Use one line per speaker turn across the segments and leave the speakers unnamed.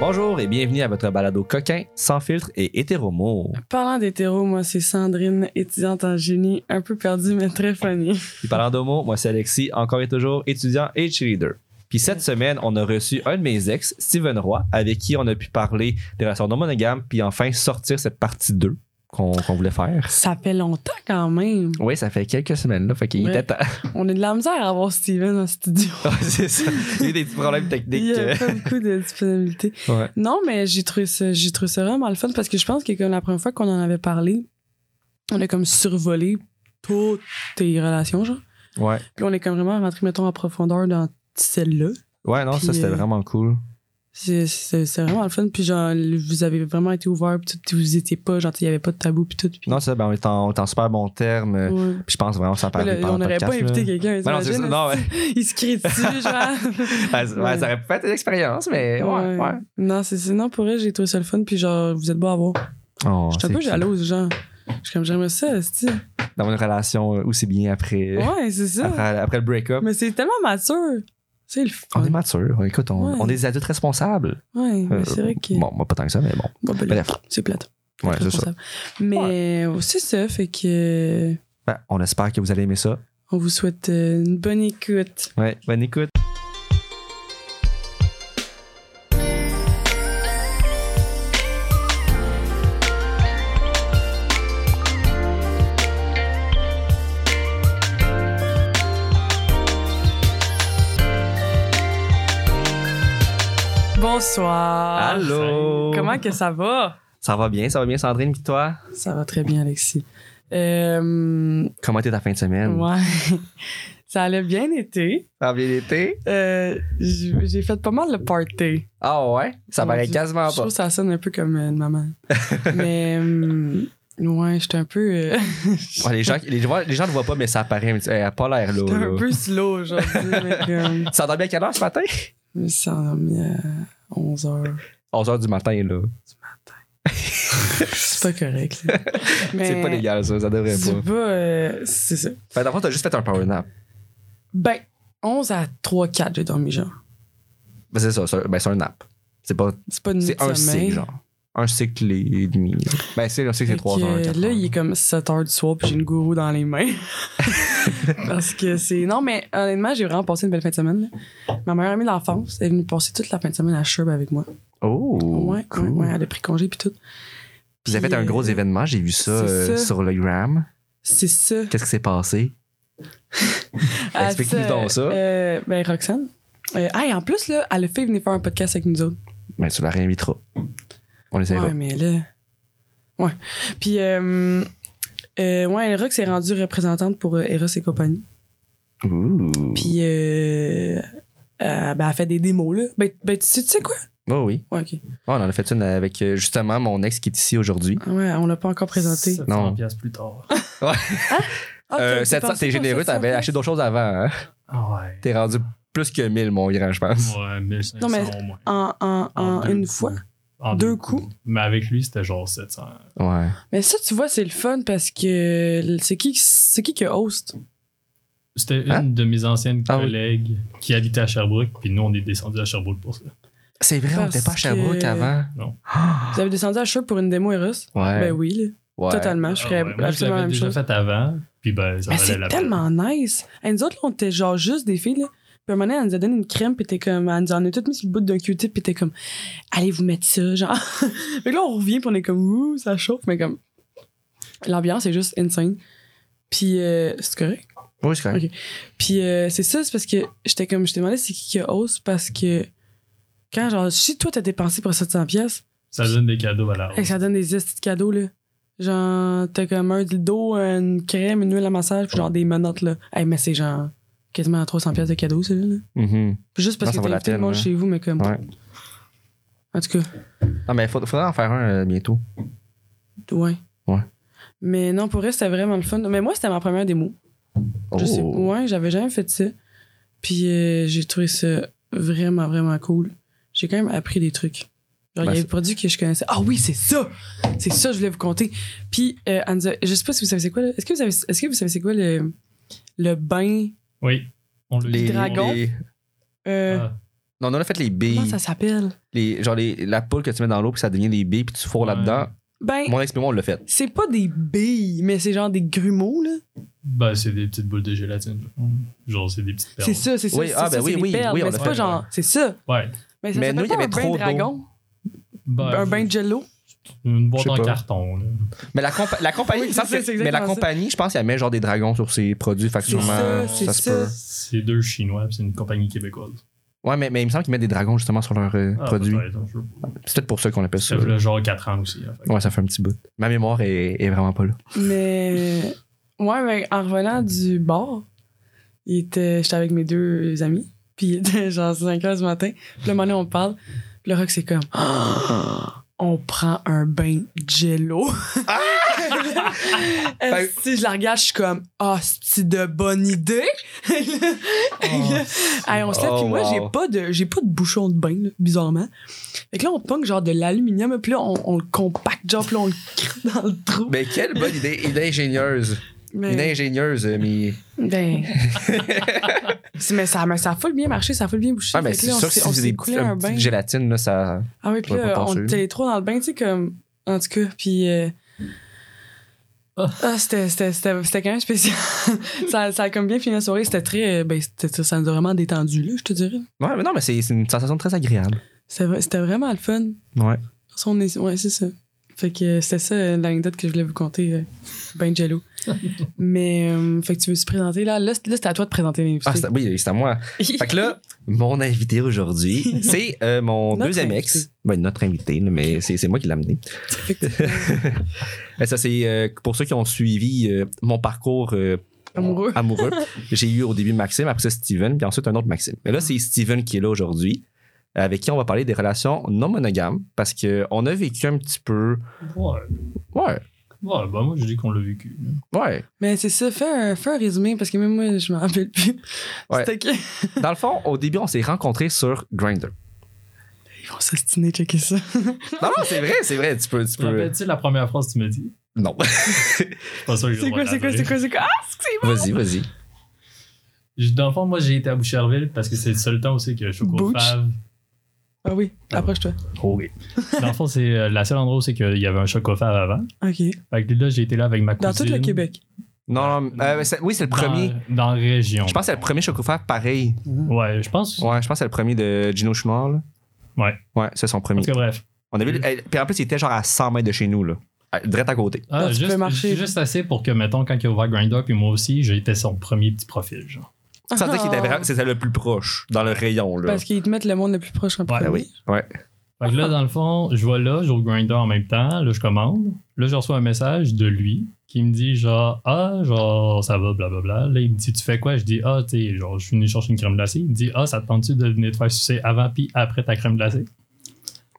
Bonjour et bienvenue à votre balado coquin, sans filtre et hétéromo.
Parlant d'hétéro, moi, c'est Sandrine, étudiante en génie, un peu perdue, mais très funny.
Et parlant d'homo, moi c'est Alexis, encore et toujours étudiant et cheerleader. Puis cette semaine, on a reçu un de mes ex, Steven Roy, avec qui on a pu parler des relations non monogames, puis enfin sortir cette partie 2 qu'on qu'on voulait faire.
Ça fait longtemps quand même.
Oui, ça fait quelques semaines, là, fait qu'il
Ouais.
était temps.
On a de la misère à avoir Steven en studio.
Ouais, c'est ça. Il y a eu des petits problèmes
Il
techniques.
n'y
euh,
a pas beaucoup de disponibilité.
Ouais.
Non, mais j'ai trouvé, ça- j'ai trouvé ça vraiment le fun parce que je pense que comme la première fois qu'on en avait parlé, on a comme survolé toutes tes relations, genre.
Ouais.
Puis on est comme vraiment rentré, mettons, en profondeur dans celle-là.
Ouais, non, ça
Puis,
c'était
euh,
vraiment cool.
C'est- C'est c'est vraiment le fun. Puis genre, vous avez vraiment été ouvert, puis tout, vous étiez pas, genre, il n'y avait pas de tabou, puis tout. puis-
Non, ça, ben, on est en, on est en super bon terme. euh,
Ouais.
puis je pense vraiment que ça
Mais
parlait
là,
pendant
on
le
n'aurait
podcast,
pas invité
là.
quelqu'un,
Ouais, Ben non, c'est ça.
t'imagines?
Non, ouais.
Il se crie dessus, genre.
Ouais, ça- ouais,
Ouais.
Ça aurait pu être une expérience, mais ouais,
Ouais.
ouais.
Non, c'est c'est- non, pour vrai, j'ai trouvé ça le fun, puis genre, vous êtes beau à voir.
Oh,
Je suis
c'est
un peu
cute.
jalouse, genre. Je suis comme, j'aimerais ça, c'est
Dans une relation où c'est bien après,
Ouais, c'est ça.
après, après le break-up.
Mais c'est tellement mature. C'est le fun.
On est mature. Écoute, on,
Ouais.
on est des adultes responsables.
Ouais, mais
Euh,
c'est vrai que.
Bon, moi, pas tant que ça, mais bon.
Bon, ben,
Bref.
c'est plate.
Ouais, c'est ça.
Responsable. Mais euh, c'est ça, fait que. euh,
Ben, on espère que vous allez aimer ça.
On vous souhaite euh, une bonne écoute.
Ouais, bonne écoute.
Bonsoir.
Allô?
Comment que ça va?
Ça va bien, ça va bien, Sandrine, puis toi?
Ça va très bien, Alexis. Euh,
Comment était ta fin de semaine?
Ouais. Ça allait bien été.
Ça a bien été?
Euh, j- j'ai fait pas mal le party.
Ah ouais? Ça
Mon
paraît
Dieu.
quasiment
Je trouve
pas.
que ça sonne un peu comme euh, une maman. Mais hum, ouais, j'étais un peu euh,
Ouais, les, gens, les, gens- les gens ne voient pas, mais ça apparaît un petit. Elle a pas l'air là.
j'étais un
Oh là.
peu slow aujourd'hui. mais comme,
Ça dormi à quelle heure ce matin?
je me suis endormie à 11 h
11h du matin, là.
C'est pas correct. là.
C'est
Mais
pas légal, ça, ça devrait
Ben, C'est
pas.
pas. euh, c'est ça.
Fait que, dans le fond, t'as juste fait un power nap.
Ben, 11 à 3-4, j'ai dormi genre.
Ben, c'est ça, c'est un- ben, c'est un nap. C'est pas
C'est pas une nuit
C'est
de
un
sommeil.
cycle, genre. Un cycle et demi. là. Ben, c'est un cycle, c'est
Fait
3
que,
heures. quatre
Là,
heures.
il est comme 7 heures du soir, puis j'ai une gourou dans les mains. Parce que c'est. Non, mais honnêtement, j'ai vraiment passé une belle fin de semaine. là. Ma meilleure amie d'enfance est venue passer toute la fin de semaine à Sherb avec moi.
Oh,
ouais,
cool.
ouais, ouais, elle a pris congé, puis tout.
Vous avez fait
Puis,
un gros
euh,
événement, j'ai vu ça,
c'est
euh,
ça.
sur le gram.
C'est ça.
Qu'est-ce qui s'est passé?
Ah,
Ben, Explique-nous donc ça.
euh, ben, Roxane. Euh, ah, et en plus, là, elle a fait venir faire un podcast avec nous autres.
Ben, tu la réinviteras. On les
Ouais,
invite.
mais là. Ouais. Puis, euh, euh, ouais, Rox est rendue représentante pour euh, Eros et compagnie.
Ouh.
Puis, euh, euh, ben, elle fait des démos, là. Ben, ben, tu sais, tu sais quoi?
Oh oui.
Ouais, OK.
Ouais, on en a fait une avec euh, justement mon ex qui est ici aujourd'hui.
Ah Ouais, on l'a pas encore présenté.
700 piastres plus tard.
Ah,
Euh,
t'as-
700,
t'as pensé
t'es
pas
généreux,
à ça,
t'avais
ça?
acheté d'autres choses avant. Hein?
Ah ouais.
T'es rendu plus que 1000, mon grand, je pense.
Ouais, 1500
Non, mais-
au moins.
En, en, en
deux
une
coups.
fois.
En
deux coups.
Mais avec lui, c'était genre 700.
Ouais.
Mais ça, tu vois, c'est le fun parce que c'est qui c'est qui qui host?
C'était
Hein?
une de mes anciennes
Ah oui.
collègues qui habitait à Sherbrooke, puis nous, on est descendu à Sherbrooke pour ça.
C'est vrai, on
Parce
était pas à Sherbrooke
que-
avant.
Non.
Ah,
Vous avez descendu à Sherb pour une démo Eros?
ouais.
Ben oui, là.
ouais.
totalement. Je ferais
Ah ouais, moi, je
absolument la
l'avais
même
déjà
chose.
fait avant, puis ben, ça
Mais
valait
c'est
la peine.
tellement nice. Et nous autres, là, on était genre juste des filles, là. Puis à un moment donné, elle nous a donné une crème, puis t'es comme, elle nous en a toutes mis sur le bout d'un Q-tip, puis t'es comme, allez vous mettre ça, genre. Fait que là, on revient, puis on est comme, ouh, ça chauffe, mais comme, l'ambiance est juste insane. Puis, euh, c'est correct.
Oui, c'est correct.
Puis, euh, c'est ça, c'est parce que j'étais comme, je te demandais c'est qui qui hausse, parce que quand, genre, si toi, t'as dépensé pour 700 pièces
Ça donne des cadeaux à la
Ah,
Fait que
hausse.
ça donne des estis de cadeaux, là. Genre, t'as comme un dildo, une crème, une huile à massage, puis genre des menottes, là. Hey, mais c'est genre quasiment à 300 pièces de cadeaux, celui là.
Mhm.
Juste parce
Non, ça
que
vaut
t'as
la
invité le
peine,
monde
là.
chez vous, mais comme.
Ouais.
En tout cas,
Non, mais il faudra en faire un euh, bientôt.
ouais.
Ouais.
Mais non, pour vrai, c'était vraiment le fun. Mais moi, c'était ma première démo. Je sais,
Oh.
ouais, j'avais jamais fait ça. Puis euh, j'ai trouvé ça vraiment, vraiment cool. J'ai quand même appris des trucs.
Ben,
Genre, il y a
c'est-
des produits que je connaissais. Ah oui, c'est ça! C'est ça, je voulais vous compter. Puis, euh, elle nous a- je sais pas si vous savez c'est quoi, là. Est-ce que vous savez, est-ce que vous savez c'est quoi le, le bain?
Oui. On le
Les
dit, on-
dragons.
les-
euh,
Ah,
Non, on a fait les
Comment
billes.
ça s'appelle?
Les, genre les, la poule que tu mets dans l'eau, puis ça devient des billes, puis tu fourres
Ouais.
là-dedans.
Ben,
Mon expériment, on l'a fait.
c'est pas des billes, mais c'est genre des grumeaux, là.
Ben, c'est des petites boules de gélatine. Genre, c'est des petites perles.
C'est ça, c'est ça.
Oui,
c'est
ah,
ça,
ben oui,
c'est des
oui,
perles,
oui, on
mais
l'a
c'est
fait.
pas genre, c'est ça.
Ouais.
Mais ça
Mais
s'appelle
nous, il y
pas
avait
un bain
trop d'eau.
dragon.
Ben,
Un bain de jello.
Une boîte
Je sais
en
pas.
carton, là.
Mais la, compa- la compagnie,
Oui,
il me semble
c'est ça,
que-
c'est
mais la
exactement ça.
compagnie, je pense qu'elle met genre des dragons sur ses produits, factuellement.
ça, c'est
se
ça.
peut.
C'est deux Chinois, puis c'est une compagnie québécoise.
Ouais, mais, mais il me semble qu'ils mettent des dragons justement sur leurs euh,
Ah,
produits.
peut-être, je sais pas.
C'est peut-être pour ça qu'on appelle ça.
Ça fait le genre 4 ans aussi. hein, fait que-
Ouais, ça fait un petit bout. Ma mémoire est, est vraiment pas là.
Mais ouais, mais en revenant du bar, il était, j'étais avec mes deux amis, puis il était genre 5 h du matin. Puis le moment donné, on parle, puis le rock, c'est comme on prend un bain de jello.
Ah! Fait-
si je la regarde, je suis comme ah, c'est de bonne idée. Hey, on se lève,
Oh,
puis moi,
wow.
j'ai pas de j'ai pas de bouchon de bain, là, bizarrement. Fait que là, on pogne genre de l'aluminium, puis là, on, on le compacte, genre, puis là, on le crie dans le trou.
Mais quelle bonne idée! Une ingénieuse.
Mais-
Une ingénieuse, euh, mais.
Ben. C'est- mais ça, mais ça a full bien marché, ça a full bien bouché.
Ah, mais
Fait que
c'est
là, on
sûr que
s'est-
si
on
c'est
s'est
des
coulé
petits- un
un
petit
bain.
gélatine, là, ça.
Ah oui, puis
Ouais,
là,
pas
on
pensé.
était les trois dans le bain, tu sais, comme. En tout cas, puis. euh,
Ah.
Ah, c'était, c'était, c'était, c'était quand même spécial. ça, ça a comme bien fini la soirée. C'était très. euh, Ben, c'était, ça- ça nous a vraiment détendu, là, je te dirais.
Ouais, mais non, mais c'est c'est une sensation très agréable.
C'était, vra- c'était vraiment le fun.
Ouais.
Ça, on est- ouais, c'est ça. Fait que euh, c'était ça euh, l'anecdote que je voulais vous conter. euh, Ben jaloux. Mais, euh, fait que tu veux te présenter, là. Là, c'est- là, c'était à toi de présenter l'invité.
Ah, c'est- oui, c'est à moi. Fait que là, mon invité aujourd'hui, c'est euh, mon
Notre
deuxième ex.
invité.
Ben, notre invité, là, mais c'est c'est moi qui l'ai amené. Et ça, c'est euh, pour ceux qui ont suivi euh, mon parcours euh,
Amoureux.
amoureux. J'ai eu au début Maxime, après ça Steven, puis ensuite un autre Maxime. Mais là, c'est Steven qui est là aujourd'hui, avec qui on va parler des relations non monogames, parce qu'on a vécu un petit peu.
Ouais.
Ouais,
Ouais, ben moi, je dis qu'on l'a vécu. là.
ouais.
Mais c'est ça, fais un, fais un résumé parce que même moi, je m'en rappelle plus.
Ouais.
C'était que.
Dans le fond, au début, on s'est rencontrés sur Grindr.
Ils vont s'ostiner, checker ça.
Non, non, c'est vrai, c'est vrai. Tu peux. Tu
Tu te
peux...
rappelles-tu la première phrase que tu m'as dit?
Non.
Je suis pas sûr que j'ai
C'est
le droit
quoi,
de
c'est quoi,
la
c'est
dire.
quoi, c'est quoi? Ah!
Vas-y, vas-y.
Je- Dans le fond, moi, j'ai été à Boucherville parce que c'est le seul temps aussi que je suis au
Bouch.
Fave.
Ah oui, approche-toi.
Oh
oui. Dans le fond, c'est euh, la seule endroit où c'est qu'il y avait un choc au Fave avant.
Ok.
Fait que là, j'ai été là avec ma
Dans
cousine.
tout le Québec.
Non, non, euh, c'est- oui, c'est le
Dans- euh,
premier.
Dans, la région.
Je pense que c'est le premier chocofère pareil.
Ouais, je pense.
Ouais, je pense que c'est le premier de Gino Schmal.
Ouais.
Ouais, c'est son
En
premier.
tout cas, bref.
On avait, eh, puis en plus, il était genre à 100 mètres de chez nous, là. Ah, Direct à côté.
Non,
Ah,
tu peux
juste,
marcher.
juste assez pour que, mettons, quand il a ouvert Grindr, puis moi aussi, j'étais son premier petit profil. Genre.
Ça veut dire qu'il était vraiment- c'était le plus proche dans le rayon, là. Ah,
Parce qu'ils te mettent le monde le plus proche en
Ouais,
premier.
oui. Ouais.
Fait que là, dans le fond, je vois là, j'ouvre Grindr en même temps, là, je commande. Là, je reçois un message de lui qui me dit genre, ah, genre, ça va, blablabla. Là, il me dit, tu fais quoi? Je dis, ah, tu sais, genre, je suis venu chercher une crème glacée. Il me dit, ah, ça te tente-tu de venir te faire sucer avant puis après ta crème glacée?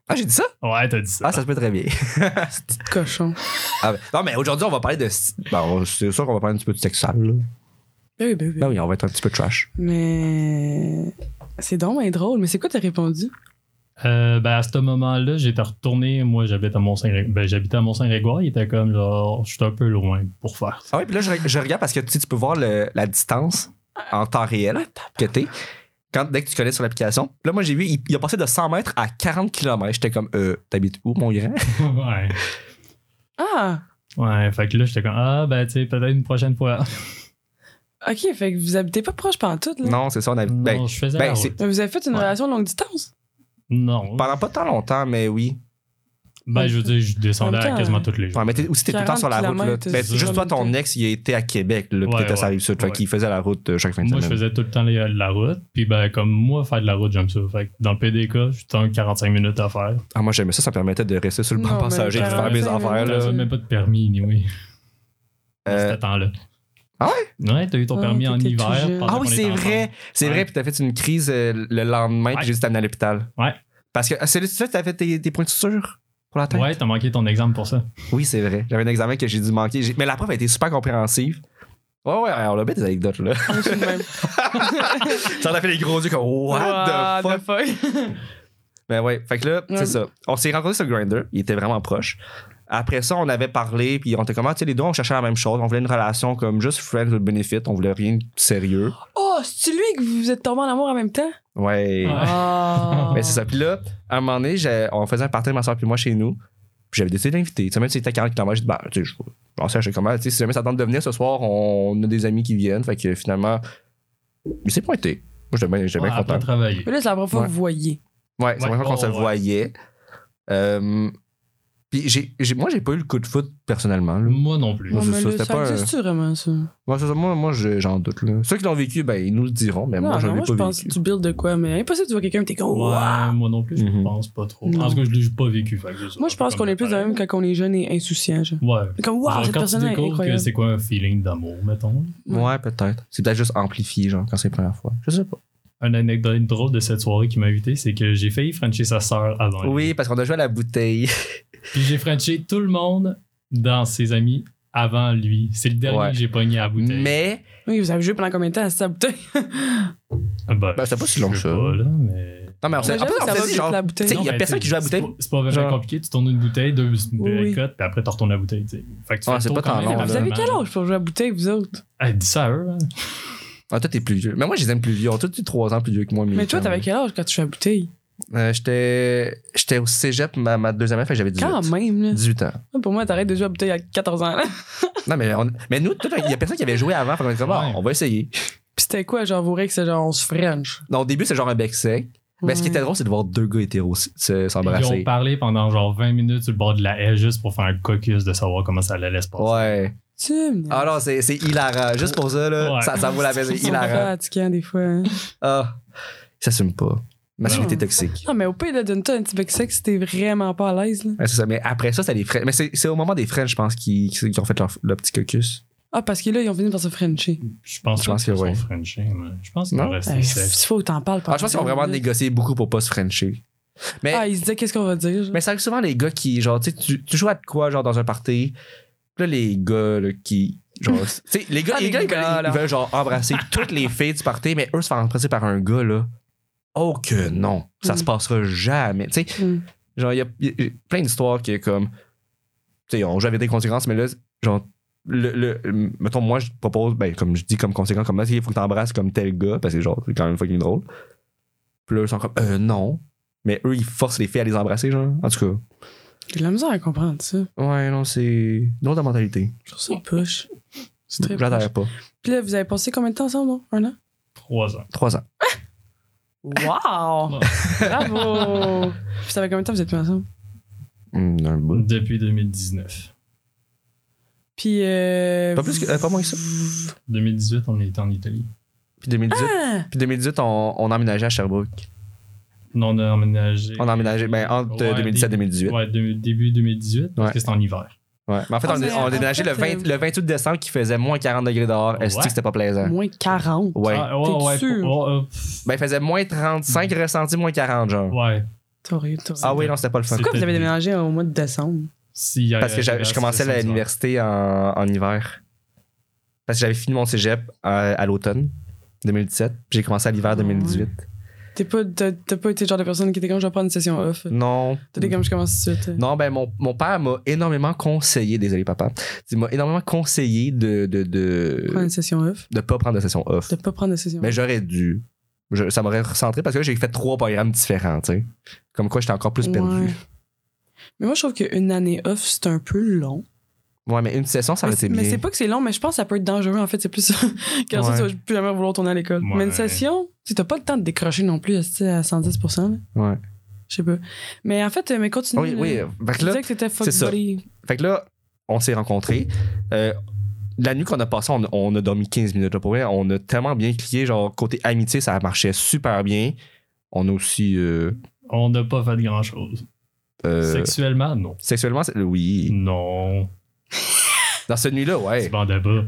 Ah, j'ai dit ça?
Ouais, t'as dit ça.
Ah, ça se peut très bien.
Petit cochon.
Ah, ben, non, mais aujourd'hui, on va parler de. Bon, c'est sûr qu'on va parler un petit peu de sexe sale, là.
Ben oui, ben oui.
Ben oui, on va être un petit peu trash.
Mais. C'est donc bien drôle. Mais c'est quoi, t'as répondu?
Euh, ben, à ce moment-là, j'étais retourné. Moi, j'habite à Mont-Saint-Grégoire. Ben, j'habitais à Mont-Saint-Grégoire. Il était comme, genre, je suis un peu loin pour faire ça.
Ah oui, puis là, je, re- je regarde parce que tu, sais, tu peux voir le- la distance en temps réel que t'es. Quand, dès que tu connais sur l'application. Puis Là, moi, j'ai vu, il, il a passé de 100 mètres à 40 km. J'étais comme, euh, t'habites où, mon grand?
ouais.
Ah!
Ouais, fait que là, j'étais comme, ah, ben, tu sais, peut-être une prochaine fois.
Ok, fait que vous habitez pas proche pantoute, là.
Non, c'est ça, on habite. ben,
non, je faisais
ben,
la route.
c'est-
Mais vous avez fait une
Ouais.
relation longue distance?
Non.
pendant pas tant longtemps, mais oui.
Ben, je veux dire, je descendais
En même temps,
à quasiment tous les jours.
Ouais, mais t'es- aussi, t'es tout le temps sur la
40
route. Là.
kilomètres,
Ben,
c'est
juste toi,
ça.
ton ex, il était à Québec, là, puis
Ouais,
t'étais sur la
ouais.
rive sud. Fait
Ouais.
qu'il faisait la route euh, chaque fin de
Moi, je
semaine.
faisais tout le temps les- euh, la route. Puis, ben, comme moi, faire de la route, j'aime ça. Fait que dans le PDK, je suis en 45 minutes à faire.
Ah, moi, j'aimais ça, ça me permettait de rester sur le banc
Non, mais
passager, de faire
45
mes affaires.
minutes,
Ah, Là.
euh,
J'avais même pas de permis, anyway.
Euh,
À ce temps-là.
ah
ouais? Ouais, t'as eu ton
Ah,
permis en
t'étais tout
hiver.
jeune.
pendant
Ah
qu'on
oui,
était
c'est
ensemble.
vrai. C'est
Ouais.
vrai, puis t'as fait une crise euh, le lendemain,
Ouais.
puis j'ai dû t'amener à l'hôpital.
Ouais.
Parce que ah, c'est là que t'as fait tes, tes pointures pour la tête.
Ouais, t'as manqué ton exemple pour ça.
Oui, c'est vrai. J'avais un examen que j'ai dû manquer. J'ai- Mais la prof a été super compréhensive. Ouais, ouais, on a bien des anecdotes, là.
Je suis de même.
Ça en a fait les gros yeux comme What, the fuck? Mais ouais, fait que là,
Ouais.
c'est ça. On s'est rencontrés sur Grinder, il était vraiment proche. Après ça, on avait parlé, puis on était comme, Ah, tu sais, les deux, on cherchait la même chose. On voulait une relation comme juste friends with benefit, on voulait rien de sérieux.
Oh, c'est lui que vous êtes tombé en amour en même temps?
Ouais.
Ouais.
Ah.
Mais Ben, c'est ça. Puis là, à un moment donné, j'ai- on faisait un party, ma soeur puis moi, chez nous. Puis j'avais décidé d'inviter. Tu sais, même si c'était 40 km, j'ai dit, bah, tu sais, je pensais, je sais comment, tu sais, si jamais ça tente de venir ce soir, on a des amis qui viennent. Fait que finalement, il s'est pointé. Moi, j'étais bien, j'étais bien
Ouais, après
content.
travailler.
Mais là, c'est la première fois que vous voyez.
Ouais, c'est la
Ouais.
première fois qu'on se
Oh, ouais.
voyait. Euh, puis j'ai, j'ai- moi, j'ai pas eu le coup de foot personnellement. là.
Moi non plus.
Ouais. c'est
mais
ça,
là,
c'était
ça
pas euh, un-
existe-tu vraiment, ça?
Moi, c'est ça, moi, moi, je- j'en doute. là. Ceux qui l'ont vécu, ben, ils nous le diront, mais moi,
non,
je
non,
l'ai
moi, je
pas
pense
vécu.
que tu builds de quoi, mais impossible, tu vois quelqu'un, t'es comme,
Ouais,
Waouh!
moi non plus, je
Mhm.
pense pas trop.
Non.
En tout cas, je l'ai pas vécu. fait que c'est ça.
Moi, je pense qu'on est plus de même quand on est jeune et insouciant, genre.
Ouais.
Comme, waouh,
Genre,
cette
quand
personne
tu
est
découvres que
incroyable.
c'est quoi un feeling d'amour, mettons.
Ouais, peut-être. C'est peut-être juste amplifié, genre, quand c'est la première fois. Je sais pas.
Une anecdote drôle de cette soirée qui m'a invité, c'est que j'ai failli frencher sa sœur avant.
Oui, parce qu'on a joué à la bouteille.
Puis j'ai frenché tout le monde dans ses amis avant lui. C'est le dernier
Ouais.
que j'ai pogné à la bouteille.
mais
Oui, vous avez joué pendant combien de temps à cette bouteille?
Ah ben,
Ben, c'était pas si
je
long
sais
que ça.
pas, là, mais...
Ah, Non, mais on
Mais
s'est
j'avoue que ça va
dit,
vite,
genre,
la bouteille.
tu sais, il y a
Non, mais
personne
tu-
qui joue à la bouteille.
C'est pas, c'est pas vraiment
Genre-
compliqué. Tu tournes une bouteille, deux
Oui.
cotes, puis après, tu retournes la bouteille. tu sais. Fait que tu
Ouais,
fais
Ah, c'est
le
pas tant
tour quand même,
long,
mais
Vous
là.
avez
finalement-
quel âge pour jouer à la bouteille, vous autres?
Ah, dis ça à eux. hein.
Ah, toi, t'es plus vieux. Mais moi, je les aime plus vieux. On tous trois ans plus vieux que moi.
Mais
mes
toi,
chums.
t'avais quel âge quand tu jouais à la bouteille?
Euh, J'étais j'étais au cégep, ma, ma deuxième année, fait que j'avais 18.
Quand même, là.
18 ans.
Pour moi, t'arrêtes de jouer à la bouteille à 14 ans, là.
Non, mais, on- mais nous, tout- il y a personne qui avait joué avant. Fait qu'on était comme, Ah,
Ouais.
on va essayer.
Puis c'était quoi, genre, vos règles, c'est genre, on se French?
Non, au début, c'est genre un bec sec. Mais ce qui était drôle, c'est de voir deux gars hétéros s- se-
Ils ont
s'embrasser.
parlé pendant genre 20 minutes sur le bord de la haie juste pour faire un caucus de savoir comment ça allait se passer.
Ouais.
Tu me-
Ah non, c'est c'est hilarant. Juste pour ça, là,
Ouais.
ça, ça vaut la peine. C'est
Ils sont
hilarant.
fatigants, des fois. hein.
Ah, ça s'assume pas. Masculinité
Non.
toxique.
Non, mais au pire, là, donne-toi un petit bec sec si t'es vraiment pas à l'aise, là.
Ouais, c'est ça. Mais après ça, c'est les French. Mais c'est c'est au moment des French, je pense, qui, qui qui ont fait leur, leur petit caucus.
Ah, parce que là, ils ont fini par se Frencher.
Je pense,
Je pense
pas
que
qu'ils sont
oui.
Frenchés, mais Je pense qu'ils
Non?
vont rester
Il
secs.
Ben, faut que t'en parles.
Ah, je pense qu'ils ont vraiment négocié beaucoup pour pas se Frencher. Mais,
Ah, ils se disaient qu'est-ce qu'on va dire. genre.
mais ça arrive souvent les gars qui, genre, tu sais, tu- tu joues à de quoi, genre, dans un party. Puis Là, les gars, là, qui. Genre, tu sais, les gars,
Ah,
les
les
gars, ils
gars,
veulent- ils,
là.
veulent, genre, embrasser toutes les filles du party, mais eux se font embrasser par un gars, là. Oh que non, ça
Mm.
se passera jamais. Tu sais,
Mm.
Genre, il y a, il y a plein d'histoires qui est comme. Tu sais, on joue avec des conséquences, mais là, genre. Le, le- mettons, moi, je propose, ben, comme je dis, comme conséquence, comme là, il faut que t'embrasses comme tel gars, parce que genre, c'est quand même fucking drôle. Puis là, ils sont comme, euh, non. Mais eux, ils forcent les filles à les embrasser, genre. En tout
J'ai de la misère à comprendre ça.
cas, ouais, non, c'est. une autre mentalité.
Je trouve ça push. C'est
Je
très poche.
l'adhère pas.
Puis là, vous avez passé combien de temps ensemble, non? Un an?
Trois ans.
Trois ans.
Wow! Bravo! Puis ça fait combien de temps que vous êtes mis ensemble?
Hum, un bout.
Depuis 2019.
Puis. Euh,
Pas plus que- euh, pas moins que ça.
2018, on était en Italie.
Puis 2018,
Ah!
puis 2018 on, on a emménagé à Sherbrooke.
Non, on a emménagé.
On a emménagé, ben, entre
Ouais,
2017 et 2018.
Ouais, de- début 2018, parce
Ouais.
que c'était en hiver.
Ouais. Mais en fait,
Ah,
on,
mais
on a
en
déménagé
fait,
le, 20
euh,
le 28 décembre qui faisait moins 40 degrés dehors. Est-ce que
Ouais.
c'était pas plaisant?
Moins 40.
Ouais.
Ah, ouais,
T'es
ouais,
sûr?
pour- ouais, euh, pff,
Ben, il faisait moins 35 ressenti, moins 40, genre.
ouais.
T'aurais, t'aurais.
Ah oui, non, c'était pas le fun.
Pourquoi vous avez déménagé au mois de décembre?
Si, euh,
Parce que j'a- je commençais
ça, ça, ça.
l'université en, en hiver. Parce que j'avais fini mon cégep à, à l'automne 2017. puis J'ai commencé à l'hiver 2018.
T'es pas, t'as, t'as pas été le genre de personne qui était comme je vais prendre une session off.
Non.
T'as été comme je commence tout de suite.
Non, ben mon, mon père m'a énormément conseillé, désolé papa, il m'a énormément conseillé de de,
Prendre
de,
une session off.
de pas prendre de session off.
De pas prendre de session
Mais j'aurais dû. Je- ça m'aurait recentré parce que là, j'ai fait trois programmes différents, tu sais. Comme quoi, j'étais encore plus perdu.
Ouais. Mais moi, je trouve qu'une année off, c'est un peu long.
Ouais, mais une session, ça
mais
aurait été
c'est- mais
bien.
c'est pas que c'est long, mais je pense que ça peut être dangereux, en fait. C'est plus ça. Car ça,
Ouais.
tu vas plus jamais vouloir tourner à l'école. Mais une
Ouais.
session, tu sais, t'as pas le temps de décrocher non plus tu sais, à 110 là.
Ouais.
Je sais pas. Mais en fait, euh, mais continue.
Ah Oui,
là.
oui. Fait
Tu
que là,
disais que t'étais fuck
c'est ça.
buddy.
fait que là, on s'est rencontrés. Euh, la nuit qu'on a passée, on, on a dormi 15 minutes. là, pour vrai. on a tellement bien cliqué. Genre, côté amitié, ça marchait super bien. On a aussi. euh,
On n'a pas fait grand chose.
euh,
Sexuellement, non.
Sexuellement, c'est- oui.
Non.
Dans cette nuit-là,
Tu
ouais.
vendais pas.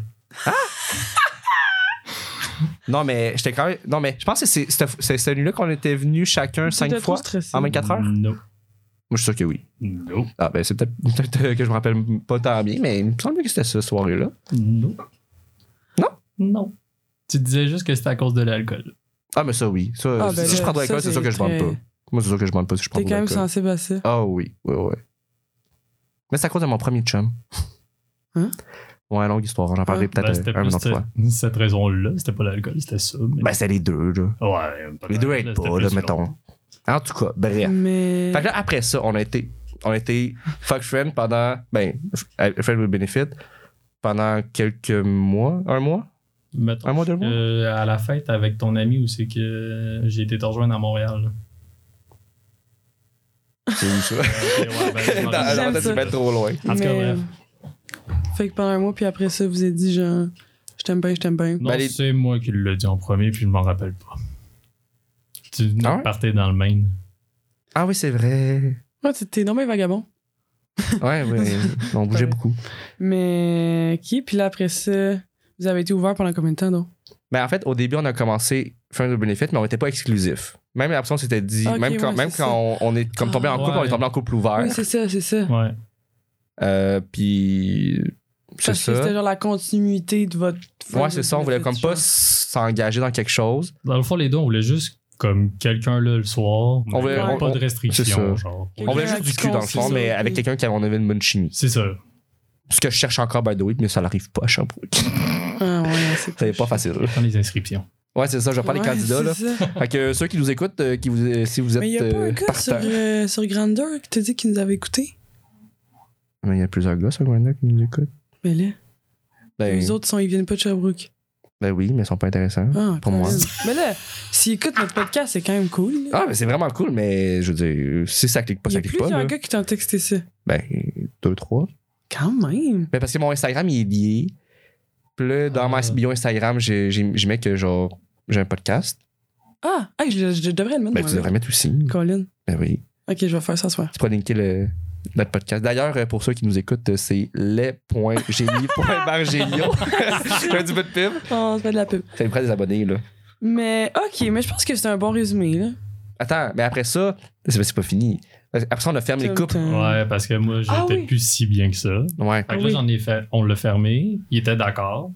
Non, mais j'étais quand même. Non, mais je pense que c'est c'est- c'est cette nuit-là qu'on était venus chacun
T'étais
cinq
trop
fois
stressé.
en 24 heures.
Non.
Moi, je suis sûr que oui.
Non.
Ah, ben, c'est peut-être peut-être que je me rappelle pas tant bien, mais il me semble que c'était cette soirée-là.
Non.
Non?
Non. Tu disais juste que c'était à cause de l'alcool.
Ah, mais ça, oui. Ça,
Ah,
si
ben
je
là,
prends de l'alcool,
ça,
c'est sûr que
c'est
je ne
très-
pas. Moi, c'est sûr que je ne pas si je prends
T'es
de
quand même
l'alcool.
sensible à ça.
Ah oui, oui, oui. Mais c'est à cause de mon premier chum.
Hein? Ah.
Ouais, longue histoire. hein, J'en parlerai
Ben,
peut-être euh,
c'était
un,
plus
une autre
cette-
fois.
cette raison-là. C'était pas l'alcool, c'était ça. mais-
Ben, c'est les deux, là.
ouais,
Les
peut-être,
deux
là,
aident
c'était
pas,
plus
là,
long.
mettons. En tout cas, bref.
Mais.
Fait que là, après ça, on a été, on a été fuck friend pendant, ben, f- friend with benefit pendant quelques mois, un mois.
Mettons
Un mois, deux mois?
que à la fête avec ton ami où c'est que j'ai été te rejoindre à Montréal. là.
C'est où ça?
Ok, ouais, ben, je
Dans-
J'aime
m'en
dans-
rappelle.
c'est
ça.
bien trop loin.
En tout cas,
Mais-
bref.
Fait que pendant un mois, puis après ça, vous avez dit genre, je t'aime bien, je t'aime bien.
Non,
Ben, les-
c'est moi qui l'ai dit en premier, puis je m'en rappelle pas. Tu venais
Ah ouais?
de partir dans le Maine.
Ah oui, c'est vrai.
Ouais, t'es- t'es normal vagabond.
Ouais, ouais. On bougeait beaucoup.
Mais qui? Puis là, après ça, vous avez été ouvert pendant combien de temps, donc?
Mais Ben, en fait, au début, on a commencé friend with benefit, mais on n'était pas exclusif. Même après, on s'était dit,
Ok,
même quand,
ouais,
même
c'est
quand
ça.
on, on est comme tombé en
Ah,
couple, on est
ouais.
tombé en couple ouvert.
Oui, c'est ça, c'est ça.
Ouais.
Euh, puis c'est
Parce que c'était
ça.
genre la continuité de votre.
Ouais, c'est ça. On voulait comme pas
Genre.
s'engager dans quelque chose.
Dans le fond, les deux, on voulait juste comme quelqu'un là le soir.
On voulait-
Comme
on-
pas
on-
de restrictions,
c'est
genre.
Quelqu'un
On voulait juste
avec
du
qui
cul dans le
confie
fond,
ça,
mais
puis-
avec quelqu'un qui avait- on avait une bonne chimie.
C'est ça.
Ce que je cherche encore, by the way, mais ça n'arrive pas à Sherbrooke.
Ah, ouais, c'est
C'est pas facile.
Dans les inscriptions.
Ouais, c'est ça, je vais pas les
Ouais,
candidats. Là.
c'est ça.
Fait que ceux qui nous écoutent, euh, qui vous, euh, si vous êtes
Mais il y a pas
euh,
un gars sur,
partants-
euh, sur Grandeur qui t'a dit qu'il nous avait écouté.
Mais il y a plusieurs gars sur Grindr qui nous écoutent.
Mais là,
Ben,
les autres, sont, ils viennent pas de Sherbrooke.
ben oui, mais ils sont pas intéressants.
Ah,
Pour moi.
quand même. Mais là, s'ils écoutent notre podcast, c'est quand même cool. là.
Ah, mais c'est vraiment cool, mais je veux dire, si ça clique pas,
Il y
ça
a
clique
plus
pas.
qu'un
là.
gars qui t'a texté ça.
Ben, deux, trois.
Quand même.
Mais parce que mon Instagram, il est lié. Puis là, dans
Ah.
ma bio Instagram, j'ai- j'ai- je mets que genre, j'ai un podcast.
Ah, hey, je, je devrais le mettre
Ben,
dans
tu
le-
devrais mettre aussi.
Colin.
Ben oui.
Ok, je vais faire ça ce soir.
Tu pourrais linker le, notre podcast. D'ailleurs, euh, pour ceux qui nous écoutent, euh, c'est les.génie.bargélio. je fais du bout de pub.
Oh, on se fait de la pub.
Ça me prend des abonnés, là.
Mais ok, mais je pense que c'est un bon résumé. Là.
Attends, mais après ça, c'est c'est pas fini. Après ça, on a fermé les couples.
Tum, tum.
Ouais, parce que moi, j'étais
Hmm. Ah oui.
plus si bien que ça.
Ouais.
Fait que
Ah
là,
oui.
j'en ai fait. On l'a fermé. Il était d'accord.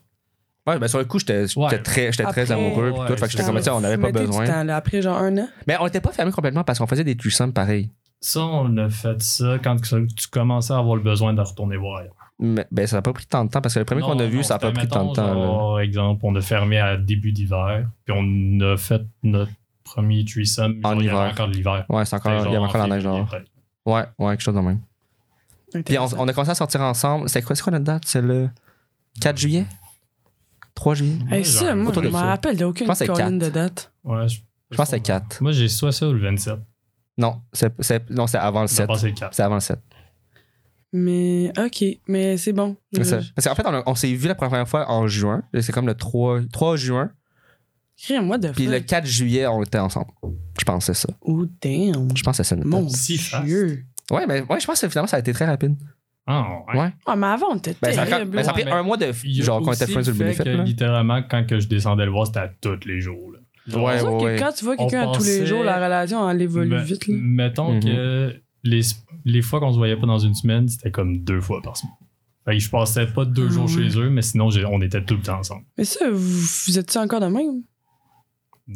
Ouais, ben sur le coup, j'étais j'étais
Ouais.
très, j'étais très
Après-
amoureux. puis tout,
Ouais,
fait que j'étais
c'est
comme,
ça.
tiens, on n'avait pas
Mettez du
besoin.
temps, là. Après genre un an.
Mais on n'était pas fermé complètement parce qu'on faisait des threesomes pareil.
Ça, on a fait ça quand tu commençais à avoir le besoin de retourner voir.
Mais, ben, ça n'a pas pris tant de temps parce que le premier qu'on a vu, ça n'a pas pris tant de temps. là.
Par exemple, on a fermé à début d'hiver, puis on a fait notre premier threesome.
En
genre, il y
hiver.
avait encore de l'hiver.
Ouais, c'est encore,
C'était
il y avait
genre
encore
en
la neige
février,
genre.
peut-être.
Ouais, ouais, quelque chose de même. Puis on, on a commencé à sortir ensemble. C'est quoi, c'est quoi notre date? C'est le 4 juillet? 3 juillet?
Hey, Eh, ça, moi, je
autour de
me
ça.
rappelle d'aucune
Je pense que c'est
colline
quatre.
de date.
Ouais, je,
Je pense que c'est 4.
Moi, j'ai soit ça ou le 27.
Non, c'est, c'est- non, c'est avant le
Ça
7.
passé le 4.
C'est avant le 7.
Mais ok, mais c'est bon.
C'est ça.
Je-
Parce qu'en fait, on, a- on s'est vu la première fois en juin. Et C'est comme le 3, 3 juin.
Crée moi de
Puis
fuck.
le 4 juillet, on était ensemble. Je pense que c'est ça.
Oh damn.
Je pense que c'est ça. notre
Mon
date.
Si fast.
dieu.
Ouais, mais ouais, je pense que finalement, ça a été très rapide.
Ah, ouais.
Ouais.
Ah, mais avant, on était
Ben, ça, a, quand-
terrible.
ben, ça a
Ouais,
pris
mais
un mois de
Il y a
genre quand on était
aussi
friends sur
le
le
fait
benefit.
que
là.
littéralement, quand que je descendais le voir, c'était à tous les jours. là. Genre,
Ouais,
C'est sûr
ouais,
que
ouais.
quand tu vois
On
quelqu'un à tous
pensait-
les jours, la relation, elle évolue
me-
vite. là.
Mettons
Mhm.
que les, les fois qu'on se voyait pas dans une semaine, c'était comme deux fois par semaine. Fait que je passais pas deux
Ah
jours
ouais.
chez eux, mais sinon, j'ai- on était tout le temps ensemble.
Mais ça, vous, vous êtes-tu encore de même?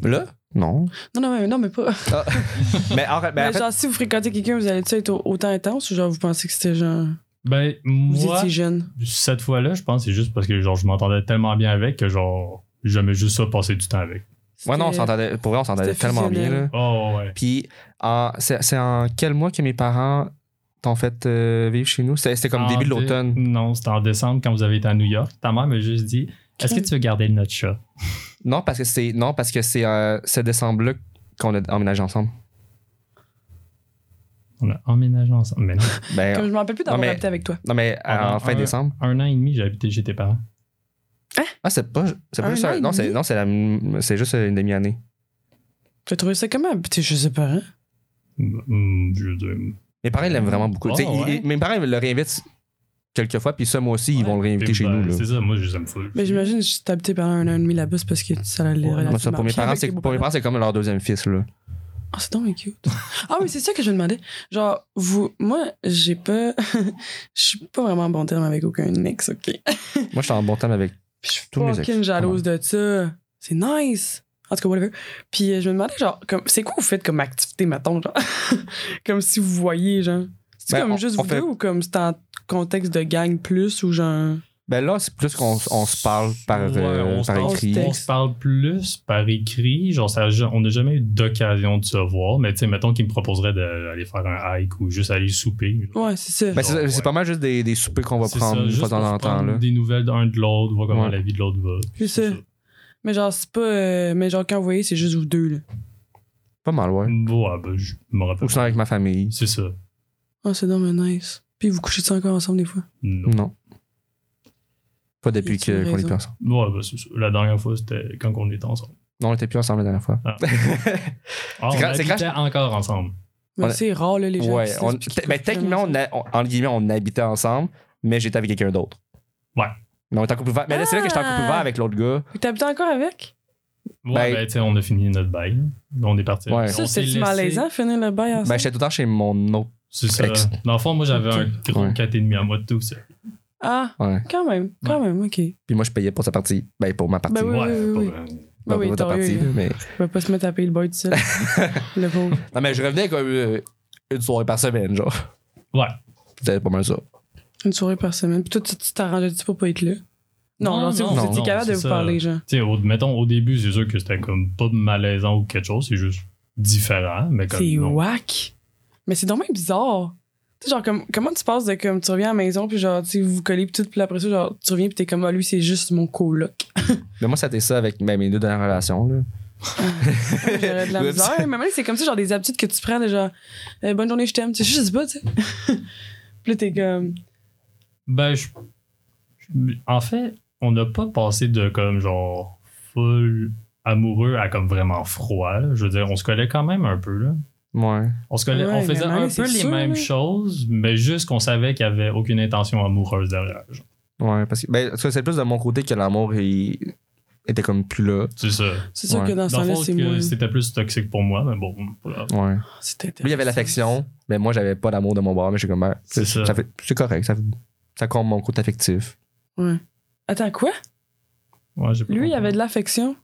Là? Non.
Non, non, mais, non, mais pas.
mais Ben, en, mais en
Mais
fait,
genre, si vous fréquentez quelqu'un, vous allez-tu être au- autant intense ou genre vous pensez que c'était genre.
Ben,
Vous
moi,
étiez jeune?
cette fois-là, je pense que c'est juste parce que genre, je m'entendais tellement bien avec que genre, j'aimais juste ça passer du temps avec.
ouais, non, on
C'était-
s'entendait. Pour vrai, on s'entendait
c'était
tellement bien.
fusionnel.
Là.
Oh, ouais.
Puis, en- c'est c'est en quel mois que mes parents t'ont fait euh, vivre chez nous? C'était c'était comme
En
début de
dé-
l'automne.
Non, c'était en décembre quand vous avez été à New York. Ta mère m'a juste dit Est-ce que tu veux garder notre chat
Non, parce que c'est non parce que c'est euh, ce décembre-là qu'on a emménagé ensemble.
On a emménagé ensemble. Mais non.
Ben,
Comme je m'en rappelle plus d'avoir
mais-
habité avec toi.
non, mais euh,
Ah,
en
ben,
fin
un-
décembre.
Un an et demi, j'ai habité chez tes parents.
Ah, c'est pas, c'est pas
Un
juste
an
un-
et
Non, c'est
demi?
non, c'est la- c'est juste une demi-année.
T'as trouvé ça comment? Puis t'es- je sais pas. hein?
Hmm, je veux dire,
Mes parents ils l'aiment vraiment beaucoup.
Ah,
Tu sais, ils-
ouais?
ils- mes parents ils le réinvitent quelques fois, puis ça, moi aussi, ils vont le réinviter
t'es-
chez
ben,
nous. là.
C'est ça, moi, je les aime full.
Mais j'imagine que Ben, je t'ai habité pendant un an et demi là-bas, c'est parce que ça allait
Ouais,
relativement
Moi, ça, pour mes
bien
parents,
avec
c'est
tes
pour mes
beaux-parents.
parents, c'est comme leur deuxième fils. Là.
Ah, c'est donc bien cute. Ah, mais c'est ça que je me demandais. Genre, vous, moi, j'ai pas. Je suis pas vraiment en bon terme avec aucun ex, ok? Puis
Moi, je suis en bon terme avec
je suis
Tous mes ex,
fucking jalouse de ça. C'est nice. En tout cas, whatever. Puis euh, je me demandais, genre, comme, c'est quoi vous faites comme activité, mettons, genre? comme si vous voyez, genre. C'est
Ben,
comme
on-
juste
on
vous
fait-
deux ou comme c'est en contexte de gang plus ou genre.
Ben là, c'est plus qu'on on se parle par,
Ouais,
euh,
on se
par
parle-
écrit.
texte.
On se parle plus par écrit. Genre, ça, on n'a jamais eu d'occasion de se voir, mais tu sais, mettons qu'il me proposerait d'aller faire un hike ou juste aller souper.
Ouais, c'est ça.
Ben, c'est
Ouais.
c'est pas mal juste des, des soupers qu'on va
Bah, C'est
prendre
ça,
une
juste
fois de temps
pour
en temps.
prendre
Là.
Des nouvelles d'un de l'autre, voir comment
Ouais.
la vie de l'autre va.
C'est ça. Mais genre, c'est pas. euh, mais genre, quand vous voyez, c'est juste vous deux, là.
Pas mal, ouais.
Ouais, ben, je me rappelle.
Ou sinon avec ma famille.
C'est ça.
Ah, c'est non, mais nice. Puis vous couchez ça encore ensemble des fois.
Non.
Non. Pas depuis
As-tu
que- qu'on est
raison?
plus ensemble.
Ouais, ben, c'est ça. La dernière fois, c'était quand on était ensemble.
Non, on était plus ensemble la dernière fois.
Ah. Ah,
C'est
on
gra- c'est
habitait encore ensemble.
Mais
On a-
c'est rare, là, les gens.
ouais.
qui se
on-
laissent
ben,
puis qui
mais
couchent
techniquement,
vraiment
on a- on- entre guillemets, on habitait ensemble, mais j'étais avec quelqu'un d'autre.
Ouais.
Mais on était en couple ouvert. Mais là, c'est là que j'étais en couple
Ah!
ouvert avec l'autre gars.
ensemble. T'habites encore avec?
Ouais,
Ben-
ben, tu sais, on a fini notre bail. On est parti.
Ouais.
Ça,
On s'est
c'est
laissé-
malaisant, finir le bail ensemble.
Ben, j'étais tout le temps chez mon autre.
C'est ça.
Ex.
Dans le fond, moi, j'avais
Ok.
un gros
Ouais.
4,5 à moi de tout ça.
ah,
Ouais.
quand même, quand même, ok.
Bah,
Puis moi, je payais pour sa partie. Ben, pour ma partie.
Ben oui.
ouais,
oui,
pas-
Ben,
Ben oui,
pour ta
t'aurais
partie.
eu.
là, Mais...
Je peux pas se mettre à payer le boy tout seul. le pauvre.
Non, mais je revenais comme euh, une soirée par semaine, genre.
Ouais.
C'était pas mal ça.
Une soirée par semaine. Puis toi, tu tu t'arrangeais-tu pour pas être là? Non,
Non,
genre, si
non,
vous
non,
étiez
non,
capable de
c'est
vous
ça.
parler, genre.
Tu sais, au- mettons, au début, c'est sûr que c'était comme pas malaisant ou quelque chose, c'est juste différent, mais comme.
C'est
non.
whack. Mais c'est dommage bizarre. Tu sais, genre, comme, comment tu passes de comme tu reviens à la maison, puis genre, tu sais, vous vous collez, puis tout, puis après ça, genre, tu reviens, puis t'es comme, ah, lui, c'est juste mon coloc.
Mais moi, ça a été ça avec ben, mes deux dernières relations. Là.
J'aurais de la
Ouais,
misère. Mais même, c'est comme ça, genre, des habitudes que tu prends, de genre, euh, bonne journée, je t'aime. Tu sais, je sais pas, tu sais. puis là, t'es comme,
Ben, je- je- en fait, on n'a pas passé de comme genre full amoureux à comme vraiment froid. là. Je veux dire, on se collait quand même un peu, là.
Ouais.
On, se collait,
Ouais,
on
mais
faisait
Marie,
un
c'est
peu les
sûr,
mêmes
là.
choses, mais juste qu'on savait qu'il n'y avait aucune intention amoureuse derrière. genre.
Ouais, parce que, ben, en tout cas, c'est plus de mon côté que l'amour il- était comme plus là.
C'est ça.
c'est sûr
Ouais.
que dans ce
Dans le
temps-là,
fond,
c'est
que
moi.
c'était plus toxique pour moi, mais bon, voilà.
Ouais.
C'était
Lui, il y avait l'affection, mais moi, j'avais pas d'amour de mon bord, mais je suis comme, ben,
C'est
c'est
ça.
ça fait- c'est correct, ça, fait- ça compte mon côté affectif.
Ouais. Attends, quoi?
Ouais, j'ai pas
Lui, il
compris.
avait de l'affection.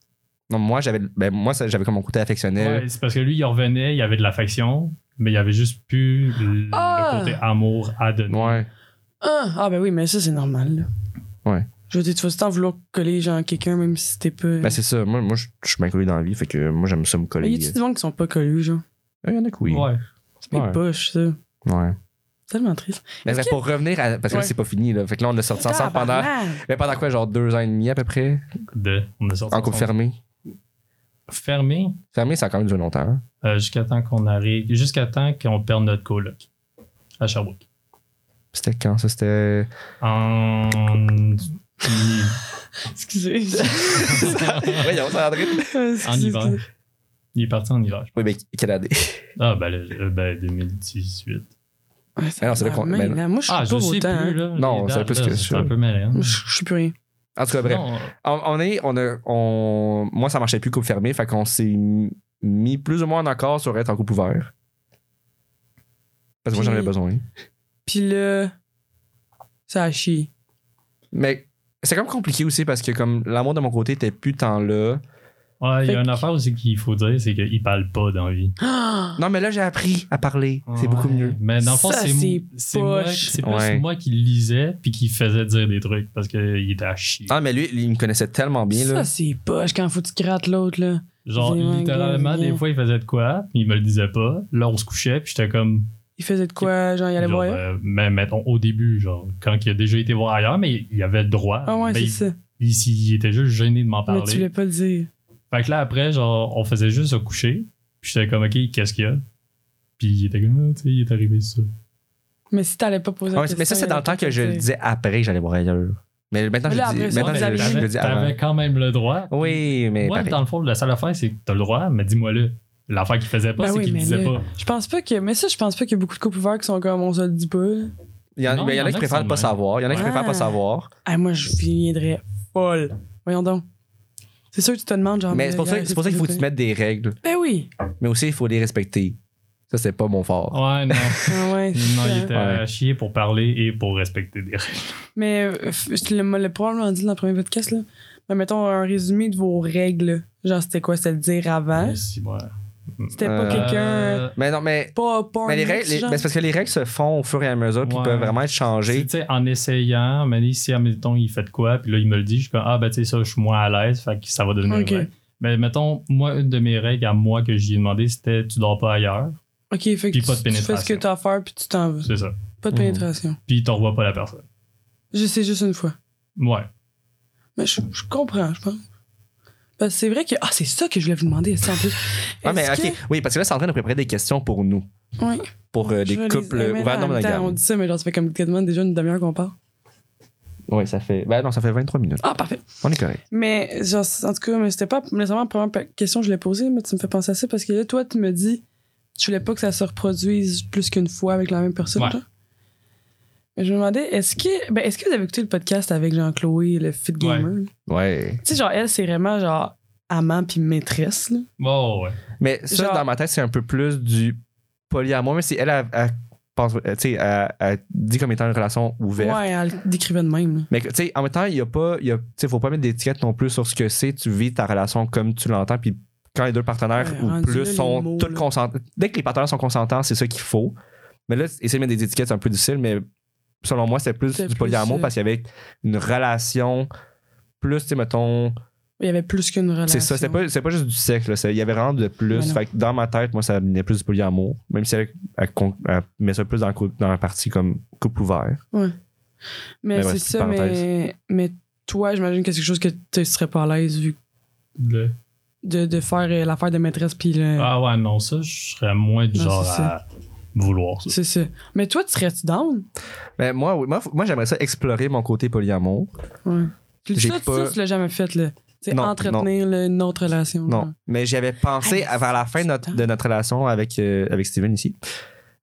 Non, moi, j'avais ben, moi ça- j'avais comme mon côté affectionnel.
Ouais, c'est parce que lui, il revenait, il y avait de l'affection, mais il y avait juste plus le,
Ah!
le côté amour à donner.
Ouais.
Ah, ah ben oui, mais ça, c'est normal. là.
Ouais.
Je veux dire, tu vas tout le temps vouloir coller genre à quelqu'un, même si t'es pas.
Ben, c'est ça. Moi, moi je je suis bien collé dans la vie, fait que moi, j'aime ça me
Mais
coller. Ah,
y a-tu du monde qui sont pas collés, genre?
Il y en a que oui.
Ouais.
C'est
Ouais.
poche, ça.
Ouais.
C'est tellement triste.
Mais
Est-ce
c'est pour revenir à. Parce que là,
Ouais.
c'est pas fini, là. Fait que là, on a sorti ensemble pendant.
Tabarnak!
Mais pendant quoi, genre deux ans et demi à peu près,
De, on a sorti
en couple
ensemble.
fermé.
fermé.
Fermé, ça a quand même duré longtemps. hein.
euh, jusqu'à temps qu'on arrive, jusqu'à temps qu'on perde notre coloc à Sherbrooke.
C'était quand ça? C'était.
En.
Excusez.
Voyons, ça André.
en hiver. Il est parti en hiver.
Oui, mais quelle année?
Ah, ben, le- euh, ben 2018.
Ah non, c'est là qu'on- ben-
Moi, je suis
Ah,
pas
je sais
autant.
plus,
hein.
là.
Non,
Les
c'est
dates,
plus
là,
que
C'est
ça.
un peu malin. hein.
Je je suis plus rien.
En tout cas, bref. On, on est. On a, on... Moi, ça marchait plus couple fermé, fait qu'on s'est m- mis plus ou moins en accord sur être en couple ouvert. Parce que moi, j'en avais
Puis-
besoin.
Puis là, ça a chié.
Mais c'est comme compliqué aussi parce que comme l'amour de mon côté était plus tant là.
Ouais, il y
Fait
a une
que-
affaire aussi qu'il faut dire, c'est qu'il parle pas dans la vie.
Ah!
Non, mais là, j'ai appris à parler. C'est
Ouais.
beaucoup mieux.
Mais dans le fond,
Ça,
c'est
c'est
m- c'est moi,
poche.
c'est plus
Ouais.
moi qui lisais puis qui faisait dire des trucs parce qu'il était à chier.
Ah, mais lui, il me connaissait tellement bien, là.
Ça, c'est poche quand faut que tu grattes l'autre, là.
Genre,
c'est un
littéralement,
gars,
des
bien.
fois, il faisait de quoi, puis il me le disait pas. Là, on se couchait, puis j'étais comme.
Il faisait de quoi? Genre, il allait
genre,
voir.
euh, mais mettons, au début, genre, quand il a déjà été voir ailleurs, mais il avait le droit.
Ah ouais,
mais
c'est
ben,
ça.
il- il, s'il- il était juste gêné de m'en
Mais tu
parler.
voulais pas le dire.
Fait que là, après, genre, on faisait juste se coucher, puis j'étais comme, OK, qu'est-ce qu'il y a? Puis il était comme, Ah, tu sais, il est arrivé ça.
Mais si t'allais pas poser
Ah
la
ouais,
question.
mais ça, c'est dans le temps que je le
disais.
disais après que j'allais voir ailleurs. Mais maintenant, je
Là,
le
après,
dis,
c'est
maintenant,
vous
je,
avez-
je le dis
t'avais,
avant.
t'avais quand même le droit.
Oui, mais
Moi,
pareil.
dans le fond, la seule affaire, c'est que t'as le droit, mais dis-moi le. L'affaire qu'il faisait pas,
Ben
c'est
oui,
qu'il
mais
disait
là-
pas.
Je pense pas que. Mais ça, je pense pas qu'il y a beaucoup de couples ouverts qui sont comme on se le dit pas. là.
Il y en,
Non,
mais il y en a qui préfèrent pas
sont de même.
savoir. Il y en a qui
Ouais.
préfèrent pas savoir.
Ah, moi, je viendrais folle. Voyons donc. C'est sûr que tu te demandes, genre.
Mais c'est pour ça, c'est pour ça qu'il faut que tu te mettes des règles,
Ben oui.
mais aussi il faut les respecter. Ça, c'est pas mon fort.
Ouais, non.
Ah ouais, c'est
Non,
ça.
il était à chier pour parler et pour respecter des règles.
Mais euh, f- je le, le probablement dit dans le premier podcast, là. Mais mettons un résumé de vos règles. Genre, c'était quoi? C'était de dire avant.
Mais si, ouais.
C'était pas
Euh,
Hein? quelqu'un.
Euh,
Mais non, mais,
Pas, pas un
mais les
ex,
règles, les-
genre.
mais c'est parce que les règles se font au fur et à mesure, puis
Ouais.
peuvent vraiment être
tu
changées.
sais, en essayant, mais si, admettons, il fait de quoi, puis là, il me le dit, je suis comme, ah, ben, tu sais, ça, je suis moins à l'aise, fait que ça va devenir
Ok.
vrai. Mais mettons, moi, une de mes règles à moi que j'ai demandé, c'était tu dors pas ailleurs.
Ok, fait que
Puis
tu,
pas de
tu fais ce que
pénétration.
t'as à faire, puis tu t'en vas.
C'est ça.
Pas de
Mhm.
pénétration.
Puis t'en revois pas la personne.
Je sais juste une fois.
Ouais.
Mais je, je comprends, je pense. Parce que c'est vrai que. Ah, c'est ça que je voulais vous demander, ça, en plus.
Ah, mais
Est-ce
ok. Oui, parce que là, c'est en train de préparer des questions pour nous,
que- Ouais.
pour euh,
je
des
vais les-
couples
mais
ouverts
non,
non
en même temps, On
monogames.
dit ça, mais genre, ça fait comme quasiment déjà une demi-heure qu'on parle.
Oui, ça fait. Ben non, ça fait 23 minutes.
Ah, parfait.
On est correct.
Mais, genre, en tout cas, mais c'était pas nécessairement la première pa- question que je l'ai posée, mais tu me fais penser à ça parce que là, toi, tu me dis, tu voulais pas que ça se reproduise plus qu'une fois avec la même personne,
Ouais.
toi. Mais je me demandais, est-ce que, ben, est-ce que vous avez écouté le podcast avec Jean-Chloé, le fit gamer? là?
Ouais.
Tu sais, genre, elle, c'est vraiment, genre, amant puis maîtresse, là.
Bon, ouais.
Mais ça,
Genre-
dans ma tête, c'est un peu plus du polyamour, mais si elle, elle, elle pense, elle, tu sais, elle- elle dit comme étant une relation ouverte.
Ouais, elle le décrivait de même, là.
Mais que, tu sais, en même temps, il y a pas, il y a- tu sais, faut pas mettre d'étiquette non plus sur ce que c'est. Tu vis ta relation comme tu l'entends, puis quand les deux partenaires
Ouais,
ou
rendu
plus
là, les
sont
mots,
tous
là.
consentants, dès que les partenaires sont consentants, c'est ça qu'il faut. Mais là, essayer de mettre des étiquettes, c'est un peu difficile, mais selon moi, c'est plus
C'est
du
plus,
polyamour
euh,
parce qu'il y avait une relation plus, tu sais, mettons,
Il y avait plus qu'une relation.
c'est ça, c'était pas, c'était pas juste du sexe, là, c'est- il y avait vraiment de
Mais
plus.
non.
Fait que dans ma tête, moi, ça venait plus du polyamour, même si elle, elle con- elle met ça plus dans, le cou- dans la partie comme couple ouvert.
Mais,
Mais
c'est
Ben ouais, c'est
ça,
une
mais, mais toi, j'imagine que c'est quelque chose que tu serais pas à l'aise vu
Le-
de, de faire euh, l'affaire de maîtresse puis le.
Ah, ouais, non, ça, je serais moins du
Non,
genre
c'est
à vouloir ça.
C'est ça. Mais toi, tu serais-tu down?
Mais moi, oui, moi, f- moi j'aimerais ça explorer mon côté polyamour.
Ouais.
J'ai
Ça,
pas-
ça, tu l'as jamais fait, là. C'est
Non,
entretenir là, une autre relation.
Non,
genre.
mais j'avais pensé
Ah, mais
vers la fin de notre, de notre relation avec, euh, avec Steven ici.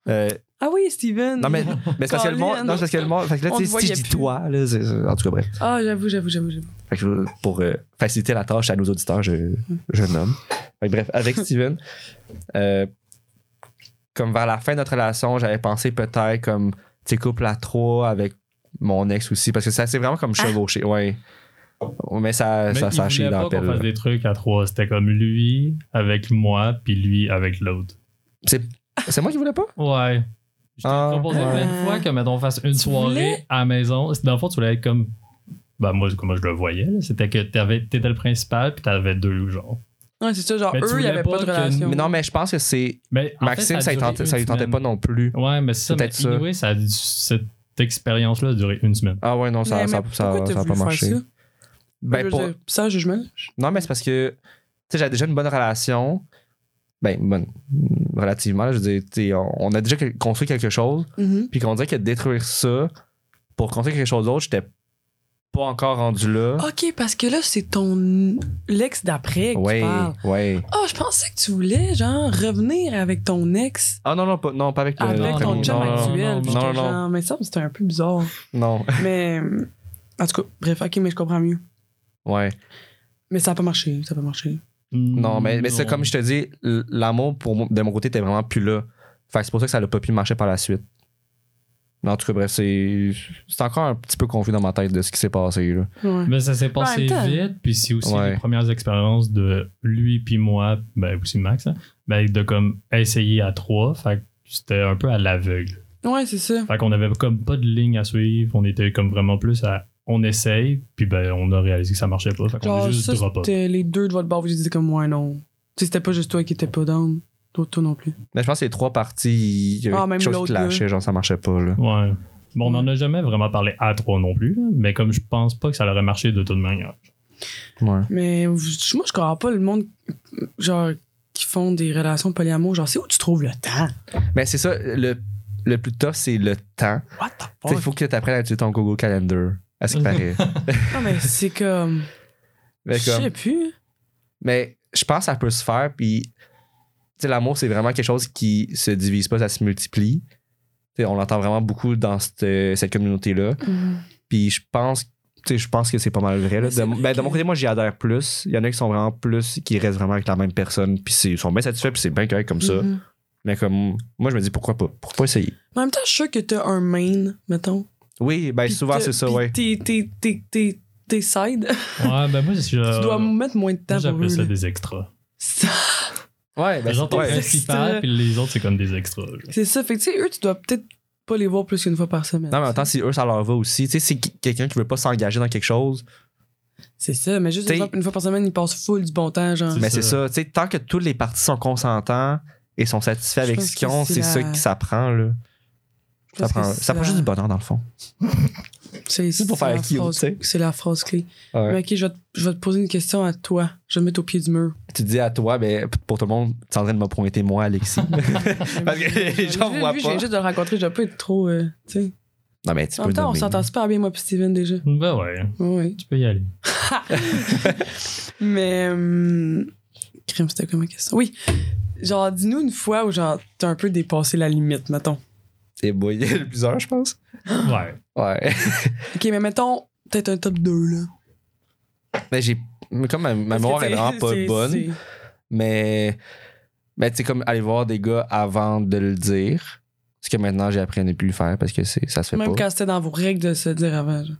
Euh,
Ah oui, Steven!
non, mais, mais c'est parce que le monde. Non, c'est parce que le monde. Fait que là,
On
tu
te
sais, si
voyait
je dis
plus.
toi, là, c'est- c'est- en tout cas, bref.
Ah, j'avoue, j'avoue, j'avoue, j'avoue.
Fait que je- pour euh, faciliter la tâche à nos auditeurs, je, je nomme. Fait que bref, avec Steven, euh, comme vers la fin de notre relation, j'avais pensé peut-être comme, tu sais, couple à trois avec mon ex aussi, parce que ça, c'est vraiment comme
Ah.
chevauché, ouais. Mais ça,
Mais
Euh, ça,
il
ça a
voulait
chié dans
pas
la
qu'on
pelle.
fasse
là.
des trucs à trois. C'était comme lui avec moi, puis lui avec l'autre.
C'est c'est moi qui voulais pas?
Ouais. Je t'ai
Ah,
proposé plein
ouais.
de fois que, mettons, on fasse une
Tu
soirée
voulais-
à la maison. Dans le fond, tu voulais être comme. bah moi, comment je le voyais, là, c'était que t'avais- t'étais le principal, puis t'avais deux, genre.
Ouais, c'est ça, genre,
Mais tu
eux, il n'y
voulais
avait pas,
pas
de
que-
relation.
Mais non, mais je pense que c'est.
Mais en
Maxime,
fait,
ça,
a
lui
duré
tentait,
une
ça lui tentait
semaine.
pas non plus.
Ouais, mais c'est ça, mais
Peut-être ça.
anyway, ça a dû- cette expérience-là a duré une semaine.
Ah ouais, non, ça
Mais-
n'a ça,
mais
ça,
pourquoi t'as
ça a
voulu
pas
faire
marché.
ça? Je
Ben,
veux
pour-
dire, ça, je me.
Non, mais c'est parce que tu sais, j'avais déjà une bonne relation. Ben, bonne, relativement. là, je veux dire, tu sais, on, on a déjà que- construit quelque chose.
Mhm.
Puis qu'on dirait que détruire ça pour construire quelque chose d'autre, j'étais pas encore rendu là.
Ok, parce que là, c'est ton. l'ex d'après qui
ouais,
parle.
ouais.
Ah, je pensais que tu voulais, genre, revenir avec ton ex.
Ah non, non, pas, non, pas avec le
Avec
Euh, non,
le
ton
premier,
chum
non, non,
actuel.
non,
Puis
non,
j'étais
non.
genre, mais ça, c'était un peu bizarre.
Non,
Mais. En tout cas, bref, ok, mais je comprends mieux.
ouais.
Mais ça n'a pas marché, ça n'a pas marché.
Non, mais, mais c'est comme je te dis, l- l'amour pour moi- de mon côté était vraiment plus là. Fait que c'est pour ça que ça n'a pas pu marcher par la suite. Mais En tout cas, bref, c'est c'est encore un petit peu confus dans ma tête de ce qui s'est passé. Là.
Ouais.
Mais ça s'est passé
même temps.
vite, puis c'est aussi
Ouais.
les premières expériences de lui, puis moi, ben aussi Max, hein, ben, de comme essayer à trois, fait que c'était un peu à l'aveugle.
Ouais, c'est ça.
Fait qu'on avait comme pas de ligne à suivre. On était comme vraiment plus à on essaye, puis ben on a réalisé que ça marchait pas. Fait qu'on a
Genre,
juste
ça,
drop off.
c'était les deux de votre bord, vous dites comme, ouais, non. Tu sais, c'était pas juste toi qui étais pas down, l'autre toi non plus.
Mais je pense que les trois parties, il y avait
Ah, même
quelque chose
l'autre,
qui lâchait, genre ça marchait pas. Là.
Ouais. Bon, on en a jamais vraiment parlé à trois non plus, là, mais comme je pense pas que ça aurait marché de toute manière.
Ouais.
Mais vous- moi, je comprends pas le monde, genre, qui font des relations polyamour. Genre, c'est où tu trouves le temps?
Mais c'est ça, le, le plus tough, c'est le temps.
What the
Il
fuck?
faut que tu apprennes à utiliser ton Google Calendar, à ce qui paraît.
Non, mais c'est comme.
mais,
Je
comme-
sais plus.
mais je pense que ça peut se faire. Puis, tu sais, l'amour, c'est vraiment quelque chose qui se divise pas, ça se multiplie. Tu sais, on l'entend vraiment beaucoup dans cette, cette communauté-là. Puis, je pense tu sais, je pense que c'est pas mal vrai. là.
Mais c'est
De,
vrai
ben, de
que-
mon côté, moi, j'y adhère plus. Il y en a qui sont vraiment plus, qui restent vraiment avec la même personne, puis c'est- ils sont bien satisfaits, puis c'est bien correct comme ça.
Mhm.
Mais comme, moi, je me dis pourquoi pas? Pourquoi pas essayer?
Mais en même temps, je suis sûr que t'as un main, mettons.
Oui, ben
Puis
souvent,
t'as-
c'est ça,
puis
ouais.
T'es, t'es, t'es, t'es, t'es side.
Ouais, ben moi, je,
tu dois mettre moins de temps pour eux.
j'appelle ça
là.
des extras.
Ça-
Ouais, ben,
Genre, t'as
ouais.
un principal,
Extras.
puis les autres, c'est comme des extras. genre.
C'est ça. Fait que, tu sais, eux, tu dois peut-être pas les voir plus qu'une fois par semaine.
Non, mais en même temps, si eux, ça leur va aussi. Tu sais, si qui- quelqu'un qui veut pas s'engager dans quelque chose,
C'est ça, mais juste
T'sais-
une fois, une fois par semaine, ils passent full du bon temps, genre.
C'est
mais c'est
ça.
ça. Tu sais, tant que toutes les parties sont consentants et sont satisfaits
Je
avec
pense
ce qu'ils
que
ont,
c'est
c'est
la-
ça que ça prend, là.
Je
Ça
pense que
prend,
c'est
ça prend
la-
juste du bonheur, dans le fond.
C'est
Juste pour
c'est
faire
la
cute,
phrase-
tu sais.
C'est la phrase clé. Mais ok, je vais, te, je vais te poser une question à toi. Je vais te mettre au pied du mur.
Tu dis à toi, mais pour tout le monde, t'es en train de me pointer, moi, Alexis. Parce que les gens
Lui,
voient
lui,
pas.
j'ai juste de le rencontrer, je vais pas être trop. euh, tu sais.
Non, mais tu
En
peux
même temps, on
nommer.
s'entend super bien, moi puis Steven, déjà.
Ben ouais,
Oui.
tu peux y aller.
Mais. hum, crime, c'était comme ma question. Oui. Genre, dis-nous une fois où, genre, t'as un peu dépassé la limite, mettons.
Et boy, il y en a plusieurs, je pense.
Ouais.
Ouais.
Ok, mais mettons, peut-être un top 2, là.
Mais j'ai. mais Comme ma, ma
Parce que,
mémoire est
tu sais,
vraiment pas
c'est-
bonne,
c'est-
mais. Mais tu sais, comme aller voir des gars avant de le dire. Parce que maintenant, j'ai appris à ne plus le faire parce que c'est, ça se fait
Même
pas.
quand c'était dans vos règles de se dire avant. genre.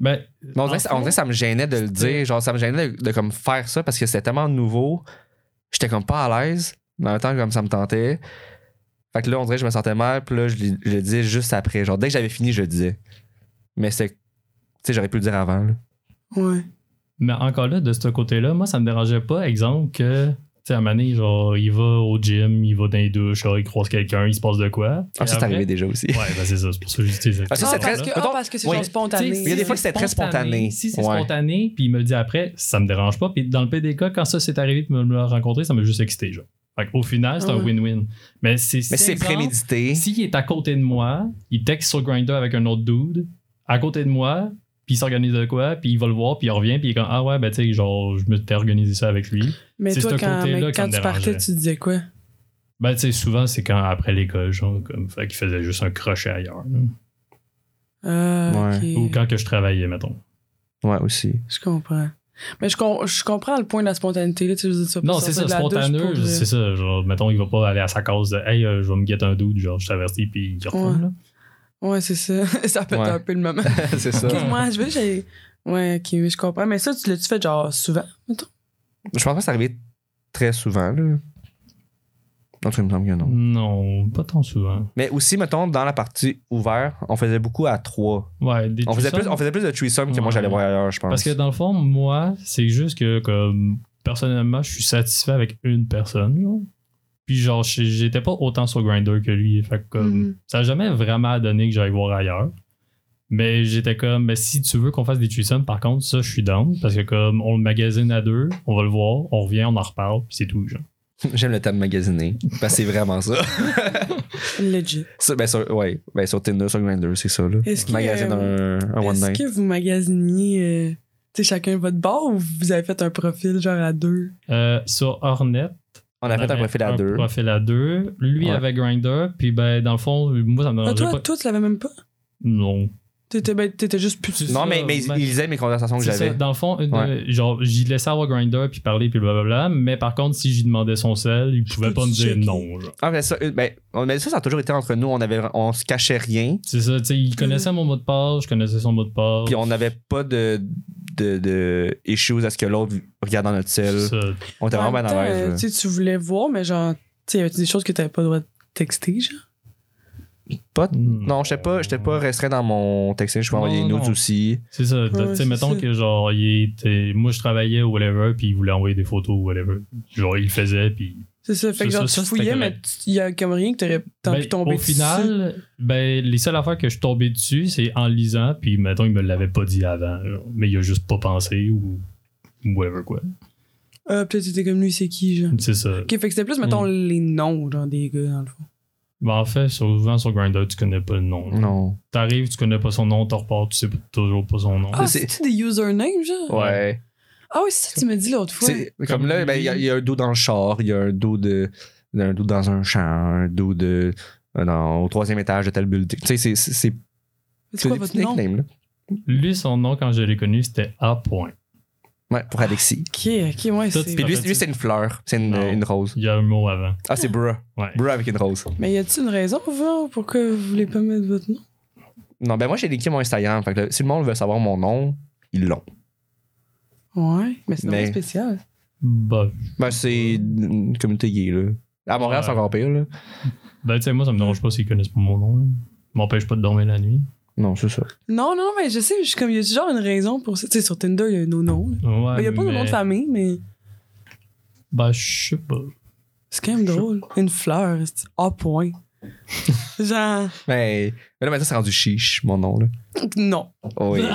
Ben,
Mais on dirait, que ça- on dirait que ça me gênait de le dire. Genre, ça me gênait de, de comme faire ça parce que c'était tellement nouveau. J'étais comme pas à l'aise. Mais en même temps, comme ça me tentait. Fait que là, on dirait que je me sentais mal. Puis là, je, l'ai- je le disais juste après. Genre, dès que j'avais fini, je le disais. Mais c'est. Tu sais, j'aurais pu le dire avant. là.
Ouais.
Mais encore là, de ce côté-là, moi, ça me dérangeait pas, exemple, que, tu sais, à un moment donné, genre, il va au gym, il va dans les douches, ah, il croise quelqu'un, il se passe de quoi.
Ah, ça, c'est
Après-
arrivé déjà aussi.
Ouais, ben c'est ça, c'est pour ça que j'utilise
Ah, ça, c'est
Ah,
très-
parce que,
mettons,
ah, parce que c'est
oui.
genre spontané.
Il y a des fois que c'était très spontané.
Si c'est
Ouais.
spontané, puis il me le dit après, ça me dérange pas. Puis dans le PDK, quand ça s'est arrivé, puis me l'a rencontré, ça m'a juste excité, genre. Fait qu'au final, c'est
Ah
un
ouais.
win-win. Mais c'est
Mais si c'est
exemple,
prémédité.
S'il est à côté de moi, il texte sur Grinder avec un autre dude, à côté de moi, puis il s'organise de quoi, puis il va le voir, puis il revient, puis il est comme Ah ouais, ben tu sais, genre, je m'étais organisé ça avec lui.
Mais
C'est
toi,
ce
quand,
côté-là
mais
qui
quand
me
tu partais,
dérangeait.
tu disais quoi?
Ben tu sais, souvent, c'est quand après l'école, genre, comme, fait qu'il faisait juste un crochet ailleurs. là.
Ah,
Ouais.
ok.
Ou quand que je travaillais, mettons.
Ouais, aussi.
Je comprends. Mais je, com- je comprends le point de la spontanéité. Là, tu veux dire, tu vas pas
Non, c'est
sortir
ça,
de la douche pour,
spontané,
euh,
c'est ça. Genre, mettons, il va pas aller à sa cause de Hey, euh, je vais me guetter un dude, genre, je t'avertis, puis il retourne,
Ouais.
là.
Ouais, c'est ça. ça peut
Ouais.
un peu le moment.
c'est ça.
Ok, moi, je veux, j'ai. Ouais, ok, oui, je comprends. Mais ça, tu l'as-tu fait genre souvent? mettons?
Je pense pas que ça arrivait très souvent, là. En tout cas, il me semble que non.
Non, pas tant souvent.
Mais aussi, mettons, dans la partie ouverte, on faisait beaucoup à trois.
Ouais, des
On faisait,
threesomes,
plus, on faisait plus de threesome que moi
Ouais.
j'allais voir ailleurs, je pense.
Parce que dans le fond, moi, c'est juste que comme personnellement, je suis satisfait avec une personne. genre. Puis genre, j'ai- j'étais pas autant sur Grinder que lui. Fait que comme,
Mhm.
ça a jamais vraiment donné que j'aille voir ailleurs. Mais j'étais comme, mais si tu veux qu'on fasse des threesomes, par contre, ça, je suis down. Parce que comme, on le magazine à deux, on va le voir, on revient, on en reparle, puis c'est tout, genre.
J'aime le terme magasiner. Parce que c'est vraiment ça.
Legit.
Ça, ben, sur, ouais, ben, sur Tinder, sur Grindr, c'est ça, là.
Est-ce que,
Magasiner
euh,
un, un one
Est-ce
night.
que vous magasiniez, euh, tu sais, chacun votre bord ou vous avez fait un profil genre à deux?
Euh, sur Hornet,
On a fait un
avait
profil à
un
deux.
profil à deux. Lui
Ouais.
avait Grinder, puis ben, dans le fond, moi, ça me
Ah,
dérangeait
toi,
pas.
toi, tu l'avais même pas?
Non.
T'étais, ben, t'étais juste plus.
Tu-
Non,
ça,
mais, mais
ben-
ils lisaient mes conversations que
C'est ça.
j'avais.
Dans le fond, une-
Ouais.
euh, genre, j'y laissais avoir Grinder puis parler puis blablabla. Mais par contre, si j'y demandais son sel, il pouvait
peux
pas me dire
checker.
non. genre.
Ah, ben, ça, euh, ben, on- mais ça, ça a toujours été entre nous. On, avait, on se cachait rien.
C'est ça, tu sais, il connaissait mon mot de passe, je connaissais son mot de passe.
Puis on n'avait pas de, de, de issues à ce que l'autre regarde dans notre
C'est
cell.
ça.
On était
En
vraiment bien
même
à
temps,
l'aise.
euh,
là.
Tu sais, tu voulais voir, mais genre, tu sais, y avait des choses que t'avais pas le droit de texter, genre?
Pas-
Hmm.
Non, j'étais pas, j'étais pas restreint dans mon texting. Je pouvais
Non,
envoyer des notes
non.
aussi.
C'est ça. Tu
Ouais,
sais,
c'est
mettons
ça.
que genre, il était... moi je travaillais ou whatever, puis il voulait envoyer des photos ou whatever. Genre, il le faisait, puis.
C'est ça. Fait que
C'est
genre,
ça,
tu
ça, c'était
fouillais, mais
correct.
il y a comme rien que t'aurais tant
Ben,
pu tomber
au final, ben, les seules affaires que je tombais dessus, c'est en lisant, puis mettons, il me l'avait pas dit avant, genre, mais il a juste pas pensé ou whatever quoi.
Ah, peut-être t'étais comme lui, c'est qui, genre?
C'est ça.
Ok, fait que
Mm.
c'était plus, mettons, les noms, genre, des gars, dans le fond.
Ben, en fait, souvent sur Grinder, tu connais pas le nom. genre.
Non.
T'arrives, tu connais pas son nom, t'en repars, tu sais pas- toujours pas son nom.
Ah,
c'est-
c'est-tu des usernames, genre?
Ouais.
Ah oui, c'est ça que tu m'as dit l'autre fois.
C'est- Comme là,
Comme
ben, il y, a- il y a un dos dans le char, il y a un dos de, un dos dans un champ, un dos de, euh, dans- au troisième étage de tel building. Tu sais, c'est- c'est.
C'est quoi
des
votre
petits
nom?
nicknames, là.
Lui, son nom, quand je l'ai connu, c'était A. Point.
Ouais, pour Alexis.
Ok, ok, ouais.
Tout
c'est-
Puis lui, lui, c'est une fleur, c'est une,
Ah, ben, Non.
une rose.
Il y a un mot avant.
Ah, c'est bruh.
Ouais.
Bruh avec une rose.
Mais y a-t-il une raison vous, pourquoi vous voulez pas mettre votre nom
Non, ben moi, j'ai linké mon Instagram. Fait que là, si le monde veut savoir mon nom, ils l'ont.
Ouais, mais c'est
Mais-
mais... spécial.
Bah,
Ben, c'est une communauté gay, là. À Montréal,
Ouais.
c'est encore pire, là.
ben, tu sais, moi, ça me dérange pas s'ils connaissent pas mon nom. là. M'empêche pas de dormir la nuit.
Non, c'est ça.
Non, non, mais je sais, je suis comme, y a toujours une raison pour ça. Tu sais, sur Tinder, y a nos noms. là.
Ouais,
Ben, y a pas nos
Ah, mais-
noms de famille, mais
Ben, je sais pas.
c'est quand même drôle. Une fleur, c'est à point. Genre,
Mais, Ben, mais là, maintenant, c'est rendu chiche, mon nom, là.
non.
Oui.
Je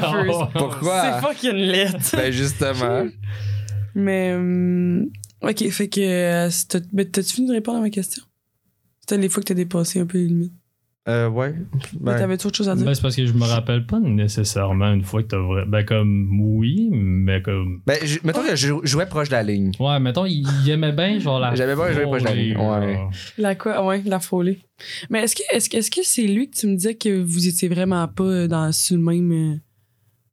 refuse. C'est
Pourquoi?
fucking lettre.
Ben, justement.
Mais, hum, ok, fait que. euh, c'est- t'as- mais t'as-tu fini de répondre à ma question? C'était les fois que t'as dépassé un peu les limites.
Euh, ouais.
Mais
Ben,
t'avais autre chose à dire?
Ben, c'est parce que je me rappelle pas nécessairement une fois que t'as vrai. Ben, comme, oui, mais comme.
ben, je- mettons que je jouais proche de la ligne.
Ouais, mettons, il, il aimait bien, genre, la. euh,
J'avais pas joué proche de la
folie,
ligne. Ouais.
genre.
La quoi? Ah Ouais, la folie. Mais est-ce que est-ce que- est-ce que c'est lui que tu me disais que vous étiez vraiment pas dans sur le même euh,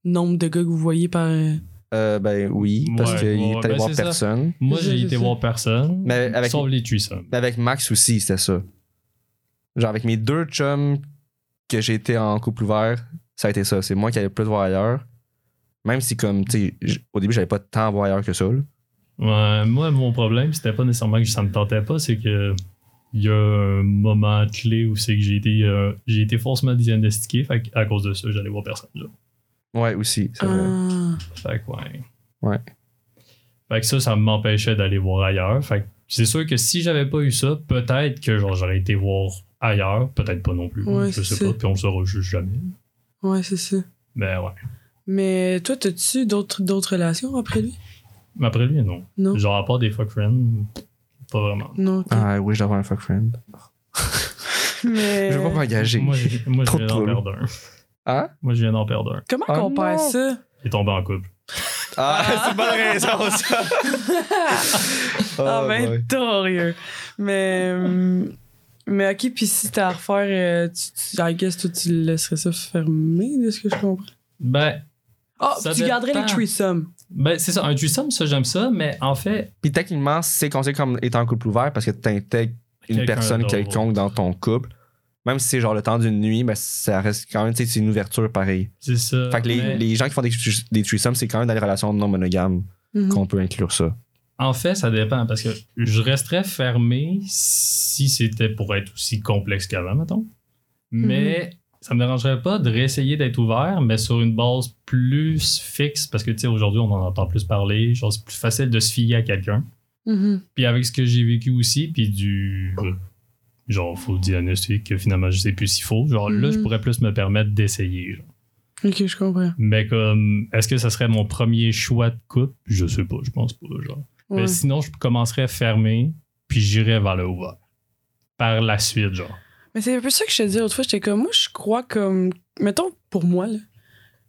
nombre de gars que vous voyez par. euh,
Euh, ben, oui, parce
Ouais,
qu'il
ouais,
est allé
ben,
voir
c'est ça.
personne.
Moi,
Je
j'ai
sais.
été voir personne.
Mais avec-
Sauf les tuissons.
Mais avec Max aussi, c'était ça. Genre, avec mes deux chums que j'ai été en couple ouvert, ça a été ça. C'est moi qui allais plus voir ailleurs. Même si, comme, tu sais, j- au début, j'allais pas tant voir ailleurs que ça. là.
Ouais, moi, mon problème, c'était pas nécessairement que ça me tentait pas, c'est que il y a un moment clé où c'est que j'ai été, euh, j'ai été forcément diagnostiqué, fait que à cause de ça, j'allais voir personne. Là.
Ouais, aussi. c'est vrai.
ah.
Fait que, ouais.
Ouais.
Fait que ça, ça m'empêchait d'aller voir ailleurs. Fait que c'est sûr que si j'avais pas eu ça, peut-être que genre, j'aurais été voir ailleurs, peut-être pas non plus.
Ouais,
je sais
c'est-
pas, puis on se rejuge jamais.
Ouais, c'est ça.
Mais ouais.
Mais toi, t'as-tu d'autres d'autres relations après lui?
Mais après lui, non.
Non.
Genre, à part des fuck friends, pas vraiment.
Non. ok.
Ah, oui, j'avais un fuck friend.
Mais.
Je
Euh,
veux pas m'engager.
Moi, je, moi, je
Trop
viens
de
d'en
troubles.
perdre un.
Hein?
Moi, je viens d'en perdre un.
Comment
Ah,
qu'on perd
non.
ça?
Il est tombé en couple.
Ah, c'est une bonne raison, ça.
ah
Ah,
Oh,
ben,
boy.
torieux. Mais. hum, Mais ok, puis si t'as à refaire, euh, tu, tu, I guess, toi, tu laisserais ça fermé, de ce que je comprends.
Ben,
Ah,
Ça
tu garderais les
dépend.
threesomes.
ben c'est ça, un threesome, ça, j'aime ça, mais en fait,
Puis techniquement, c'est considéré comme étant en couple ouvert parce que t'intègres une
Quelqu'un
personne
d'autre.
quelconque dans ton couple. Même si c'est genre le temps d'une nuit, ben, ça reste quand même, tu sais, c'est une ouverture pareille.
c'est ça.
Fait que les,
Euh, mais
les gens qui font des, thre- des threesomes, c'est quand même dans les relations non monogames
Mhm.
qu'on peut inclure ça.
En fait, ça dépend, parce que je resterais fermé si c'était pour être aussi complexe qu'avant, mettons. Mais ça me dérangerait pas de réessayer d'être ouvert, mais sur une base plus fixe, parce que, tu sais, aujourd'hui, on en entend plus parler. Genre, c'est plus facile de se fier à quelqu'un.
Mhm.
Puis avec ce que j'ai vécu aussi, puis du. Genre, faut diagnostic que finalement, je sais plus s'il faut. Genre, là, je
Mhm.
pourrais plus me permettre d'essayer. genre.
Ok, je comprends.
Mais comme, est-ce que ça serait mon premier choix de coupe? Je sais pas, je pense pas. Genre.
Ouais.
Mais sinon, je commencerais fermé, puis j'irais vers le ouvert. Par la suite, genre.
Mais c'est un peu ça que je te dis autrefois. J'étais comme, moi, je crois comme. Mettons, pour moi, là,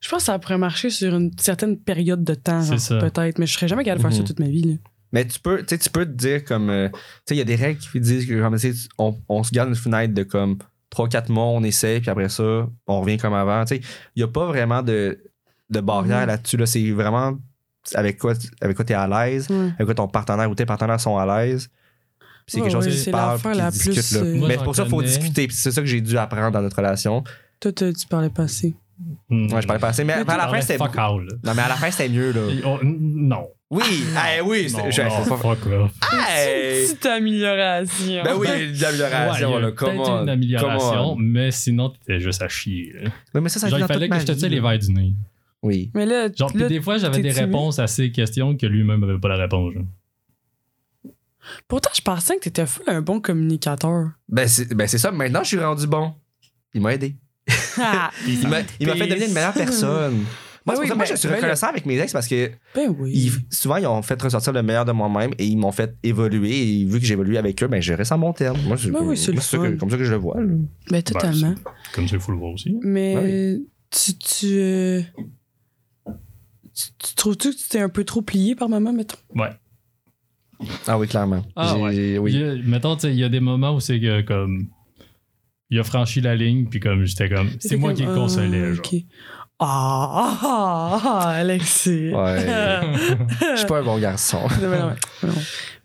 je pense que ça pourrait marcher sur une certaine période de temps,
C'est
genre,
ça.
peut-être. Mais je serais jamais capable de faire
Mhm.
ça toute ma vie. Là.
Mais tu peux, tu sais, tu peux te dire comme. euh, tu sais, il y a des règles qui disent que comme, tu sais, on, on se garde une fenêtre de comme 3-4 mois, on essaie, puis après ça, on revient comme avant. Tu sais, il n'y a pas vraiment de, de barrière
Mhm.
là-dessus. Là, c'est vraiment avec quoi tu avec quoi es à l'aise,
Ouais.
avec quoi ton partenaire ou tes partenaires sont à l'aise. Puis C'est
Ouais,
quelque chose
ouais,
qui se
c'est
parle,
l'affaire
puis qui
la
se discute,
plus,
là.
euh,
Moi,
Mais
j'en
c'est pour ça qu'il faut
connais.
discuter, puis c'est ça que j'ai dû apprendre dans notre relation.
Toi, t'as- tu parlais pas assez.
Hmm.
Ouais, je parlais pas assez, mais,
Mais
mais à la fin,
Parlais
c'était.
fuck
Non,
all, là.
mais à la fin, c'était mieux, là.
Et on- Non.
Oui,
Ah.
eh oui,
Non,
c'est- je-
non,
c'est pas-
fuck off.
Hey!
Petite amélioration.
Ben oui, une amélioration,
Ouais, il y a
là, come
peut-être
on,
une
come
amélioration,
on.
mais sinon, t'étais juste à chier. là.
Ouais, mais ça, ça
Genre,
vient
il
dans
fallait
toute
que
ma
je te tire
vie,
les
là.
verres du nez.
Oui.
Mais là,
Genre, puis
là,
des fois, j'avais
t'es
des
timide.
réponses à ces questions que lui-même avait pas la réponse. genre. Bah,
pourtant, je pensais que t'étais fou un bon communicateur.
Ben c'est ben, c'est ça, maintenant je suis rendu bon. Il m'a aidé. Il m'a il m'a fait devenir une meilleure personne. Moi, c'est
Ben
pour
oui,
ça que moi,
mais-
je suis
mais
reconnaissant avec mes ex parce que
ben oui.
ils- souvent, ils ont fait ressortir le meilleur de moi-même et ils m'ont fait évoluer. Et vu que j'évolue avec eux, ben, je reste en bon terme. Moi, c'est
Ben oui, c'est
moi,
le
ça que-
fun.
comme ça que je le vois. là.
Ben totalement.
Comme Bah, ça, il faut le voir aussi. hein.
Mais
Ah
tu, tu, euh, tu, tu trouves-tu que tu t'es un peu trop plié par maman, mettons?
Ah oui, clairement.
Ah,
J'ai-
Il
oui.
y a- mettons, tu sais, il y a des moments où c'est que, comme, il a franchi la ligne, puis comme, j'étais comme, c'est moi
comme,
qui le
ah,
consolais, genre.
ok. Ah, ah, ah, Alexis.
Ouais. Je suis
Non,
pas un bon garçon.
mais non, mais non.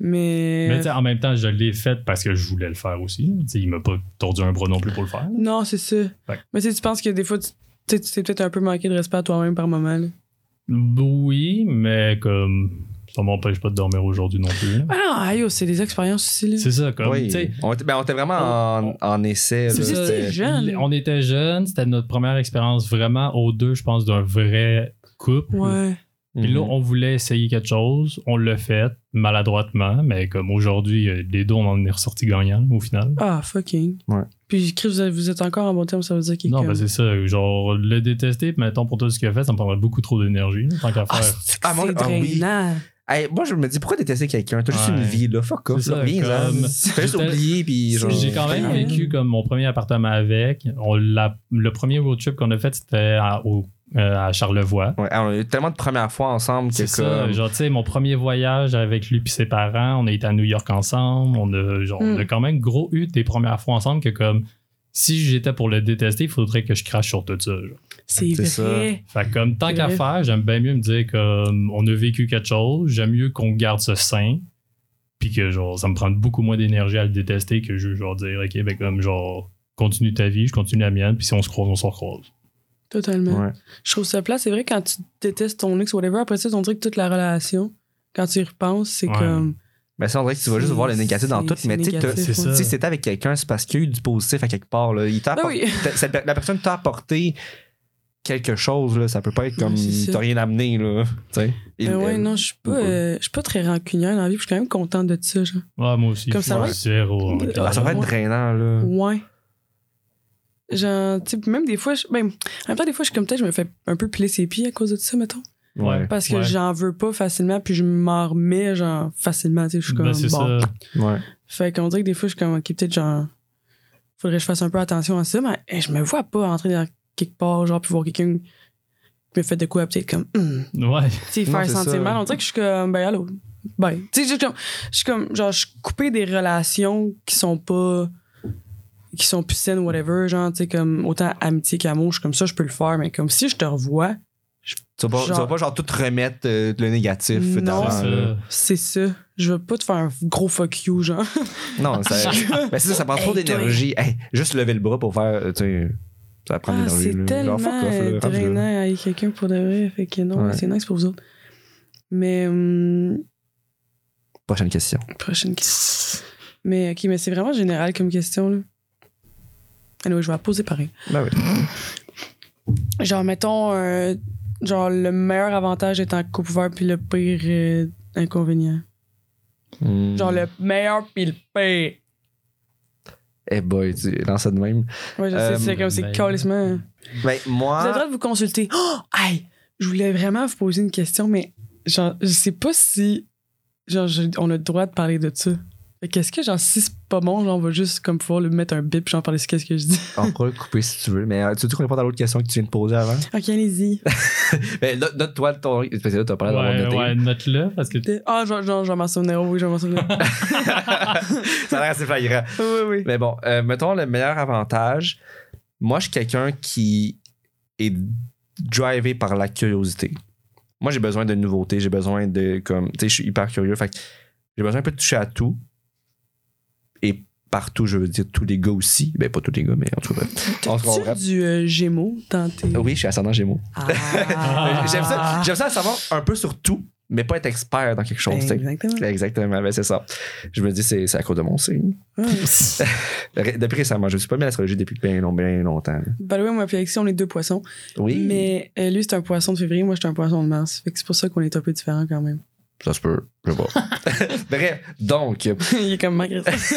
Mais.
Mais tu sais, en même temps, je l'ai fait parce que je voulais le faire aussi. Tu sais, il m'a pas tordu un bras non plus pour le faire.
non, c'est ça.
Ouais.
Mais tu sais, tu penses que des fois, tu tu sais, tu t'es peut-être un peu manqué de respect à toi-même par moment. là.
Oui, mais comme ça m'empêche pas de dormir aujourd'hui non plus. là.
Ah non, ah, yo, c'est des expériences aussi. Là.
C'est ça, comme tu sais.
Oui. On était, ben, on était vraiment en, en essai.
C'est
là,
ça,
c'était-
c'est jeune.
On était jeunes, c'était notre première expérience vraiment aux deux, je pense, d'un vrai couple.
Ouais.
Puis
Mhm.
là, on voulait essayer quelque chose, on l'a fait maladroitement, mais comme aujourd'hui, euh, les deux, on en est ressorti gagnant au final.
Ah, fucking.
Ouais.
Puis, Chris, vous êtes- vous êtes encore en bon terme, ça veut dire qu'il
Non,
comme-
ben c'est ça, genre, le détester, puis mettons, pour tout ce qu'il a fait, ça me prendrait beaucoup trop d'énergie, là, tant qu'à
Ah,
faire.
c'est
Ah, mon-
c'est
ah oui.
drainant.
Hey, moi, je me dis, pourquoi détester quelqu'un? T'as juste
Ouais.
une vie, là. Fuck off.
C'est ça,
là, viens-en.
comme-
Fais juste
J'étais-
oublier, puis genre...
J'ai quand même
Ouais.
vécu comme mon premier appartement avec. On l'a- le premier road trip qu'on a fait, c'était à, au- euh, à Charlevoix.
Ouais, on a eu tellement de premières fois ensemble que
C'est ça,
comme-
genre, tu sais, mon premier voyage avec lui puis ses parents, on a été à New York ensemble, on a, genre, on
Mm.
a quand même gros eu des premières fois ensemble que comme, si j'étais pour le détester, il faudrait que je crache sur tout ça. genre.
C'est
C'est
vrai.
ça.
Fait que comme, tant
C'est
qu'à
vrai.
faire, j'aime bien mieux me dire comme, on a vécu quelque chose, j'aime mieux qu'on garde ce sein, puis que, genre, ça me prend beaucoup moins d'énergie à le détester que je, genre, dire, ok, ben comme, genre, continue ta vie, je continue la mienne, puis si on se croise, on se recroise.
Totalement.
Ouais.
Je trouve ça plat. C'est vrai, quand tu détestes ton ex, whatever, après ça, on dirait que toute la relation, quand tu y repenses, c'est
Ouais.
comme.
Mais Ben, ça, on dirait que tu vas juste voir le négatif dans tout. Mais tu sais, t'as-
C'est ça.
si c'était avec quelqu'un, c'est parce qu'il y a eu du positif à quelque part. Là. Il t'a
Ben
apporté-
oui.
t'a- cette- la personne t'a apporté quelque chose. Là. Ça peut pas être comme
Ouais, c'est ça.
t'as rien amené. Là. Tu sais. Et-
Mais Ben ouais,
euh,
non, je suis pas,
Ouais.
euh, je suis pas très rancunière dans la vie, puis je suis quand même contente de ça, genre.
Ouais, moi aussi.
Comme
je
ça,
suis
ouais.
zéro euh, en
Ouais.
retard.
ah, ça va être
Ouais.
drainant. Là.
Ouais. Genre, tu sais, puis même des fois, je, ben, en même temps, des fois, je suis comme peut-être, je me fais un peu piler ses pieds à cause de ça, mettons.
Ouais.
Parce que
Ouais.
j'en veux pas facilement, puis je m'en remets, genre, facilement, tu sais, je suis comme.
Ben, c'est
bon.
ça.
Ouais.
Fait qu'on dirait que des fois, je suis comme, ok, peut-être, genre, faudrait que je fasse un peu attention à ça, mais eh, je me vois pas entrer dans quelque part, genre, puis voir quelqu'un qui me fait de quoi, peut-être comme, hum,
Ouais.
tu sais,
Non,
faire
c'est
sentir
ça.
mal. On dirait que je suis comme, ben, allô, ben. Tu sais, je suis comme, je suis comme, genre, je suis coupé des relations qui sont pas, qui sont plus saines, whatever, genre, tu sais, comme, autant amitié qu'amour, je suis comme ça, je peux le faire, mais comme si je te revois,
Tu, vas pas, tu
Genre-
vas pas genre tout remettre euh, le négatif
Non.
d'avant,
C'est
là.
ça.
c'est ça. Je veux pas te faire un gros fuck you, genre.
Non, ça, ben c'est ça, ça prend trop
Hey,
d'énergie. Hey, juste lever le bras pour faire. euh, Tu sais, ça prend de
Ah,
l'énergie.
c'est
là.
tellement
Genre, fuck off, là,
euh,
rendu là.
drainant à quelqu'un pour de vrai. Fait que non,
Ouais.
c'est nice pour vous autres. Mais. hum,
Prochaine question.
prochaine question. Mais ok, mais c'est vraiment général comme question, là. Anyway, je vais la poser pareil.
Ben oui.
Genre, mettons, euh, genre, le meilleur avantage est en coupe ouvert, puis le pire euh, inconvénient.
Hmm.
Genre,
Mm.
le meilleur, puis le pire.
Eh boy, tu lances ça de même.
Ouais, je
Euh,
sais, c'est comme, c'est
ben-
calissement. hein.
Ben,
Vous avez le droit
moi.
de vous consulter. Oh, aïe! Je voulais vraiment vous poser une question, mais genre, je sais pas si genre, je- on a le droit de parler de ça. Fait qu'est-ce que, genre, si c'est pas bon, genre, on va juste comme pouvoir le mettre un bip, genre, parler de qu'est-ce que je dis.
On pourra le couper si tu veux, mais euh, tu veux qu'on réponde à l'autre question que tu viens de poser avant?
Ok, allez-y.
Ben, no- note-toi de ton. Parce que là, t'as parlé
Ouais,
d'avoir noté.
ouais, note-le parce que
De- Ah, genre, genre, je vais m'en souvenir. Oui, je vais m'en souvenir.
ça a l'air assez flagrant.
oui, oui.
Mais bon, euh, mettons le meilleur avantage. Moi, je suis quelqu'un qui est drivé par la curiosité. Moi, j'ai besoin de nouveautés, j'ai besoin de. comme Tu sais, je suis hyper curieux. Fait que j'ai besoin un peu de toucher à tout. Et partout, je veux dire tous les gars aussi. Ben, pas tous les gars, mais en tout cas. On se comprend.
T'as-tu du euh, Gémeaux dans tes.
Oui, je suis ascendant Gémeaux.
Ah.
J'aime ça, j'aime ça savoir un peu sur tout, mais pas être expert dans quelque chose. tu sais.
Exactement.
Exactement, ben c'est ça. Je me dis, c'est c'est à cause de mon signe.
Ah. Ouais.
Ré- Depuis récemment, je ne suis pas mis à l'astrologie depuis bien, long- bien longtemps.
By the way, moi, puis Alexis, on est deux poissons.
Oui,
Mais euh, lui, c'est un poisson de février, moi, je suis un poisson de mars. Fait que c'est pour ça qu'on est un peu différents quand même.
ça se peut. Je sais pas. Bref, donc,
Il est comme malgré ça.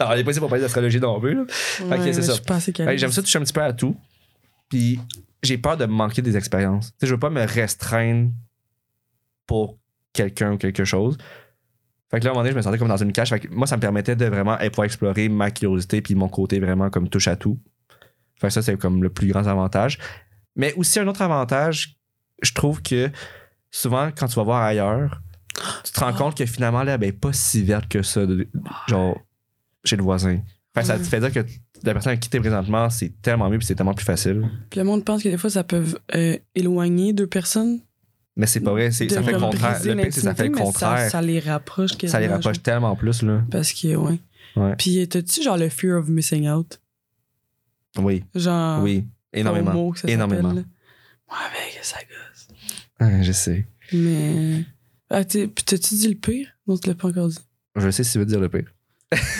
alors, il est possible pour parler d'astrologie non plus. là. Ok, c'est ça.
Je suis pas assez calme.
Fait que Ben, J'aime ça toucher un petit peu à tout. Puis, j'ai peur de manquer des expériences. Tu sais, je veux pas me restreindre pour quelqu'un ou quelque chose. Fait que là, à un moment donné, je me sentais comme dans une cage. Fait que moi, ça me permettait de vraiment eh, pouvoir explorer ma curiosité puis mon côté vraiment comme touche à tout. Fait que ça, c'est comme le plus grand avantage. Mais aussi, un autre avantage, je trouve que souvent, quand tu vas voir ailleurs,
Ah.
tu te rends compte que finalement, là, ben, pas si verte que ça, de- genre, chez le voisin. Fait que
Mm.
ça te fait dire que la personne avec qui t'es présentement, c'est tellement mieux puis c'est tellement plus facile.
Puis le monde pense que des fois, ça peut euh, éloigner deux personnes.
Mais c'est pas vrai, c'est-
de
ça fait le
comme
contraire.
briser
Le pire, c'est que ça fait le
l'intimité, mais Ça,
contraire.
ça les rapproche.
Ça les
quasiment,
rapproche
genre.
tellement plus, là.
Parce que, ouais.
Ouais.
Puis, euh, t'as-tu genre le fear of missing out?
Oui,
Genre.
oui,
Au
énormément.
mot que ça
Énormément.
s'appelle, là. Ouais, ben, que ça gosse.
Ouais, Ah, je sais.
Mais. Ah, t'es- puis t'as-tu dit le pire? Non, tu l'as pas encore dit.
Je sais si tu veux dire le pire.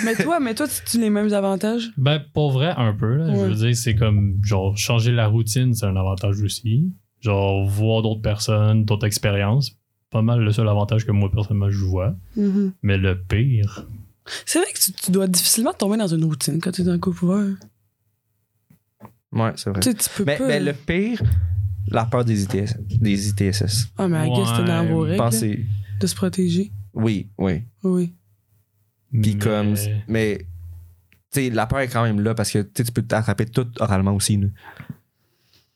Mais toi, mais toi, tu as les mêmes avantages?
Ben, pour vrai, un peu. là. Je
Ouais.
veux dire, c'est comme, genre, changer la routine, c'est un avantage aussi. Genre, voir d'autres personnes, d'autres expériences. Pas mal le seul avantage que moi, personnellement, je vois.
Mm-hmm.
Mais le pire,
C'est vrai que tu, tu dois difficilement tomber dans une routine quand t'es dans un coup pouvoir.
Ouais, c'est vrai.
Tu sais, tu peux
Mais,
pas.
mais le
là.
pire, la peur des, ITS, des ITSS.
Ah, mais I guess t'es dans vos
Ouais,
règles là,
Pensez.
de se protéger.
Oui, oui.
Oui.
Puis
mais-
comme. Mais. Tu sais, la peur est quand même là parce que tu sais, tu peux t'attraper tout oralement aussi. là.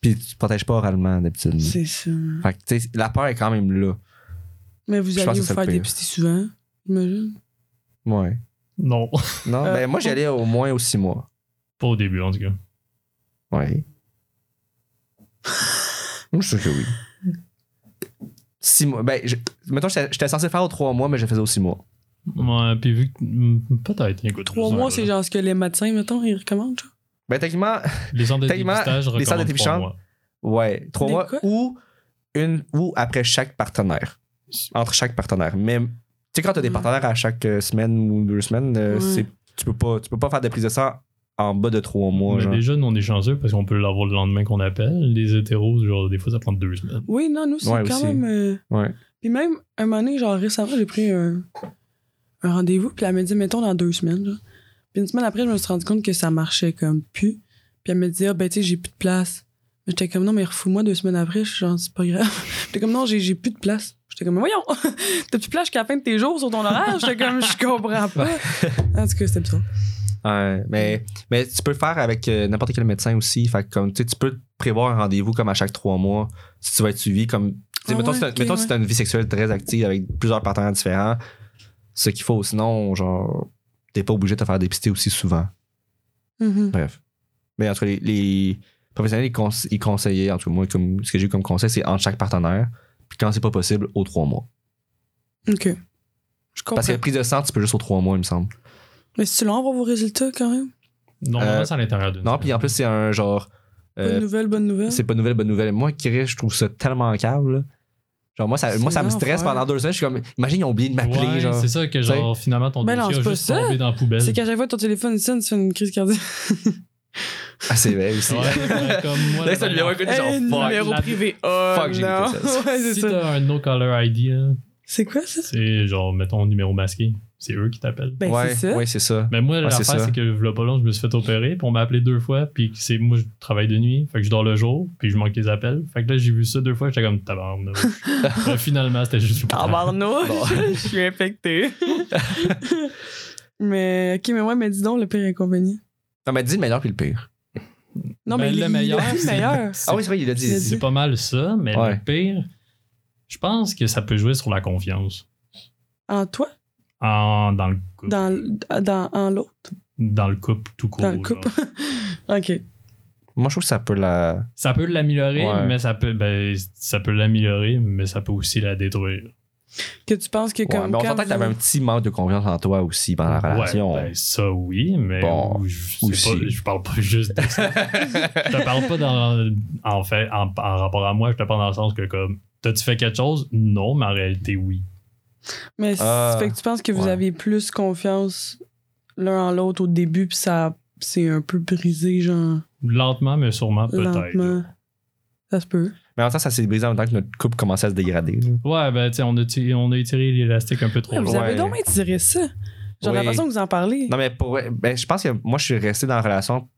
Puis tu te protèges pas oralement d'habitude. là.
C'est ça.
Fait que tu sais, la peur est quand même là.
Mais vous
Je pense
allez
que
vous
c'est le
faire
pire.
dépister souvent, j'imagine.
Ouais.
Non,
Non,
Euh,
ben moi j'allais au moins aux six mois.
pas au début, en tout cas.
Ouais. Moi, je suis sûr que oui. Six mois. Ben, je, mettons, j'étais j'étais censé faire aux trois mois, mais je le faisais aux six mois.
Ouais, puis vu que. hmm, Peut-être. écoute,
Trois
je sais
mois,
pas.
c'est genre ce que les médecins, mettons, ils recommandent, genre.
Ben, techniquement,
Les centres de
Techniquement,
dépistage
les centres de
recommandent trois
dépistage-
mois.
ouais, trois
Des
mois
quoi?
ou, une, ou après chaque partenaire. Entre chaque partenaire. Mais, tu sais, quand t'as des
Ouais.
partenaires à chaque euh, semaine ou deux semaines, euh,
Hmm. Ouais.
c'est- tu, peux pas, tu peux pas faire de prise de sang en bas de trois mois.
Mais
genre.
déjà, nous, on est chanceux parce qu'on peut l'avoir le lendemain qu'on appelle. Les hétéros, genre, des fois, ça prend deux semaines.
Oui, non, nous, c'est
Ouais,
quand
aussi.
même. euh,
Ouais.
Puis même, un moment donné, genre récemment, j'ai pris un, un rendez-vous, puis elle m'a dit, mettons, dans deux semaines. genre. Puis une semaine après, je me suis rendu compte que ça marchait comme plus. Puis elle me dit, ah, ben, tu sais, j'ai plus de place. Mais j'étais comme, non, mais refous-moi deux semaines après, je suis genre, c'est pas grave. J'étais comme, non, j'ai j'ai plus de place. J'étais comme, voyons, t'as plus de place jusqu'à la fin de tes jours sur ton horaire. J'étais comme, je comprends pas. En tout cas, c'était bizarre.
Ouais, mais, mais tu peux le faire avec euh, n'importe quel médecin aussi. Fait que comme, tu sais, tu peux prévoir un rendez-vous comme à chaque trois mois si tu vas être suivi. Comme, tu sais,
Ah
mettons
ouais,
si t'as-
ok,
mettons si
ouais.
tu as une vie sexuelle très active avec plusieurs partenaires différents, ce qu'il faut. Sinon, genre, t'es pas obligé de te faire dépister aussi souvent.
Mhm.
Bref. Mais en tout cas, les, les professionnels, ils, conse- ils conseillaient, en tout cas, moi, comme, ce que j'ai eu comme conseil, c'est entre chaque partenaire. Puis quand c'est pas possible, aux trois mois.
OK. Je comprends.
Parce que la prise de sang, tu peux juste aux trois mois, il me semble.
Mais si tu l'as, on va vos résultats quand même.
Normalement,
Euh,
c'est à l'intérieur d'une
Non,
semaine.
puis en plus, c'est un genre.
Bonne
euh,
nouvelle, bonne nouvelle.
c'est pas nouvelle, bonne nouvelle. Moi, Chris, je trouve ça tellement en cave, là. Genre, moi, ça,
C'est
moi, ça me
l'enfer.
stresse pendant deux semaines. Je suis comme, imagine, ils ont oublié de m'appeler,
Ouais,
genre.
c'est ça que genre finalement ton
Ben non,
dossier
c'est
a
pas
juste
ça.
tombé dans la poubelle.
C'est qu'à chaque fois que ton téléphone sonne, tu fais une crise cardiaque.
Ah, c'est vrai aussi.
Ouais, ben, comme moi,
Là,
la
c'est le
dernière
numéro
fois,
inconnu, genre, fuck.
Eh, numéro
la-
privé. Oh,
fuck, j'ai
non.
goûté ça.
Ouais, c'est
Si
ça.
t'as un no caller ID, hein,
C'est quoi ça?
c'est genre mettons numéro masqué, c'est eux qui t'appellent.
Ben,
ouais,
c'est ça.
ouais, c'est ça.
Mais moi,
Ouais, c'est
l'affaire,
ça.
c'est que le pas long, je me suis fait opérer, puis on m'a appelé deux fois, puis c'est moi, je travaille de nuit, fait que je dors le jour, puis je manque les appels. Fait que là, j'ai vu ça deux fois, j'étais comme tabarnak. Ben, finalement, c'était juste.
Ah,
Tabarnouche,
Bon.
je suis infectée. mais, ok, mais ouais, mais dis donc le pire inconvénient.
Non, mais dis le meilleur puis le pire.
Non,
Ben,
mais
le
il- il a
meilleur,
dit le
c'est-
meilleur.
Ah oui, c'est vrai, il a dit.
Il a
C'est
dit.
pas mal ça, mais
Ouais.
le pire, je pense que ça peut jouer sur la confiance
En toi,
en, dans le couple.
dans, l- dans, en l'autre,
dans le couple tout court.
dans le
genre.
couple. ok.
Moi, je trouve que ça peut la.
Ça peut l'améliorer,
Ouais.
mais ça peut ben, ça peut l'améliorer, mais ça peut aussi la détruire.
Que tu penses que
Ouais,
comme.
mais on
quand
s'entend que t'avais
vous-
un petit manque de confiance en toi aussi pendant la
Ouais,
relation.
ben, ça oui, mais
Bon,
je,
aussi.
sais pas, je parle pas juste de ça. je te parle pas dans en fait en, en rapport à moi, je te parle dans le sens que comme t'as-tu fait quelque chose? Non, mais en réalité oui.
Mais c'est-
Ah,
fait que tu penses que vous
ouais.
avez plus confiance l'un en l'autre au début, puis ça c'est un peu brisé, genre,
Lentement, mais sûrement peut-être.
lentement. Ça se peut.
Mais en même temps, ça s'est brisé en même temps que notre couple commençait à se dégrader. là.
Ouais, ben tu sais, on a ti- on a étiré l'élastique un peu trop
Ouais, vous
loin.
avez donc étiré ça. Genre, la
Oui.
façon que vous en parlez.
Non, mais pour vrai, ben, je pense que moi, je suis resté dans la relation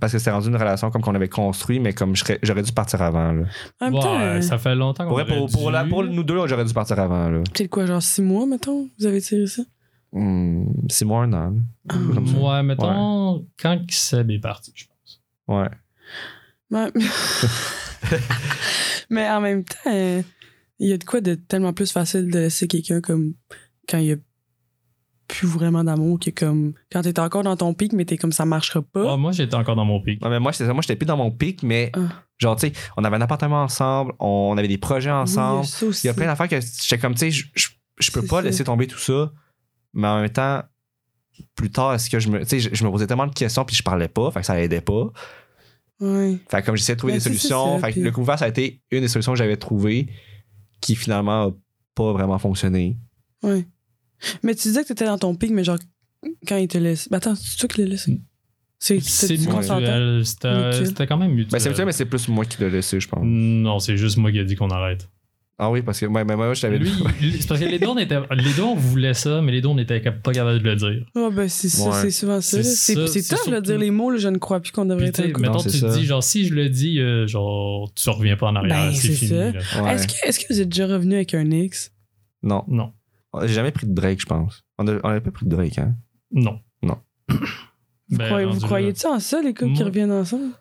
parce que c'était rendu une relation comme qu'on avait construit, mais comme je serais- j'aurais dû partir avant. Là.
En même
Ouais,
temps, euh,
ça fait longtemps qu'on
Pour, vrai,
aurait
pour, pour la-
dû.
pour nous deux, j'aurais dû partir avant. Là.
peut-être quoi, genre six mois, mettons, vous avez tiré ça?
Hmm, c'est moins un an. là. Comme ça.
Ouais, mettons, quand Seb est parti, je pense.
Ouais.
Ouais. Mais en même temps, euh, il y a de quoi de tellement plus facile de laisser quelqu'un comme quand il y a plus vraiment d'amour que comme quand t'es encore dans ton pic, mais t'es comme ça marchera pas.
Ah, moi, j'étais encore dans mon pic.
Ouais, mais moi, c'était ça. Moi, j'étais plus dans mon pic, mais
Ah.
genre, tu sais, on avait un appartement ensemble, on avait des projets ensemble.
Oui, il y a ça aussi.
Ah, il y a plein d'affaires que j'étais comme, tu sais, je- je je peux
C'est
pas
ça.
laisser tomber tout ça, mais en même temps, plus tard, est-ce que je me. Tu sais, je, je me posais tellement de questions, puis je parlais pas, fait que ça aidait pas.
Ouais.
Fait que comme j'essayais de trouver
Ben,
des
c'est- c'est
solutions,
ça,
fait que
puis-
le couvert, ça a été une des solutions que j'avais trouvées qui finalement a pas vraiment fonctionné.
Ouais. Mais tu disais que t'étais dans ton pic, mais genre, quand il te laisse. Ben attends, c'est toi qui l'as laissé. C'est
C'est
tu consentais?
mutuel. C'était
Mutuel.
c'était quand même mutuel.
Ben, c'est mutuel, mais c'est plus moi qui l'ai laissé, je pense.
Non, c'est juste moi qui ai dit qu'on arrête.
Ah oui, parce que ouais, ben, moi, je t'avais
Lui,
dit.
lui- c'est parce que les deux, on était, les deux, on voulait ça, mais les deux, on n'était cap- pas capable de le dire.
Ouais, ben c'est ça,
Ouais.
c'est souvent ça.
C'est
là. C'est c'est
ça, c'est
tough de
surtout-
dire les mots, là, je ne crois plus qu'on devrait
Puis,
être
tu
un
sais,
couple.
mettons,
Non, c'est
tu te
ça.
dis, genre, si je le dis, euh, genre, tu reviens pas en arrière.
Ben,
c'est
c'est
fini.
ça.
là.
Ouais.
Est-ce que, est-ce que vous êtes déjà revenu avec un ex?
Non,
Non,
j'ai jamais pris de break, je pense. On a- on avait pas pris de break, hein.
non.
Non.
Vous
Ben,
croyez- vous
rendu là.
croyez-tu en ça, les couples qui
Moi-
reviennent ensemble?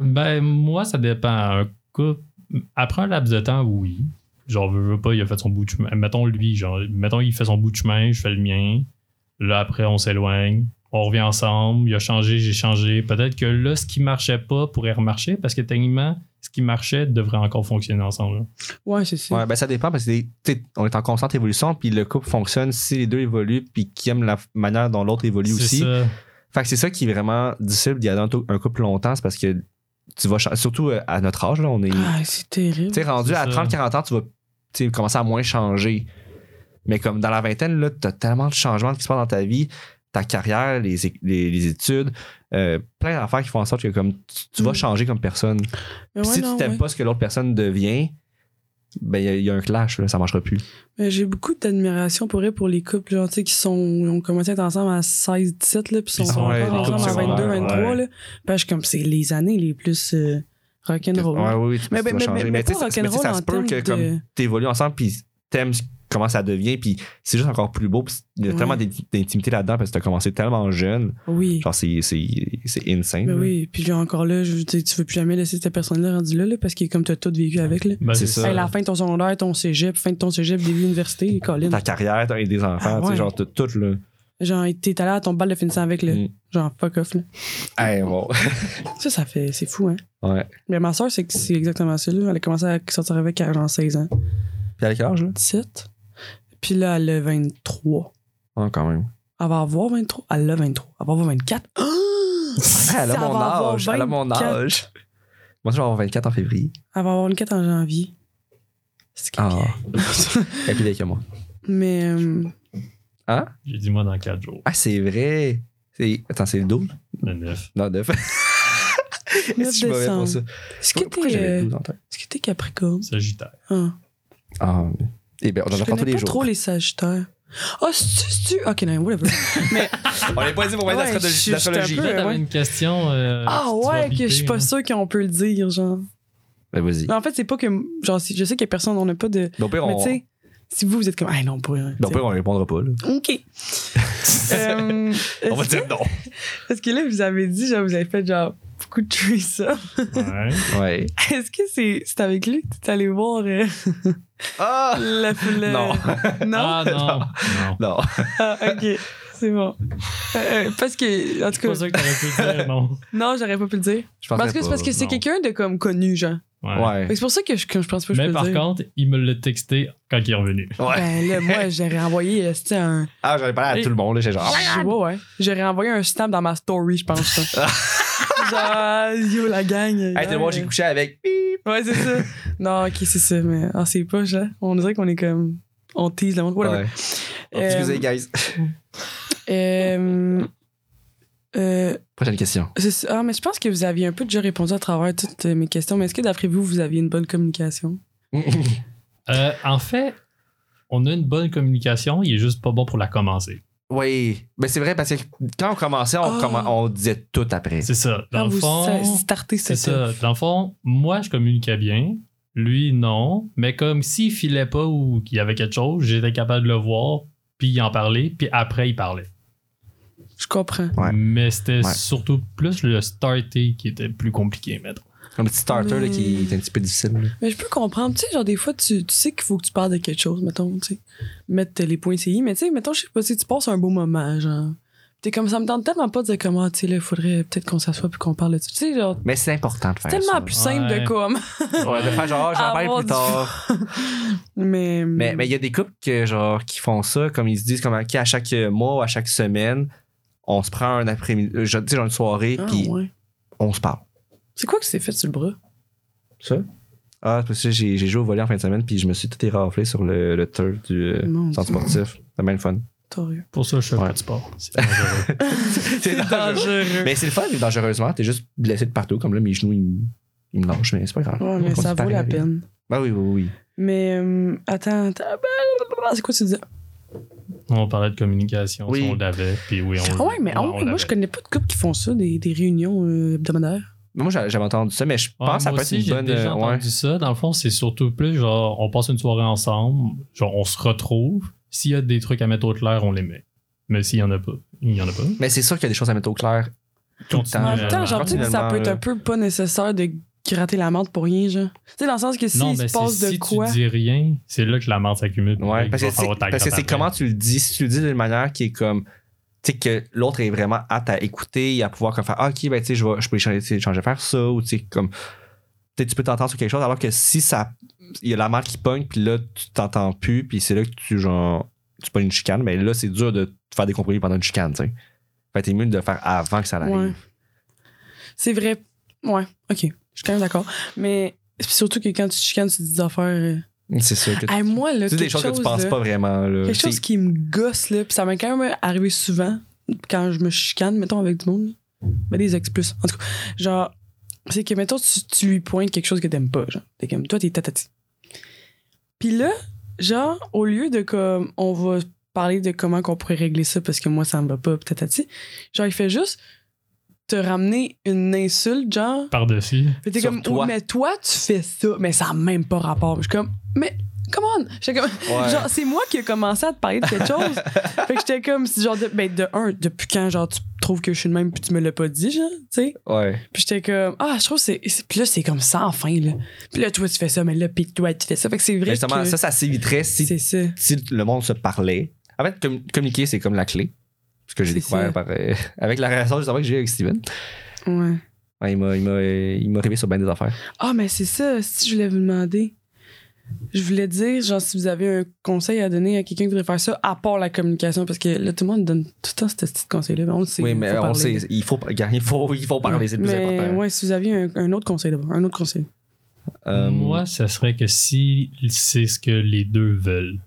Ben, moi, ça dépend. Un couple, après un laps de temps, oui. Genre, veux, veux pas, il a fait son bout de chemin. Mettons lui, genre, mettons, il fait son bout de chemin, je fais le mien. Là, après, on s'éloigne. On revient ensemble. Il a changé, j'ai changé. Peut-être que là, ce qui marchait pas pourrait remarcher parce que techniquement, ce qui marchait devrait encore fonctionner ensemble. là.
Ouais, c'est ça.
Ouais, ben ça dépend parce que des- tu sais, on est en constante évolution, puis le couple fonctionne si les deux évoluent, puis qui aiment la f- manière dont l'autre évolue aussi.
C'est ça.
Fait que c'est ça qui est vraiment difficile d'y aller un, tou- un couple longtemps, c'est parce que tu vas cha- surtout euh, à notre âge, là, on est.
Ah, c'est terrible.
tu sais, rendu
c'est
à
ça.
30-40 ans, tu vas tu sais, commencer à moins changer. Mais comme dans la vingtaine, là, t'as tellement de changements qui se passent dans ta vie, ta carrière, les, é- les- les études, euh, plein d'affaires qui font en sorte que comme tu, tu vas
Mm.
changer comme personne.
Mais
Puis
ouais,
si
non,
tu t'aimes
ouais.
pas ce que l'autre personne devient, ben il y a- il y, a un clash, là, ça marchera plus.
Mais J'ai beaucoup d'admiration pour eux, pour les couples genre, tu sais, qui sont, ont commencé à être ensemble à 16, 17, là, puis sont
Ils sont,
encore
ouais, les
ensemble
couples
à 22,
secondaires,
23.
ouais.
Là. Puis je suis comme, c'est les années les plus euh, rock'n'roll.
Ouais, oui, oui, tu-
Mais-
tu
mais-
vas
mais-
changer.
mais
tu sais,
pas
ça- mais tu sais, ça se peut
rock'n'roll en
que
termes de-
comme t'évolues ensemble puis t'aimes ce- comment ça devient puis c'est juste encore plus beau puis il y a
Ouais.
tellement d'in- d'intimité là-dedans parce que t'as commencé tellement jeune
Oui.
genre hein? c'est c'est c'est insane
Mais
là.
Ben oui, puis là, encore là, je, tu sais, tu veux plus jamais laisser cette personne-là rendue là, là, parce que comme t'as tout vécu avec, là.
Ben,
C'est ça.
Hey, la fin de ton secondaire, ton cégep, fin de ton cégep, début d'université, Colin.
ta carrière t'as des enfants
Ah,
tu sais
ouais.
genre t'as tout là
Genre, t'es allé à ton bal de finissant avec, là.
Mm.
Genre, fuck off, là.
Hey, bon.
Ça, ça fait. C'est fou, hein.
ouais
Mais ma soeur, c'est que c'est exactement ça, là. Elle a commencé à sortir avec à genre 16 ans.
puis à quel âge là
17. Puis là, elle a 23.
Ah, quand même
Elle va avoir 23. Elle a 23. Elle va avoir 24.
Hey, elle a
Ça
mon
va avoir
âge elle a mon
24.
âge moi je vais avoir 24 en février
Elle va avoir 24 en janvier. C'est que-
ah elle est plus vieille que moi
Mais. euh,
hein
J'ai dit moi dans 4 jours.
ah c'est vrai c'est attends c'est le 12
Le 9.
non 9
9
est-ce que je suis mauvais pour
décembre.
ça
Est-ce que
pourquoi
t'es.
j'avais
euh,
12 en tête
Est-ce que t'es Capricorne?
Sagittaire.
Ah.
Ah, mais- eh bien, on en
Je
apprend
connais
tous les
pas
jours.
trop les Sagittaires. Ah, c'est-tu, c'est-tu? Ok, non, whatever.
On n'est pas dit pour
Ouais,
parler
je
d'astrologie.
suis-
d'astrologie.
je suis un Ouais,
Là, t'avais
ouais.
une question. euh,
Ah
tu vas
ouais, que je suis
piquer,
hein.
pas
là.
sûre qu'on peut le dire, genre.
Ben, vas-y.
Non, en fait, c'est pas que. Genre, si- je sais qu'il y a personne, on n'a pas de.
Ben, au pire,
Mais
on,
tu sais, si vous, vous êtes comme. Ah non, pas. hein,
ben, au pire, on répondra pas. là.
tu sais. Ok. Euh,
on va
est-ce,
dire non.
que, est-ce que là, vous avez dit, genre, vous avez fait, genre, beaucoup de threesome.
Ouais.
Ouais.
Est-ce que c'est, c'est avec lui que tu es allé voir euh,
Ah!
la le-
Non.
Non?
Ah non. non.
Non.
Ah, ok. C'est bon. Euh, euh, parce que, en tout
Je suis pas
cas,
sûr que t'aurais pu le dire, non.
non, j'aurais pas pu le dire.
Je
Parce que c'est parce que c'est
non.
quelqu'un de comme connu, genre.
Ouais.
Fait
Ouais.
que C'est pour ça que je, que je pense pas que je
Mais
peux
par
le dire.
contre, il me l'a texté quand il est revenu.
Ouais.
Ben là, moi, j'aurais envoyé euh, c'était un.
Ah, j'en ai parlé à
Et- Ah!
tout le monde. là, J'ai genre.
Je- ouais, ouais. J'aurais envoyé un stamp dans ma story, je pense. ça. Genre, yo, la gang. euh,
Hey, tout le monde, j'ai couché avec. Bip.
Ouais, c'est ça. Non, ok, c'est ça, mais ah, c'est pas, là. On dirait qu'on est comme. On tease le monde. Whatever.
Ouais.
Euh,
Excusez, guys.
Euh, euh,
Prochaine question.
c'est ça. ah, mais je pense que vous aviez un peu déjà répondu à travers toutes euh, mes questions. Mais est-ce que d'après vous, vous aviez une bonne communication?
Euh, en fait, on a une bonne communication, il est juste pas bon pour la commencer.
oui. Mais c'est vrai parce que quand on commençait, on,
Ah.
commen- on disait tout après.
C'est ça.
Quand
Dans le
Ah, vous
fond,
sa- startez
c'est
cette
ça. Dans le fond, moi, je communiquais bien. Lui, non. Mais comme s'il filait pas ou qu'il y avait quelque chose, j'étais capable de le voir, puis en parler, puis après, il parlait.
Je comprends.
Ouais.
Mais c'était
Ouais.
surtout plus le starter qui était plus compliqué, mettons.
Un petit starter là, qui est un petit peu difficile. là.
Mais je peux comprendre, tu sais, genre des fois, tu, tu sais qu'il faut que tu parles de quelque chose, mettons, tu sais, mettre les points CI, mais tu sais, mettons, je sais pas si tu passes un beau moment, genre. T'es comme ça me tente tellement pas de dire comment, tu sais, là, faudrait peut-être qu'on s'assoie puis qu'on parle de ça. Tu sais, genre,
Mais c'est important de
c'est
faire
tellement
ça.
plus simple
Ouais.
de comme.
Ouais, de faire genre, j'en parle
Avoir
plus
du
tard.
Mais.
Mais mais il y a des couples que, genre, qui font ça, comme ils se disent, comme OK, à chaque mois ou à chaque semaine, on se prend un après-midi, euh, je- tu sais, genre une soirée,
Ah,
puis
ouais.
on se parle.
C'est quoi que c'est fait sur le bras?
Ça? Ah, c'est parce que j'ai j'ai joué au volley en fin de semaine, puis je me suis tout éraflé sur le, le turf du euh,
Mon
centre
Dieu.
sportif. C'est bien le fun.
Torieux.
Pour ça, je fais
Ouais.
pas de sport. C'est dangereux.
C'est dangereux. Mais c'est le fun, mais dangereusement. T'es juste blessé de partout. Comme là, mes genoux, ils, me- ils me lâchent, mais c'est pas grave.
Ouais, mais
On
ça
peut
vaut la
arriver.
peine.
Ben oui, oui, oui.
Mais euh, attends, attends. C'est quoi tu dis?
on parlait de communication,
Oui.
si on l'avait, puis oui, on
Ah ouais, mais ah ouais, moi, je
l'avait.
connais pas de couples qui font ça, des, des réunions euh, hebdomadaires.
Mais Moi, j'a- j'avais entendu ça, mais je
Ouais,
pense que ça
moi
peut être
aussi,
une
j'ai
bonne.
déjà
euh, ouais.
entendu ça. Dans le fond, c'est surtout plus genre, on passe une soirée ensemble, genre, on se retrouve. S'il y a des trucs à mettre au clair, on les met. Mais s'il y en a pas, il y en a pas.
Mais c'est sûr qu'il y a des choses à mettre au clair. Tout le temps.
En même
Euh,
temps, genre, tu sais, ça
continuellement,
peut être
là.
un peu pas nécessaire de gratter la menthe pour rien, genre. Tu sais, dans le sens que
non,
s'il se
mais c'est
passe de
si
quoi.
tu dis rien, c'est là que la marde s'accumule. puis là,
Ouais,
il
parce
va
que c'est
falloir ta
parce que
gratte
c'est
après.
comment tu le dis. Si tu le dis d'une manière qui est comme. Tu sais, que l'autre est vraiment apte à écouter et à pouvoir comme faire ah, Ok, ben tu sais, je, vais- je peux échanger, tu sais, échanger faire ça. Ou tu sais, comme. peut-être tu peux t'entendre sur quelque chose, alors que si ça. Il y a la marque qui pogne, puis là, tu t'entends plus, puis c'est là que tu, genre. Tu pognes une chicane, mais là, c'est dur de te faire des compromis pendant une chicane, tu sais. Fait que t'es mieux de le faire avant que ça arrive.
Ouais. C'est vrai. Ouais, ok. Je suis quand même d'accord. Mais c'est surtout que quand tu te chicanes, tu te dis des affaires. euh,
C'est sûr que tu-
Hey, moi, là,
C'est
quelque
des choses que tu
chose,
penses
là,
pas vraiment, là.
Quelque chose
Euh, C'est-
qui me gosse, là, pis ça m'est quand même arrivé souvent quand je me chicane, mettons, avec du monde. là. Ben, des ex plus. En tout cas, genre, c'est que, mettons, tu, tu lui pointes quelque chose que t'aimes pas, genre. T'es comme, toi, t'es tatati. Puis là, genre, au lieu de comme, on va parler de comment qu'on pourrait régler ça parce que moi, ça me va pas, pis tatati, genre, il fait juste te ramener une insulte, genre.
Par-dessus.
Puis t'es
Sur
comme,
toi.
Oui, mais toi, tu fais ça, mais ça n'a même pas rapport. Je suis comme, mais, come on! J'étais comme,
Ouais.
Genre, c'est moi qui ai commencé à te parler de quelque chose. fait que j'étais comme, si genre, de, ben, de un, depuis quand, genre, tu trouves que je suis le même, puis tu me l'as pas dit, genre, tu sais?
Ouais.
Puis j'étais comme, ah, je trouve que c'est. c'est- Puis là, c'est comme ça, enfin, là. Puis là, toi, tu fais ça, mais là, puis toi, tu fais ça. Fait que c'est
Mais
vrai.
Ben, justement,
que
ça, ça s'éviterait si
c'est ça.
si le monde se parlait. En fait, com- communiquer, c'est comme la clé. Ce que j'ai
C'est
découvert
ça.
par, euh, avec la relation justement que j'ai eu avec Steven.
Ouais.
Ouais, il m'a- il m'a euh, il m'a réveillé sur bien des affaires.
Ah, mais c'est ça, si je voulais vous demander. Je voulais dire, genre, si vous avez un conseil à donner à quelqu'un qui voudrait faire ça, à part la communication, parce que là, tout le monde donne tout le temps ce petit conseil-là, mais on le sait.
oui,
il
mais
faut
on
parler.
sait, il faut, il faut, il faut parler, c'est le plus
mais,
important.
Ouais, si vous aviez un, un autre conseil d'abord, un autre conseil.
Euh,
Moi, ça serait que si c'est ce que les deux veulent.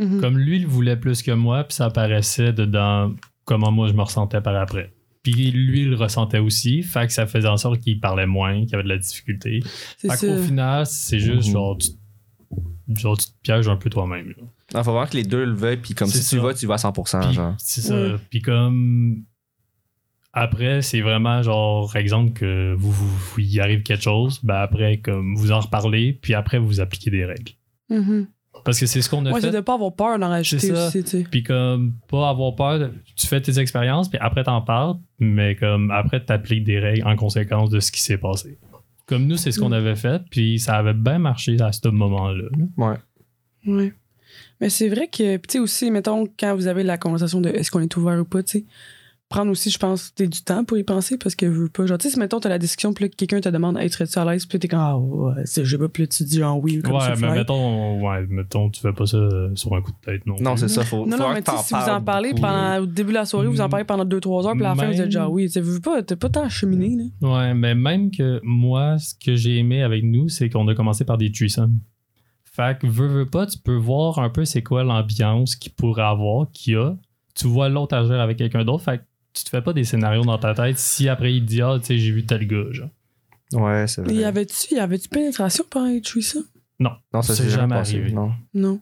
Mhm.
Comme lui, il voulait plus que moi, puis ça apparaissait dedans comment moi je me ressentais par après. Puis lui, il le ressentait aussi, fait que ça faisait en sorte qu'il parlait moins, qu'il avait de la difficulté.
C'est
Fait qu'au
ça.
final, c'est juste
Mhm.
genre, tu, genre, tu te pièges un peu toi-même. là.
non, faut vraiment que les deux le veuillent, puis comme
C'est
si tu
ça.
vas, tu vas à 100%.
Puis,
Ah, genre.
c'est ça.
Ouais.
Puis comme. Après, c'est vraiment genre, exemple, que vous, vous, vous- il arrive quelque chose, ben après, comme vous en reparlez, puis après, vous appliquez des règles.
Mhm.
Parce que c'est ce qu'on a
Ouais, c'est
fait.
de pas avoir peur d'en rajouter
ça.
aussi, tu sais.
Puis comme, pas avoir peur, de- tu fais tes expériences, puis après, t'en parles, mais comme, après, t'appliques des règles en conséquence de ce qui s'est passé. Comme nous, c'est ce qu'on
Mm.
avait fait, puis ça avait bien marché à ce moment-là. là.
Ouais.
Ouais. Mais c'est vrai que, puis tu sais, aussi, mettons, quand vous avez la conversation de est-ce qu'on est ouvert ou pas, tu sais, prendre aussi, je pense, t'es du temps pour y penser parce que je veux pas. Genre, tu sais, si, mettons, t'as la discussion, puis là, quelqu'un te demande, hey, serais-tu à l'aise, puis t'es comme, ah, ouais, c'est- je sais pas, puis là, tu dis, genre, oui, comme ça.
Ouais, mais
fly.
mettons, ouais, mettons, tu fais pas ça euh, sur un coup de tête, non?
Non,
plus.
c'est ça, faut,
Non,
faut
non, mais tu sais, si vous en parlez pendant, au début de la soirée, vous en parlez pendant 2-3 heures, puis à la fin, vous êtes
Même-
genre, oui, tu sais, veux pas, t'es pas tant cheminé, là.
Ouais, mais même que moi, ce que j'ai aimé avec nous, c'est qu'on a commencé par des threesomes. Fait que veux, veux pas, tu peux voir un peu c'est quoi l'ambiance qu'il pourrait avoir, qu'il y a. Tu vois l'autre agir avec quelqu'un d'autre, fait que tu te fais pas des scénarios dans ta tête si après il te dit Ah, tu sais, j'ai vu tel gars, genre.
Ouais, c'est
Et
vrai.
y avait-tu, y avait-tu pénétration pendant les three, ça?
Non, ça
C'est
s'est jamais
jamais
passé.
arrivé.
Non.
Non.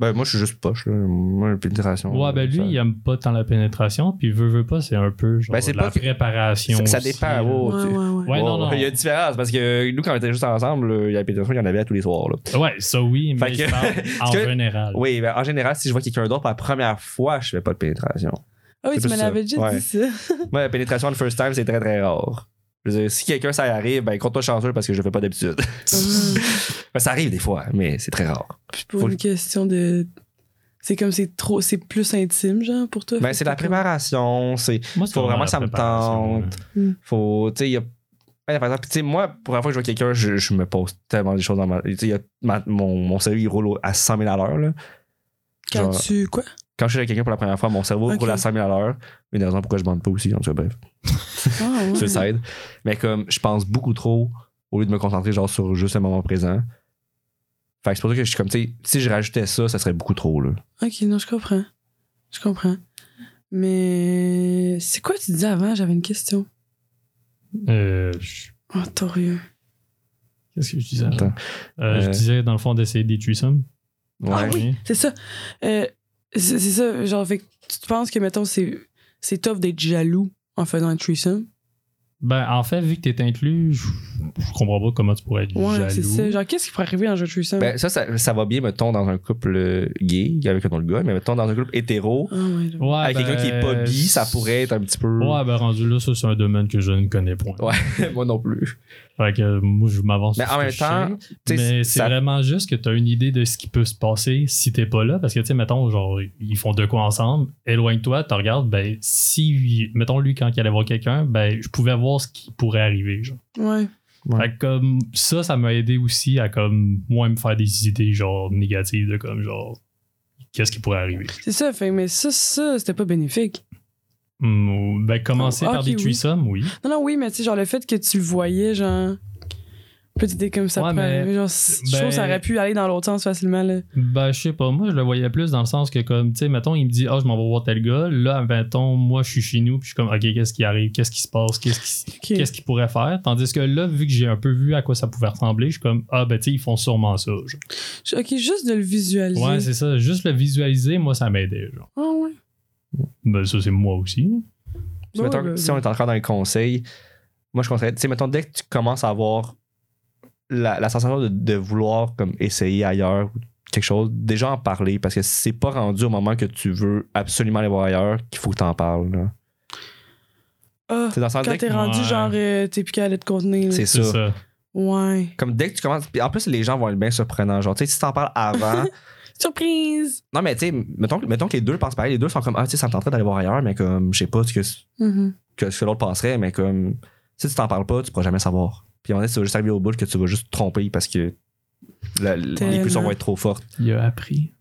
Ben, moi, je suis juste poche, là. Moi, la pénétration.
Ouais, ben lui,
ça-
il aime pas tant la pénétration, puis veut, veut pas, c'est un peu genre
Ben, c'est
de
pas
la
que-
préparation.
ça- ça
aussi,
dépend,
là.
wow. Oh,
Ouais,
tu-
ouais, ouais.
Ouais,
Wow,
non, non.
Il y a une différence parce que nous, quand on était juste ensemble, euh, il y a la pénétration, il y en avait à tous les soirs. Là.
Ouais, ça oui, mais
Fait
je
que-
parle en
que-
général.
Oui, ben, en général, si je vois quelqu'un d'autre pour la première fois, je fais pas de pénétration.
Ah oui,
C'est
tu me
plus ça.
l'avais déjà
Ouais.
dit ça.
Moi, la pénétration de first time, c'est très très rare. Je veux dire, si quelqu'un ça y arrive, ben compte-toi chanceux parce que je le fais pas d'habitude. Ben, ça arrive des fois, mais c'est très rare.
Puis pour
Faut-
une question de. C'est comme c'est trop. C'est plus intime, genre, pour toi.
Ben,
fait
c'est
que
la
t'as pas-
préparation, c'est
Moi, c'est
Faut vraiment
la
que ça me
préparation,
tente.
là.
faut tu sais il y a plein d'affaires. Puis, tu sais, moi, pour la fois que je vois quelqu'un, je, je me pose tellement des choses dans ma. Tu sais, il y a ma- mon, mon cerveau, il roule au- à 100 000 à l'heure. là.
Quand
Genre-
tu. Quoi?
Quand je suis avec quelqu'un pour la première fois, mon cerveau
Ok.
roule à 100 000 à l'heure. Une des raisons pourquoi je bande pas aussi, en tout cas, bref.
Ah, ouais.
ça
Mhm.
aide. Mais comme je pense beaucoup trop au lieu de me concentrer genre sur juste le moment présent. Fait que c'est pour ça que je suis comme, tu sais, si je rajoutais ça, ça serait beaucoup trop, là.
Ok, non, je comprends. Je comprends. Mais. C'est quoi tu disais avant? J'avais une question.
Euh, je-
Oh, torieux.
Qu'est-ce que je disais?
Attends.
Euh, Je
Euh,
disais, dans le fond, d'essayer des threesomes.
Ouais.
Ah oui. C'est ça. Euh, c'est c'est ça. Genre, fait que tu te penses que, mettons, c'est c'est tough d'être jaloux en faisant un threesome.
Ben, en fait, vu que t'es inclus, je, je comprends pas comment tu pourrais être
Ouais, c'est
jaloux.
ça. Genre, qu'est-ce qui pourrait arriver dans un jeu de threesome?
Ben, ça, ça, ça va bien, mettons, dans un couple euh, gay avec un autre gars, mais mettons, dans un couple hétéro,
Ah ouais, genre.
Ouais,
avec
ben,
quelqu'un qui est pas bi, ça pourrait être un petit peu.
Ouais, ben rendu là, ça, c'est un domaine que je ne connais point.
Ouais. moi non plus.
Fait que euh, moi, je m'avance
Mais
sur
en
ce
même
que je
temps,
sais.
tu
mais
sais,
c'est
ça-
vraiment juste que tu as une idée de ce qui peut se passer si t'es pas là. Parce que, tu sais, mettons, genre, ils font de quoi ensemble, éloigne-toi, tu regardes, ben, si, mettons, lui, quand il allait voir quelqu'un, ben, je pouvais voir ce qui pourrait arriver, genre.
Ouais.
Ouais.
Fait que, comme, ça, ça m'a aidé aussi à, comme, moi, me faire des idées, genre, négatives de, comme, genre, qu'est-ce qui pourrait arriver.
C'est ça. Fait, mais ça, ça, c'était pas bénéfique.
Hmm, ben, commencer
Oh,
par
ok,
des
oui.
threesomes, oui.
Non, non, oui, mais tu sais, genre, le fait que tu le voyais, genre. Puis t'étais comme ça.
Ouais,
pourrait
mais-
arriver, genre, c- je
ben-
trouve que ça aurait pu aller dans l'autre sens facilement, là.
Ben, je sais pas. Moi, je le voyais plus dans le sens que, comme, tu sais, mettons, il me dit, ah, je m'en vais voir tel gars. Là, mettons, moi, je suis chez nous, puis je suis comme, OK, qu'est-ce qui arrive? Qu'est-ce qui se passe? Qu'est-ce qui-
Ok.
qu'est-ce qu'il pourrait faire? Tandis que là, vu que j'ai un peu vu à quoi ça pouvait ressembler, je suis comme, ah, ben, tu sais, ils font sûrement ça. genre.
Je- Ok, juste de le visualiser.
Ouais, c'est ça. Juste le visualiser, moi, ça m'aidait. genre.
Ah ouais.
Ben, ça, c'est moi aussi.
Puis
Ouais,
mettons,
ouais,
si on est encore dans les conseils, moi je conseille, tu sais, mettons, dès que tu commences à avoir la, la sensation de, de vouloir comme essayer ailleurs ou quelque chose, déjà en parler parce que c'est pas rendu au moment que tu veux absolument aller voir ailleurs qu'il faut que t'en parles. là.
Ah,
Tu sais, dans le sens,
quand
dès que-
t'es rendu,
Ouais.
genre, euh, t'es plus capable de te contenir. là.
C'est
C'est
ça.
ça.
Ouais.
Comme dès que tu commences. puis en plus, les gens vont être bien surprenants. Genre, tu sais, si t'en parles avant.
Surprise!
non, mais tu sais, mettons, que- mettons que les deux pensent pareil. Les deux sont comme, ah, tu sais, ça me tenterait d'aller voir ailleurs, mais comme, je sais pas ce que,
Mhm.
que, ce que l'autre penserait, mais comme, si tu t'en parles pas, tu pourras jamais savoir. Puis à un moment donné, tu vas juste arriver au bout que tu vas juste te tromper parce que la- les
Tellement.
pulsions vont être trop fortes.
Il a appris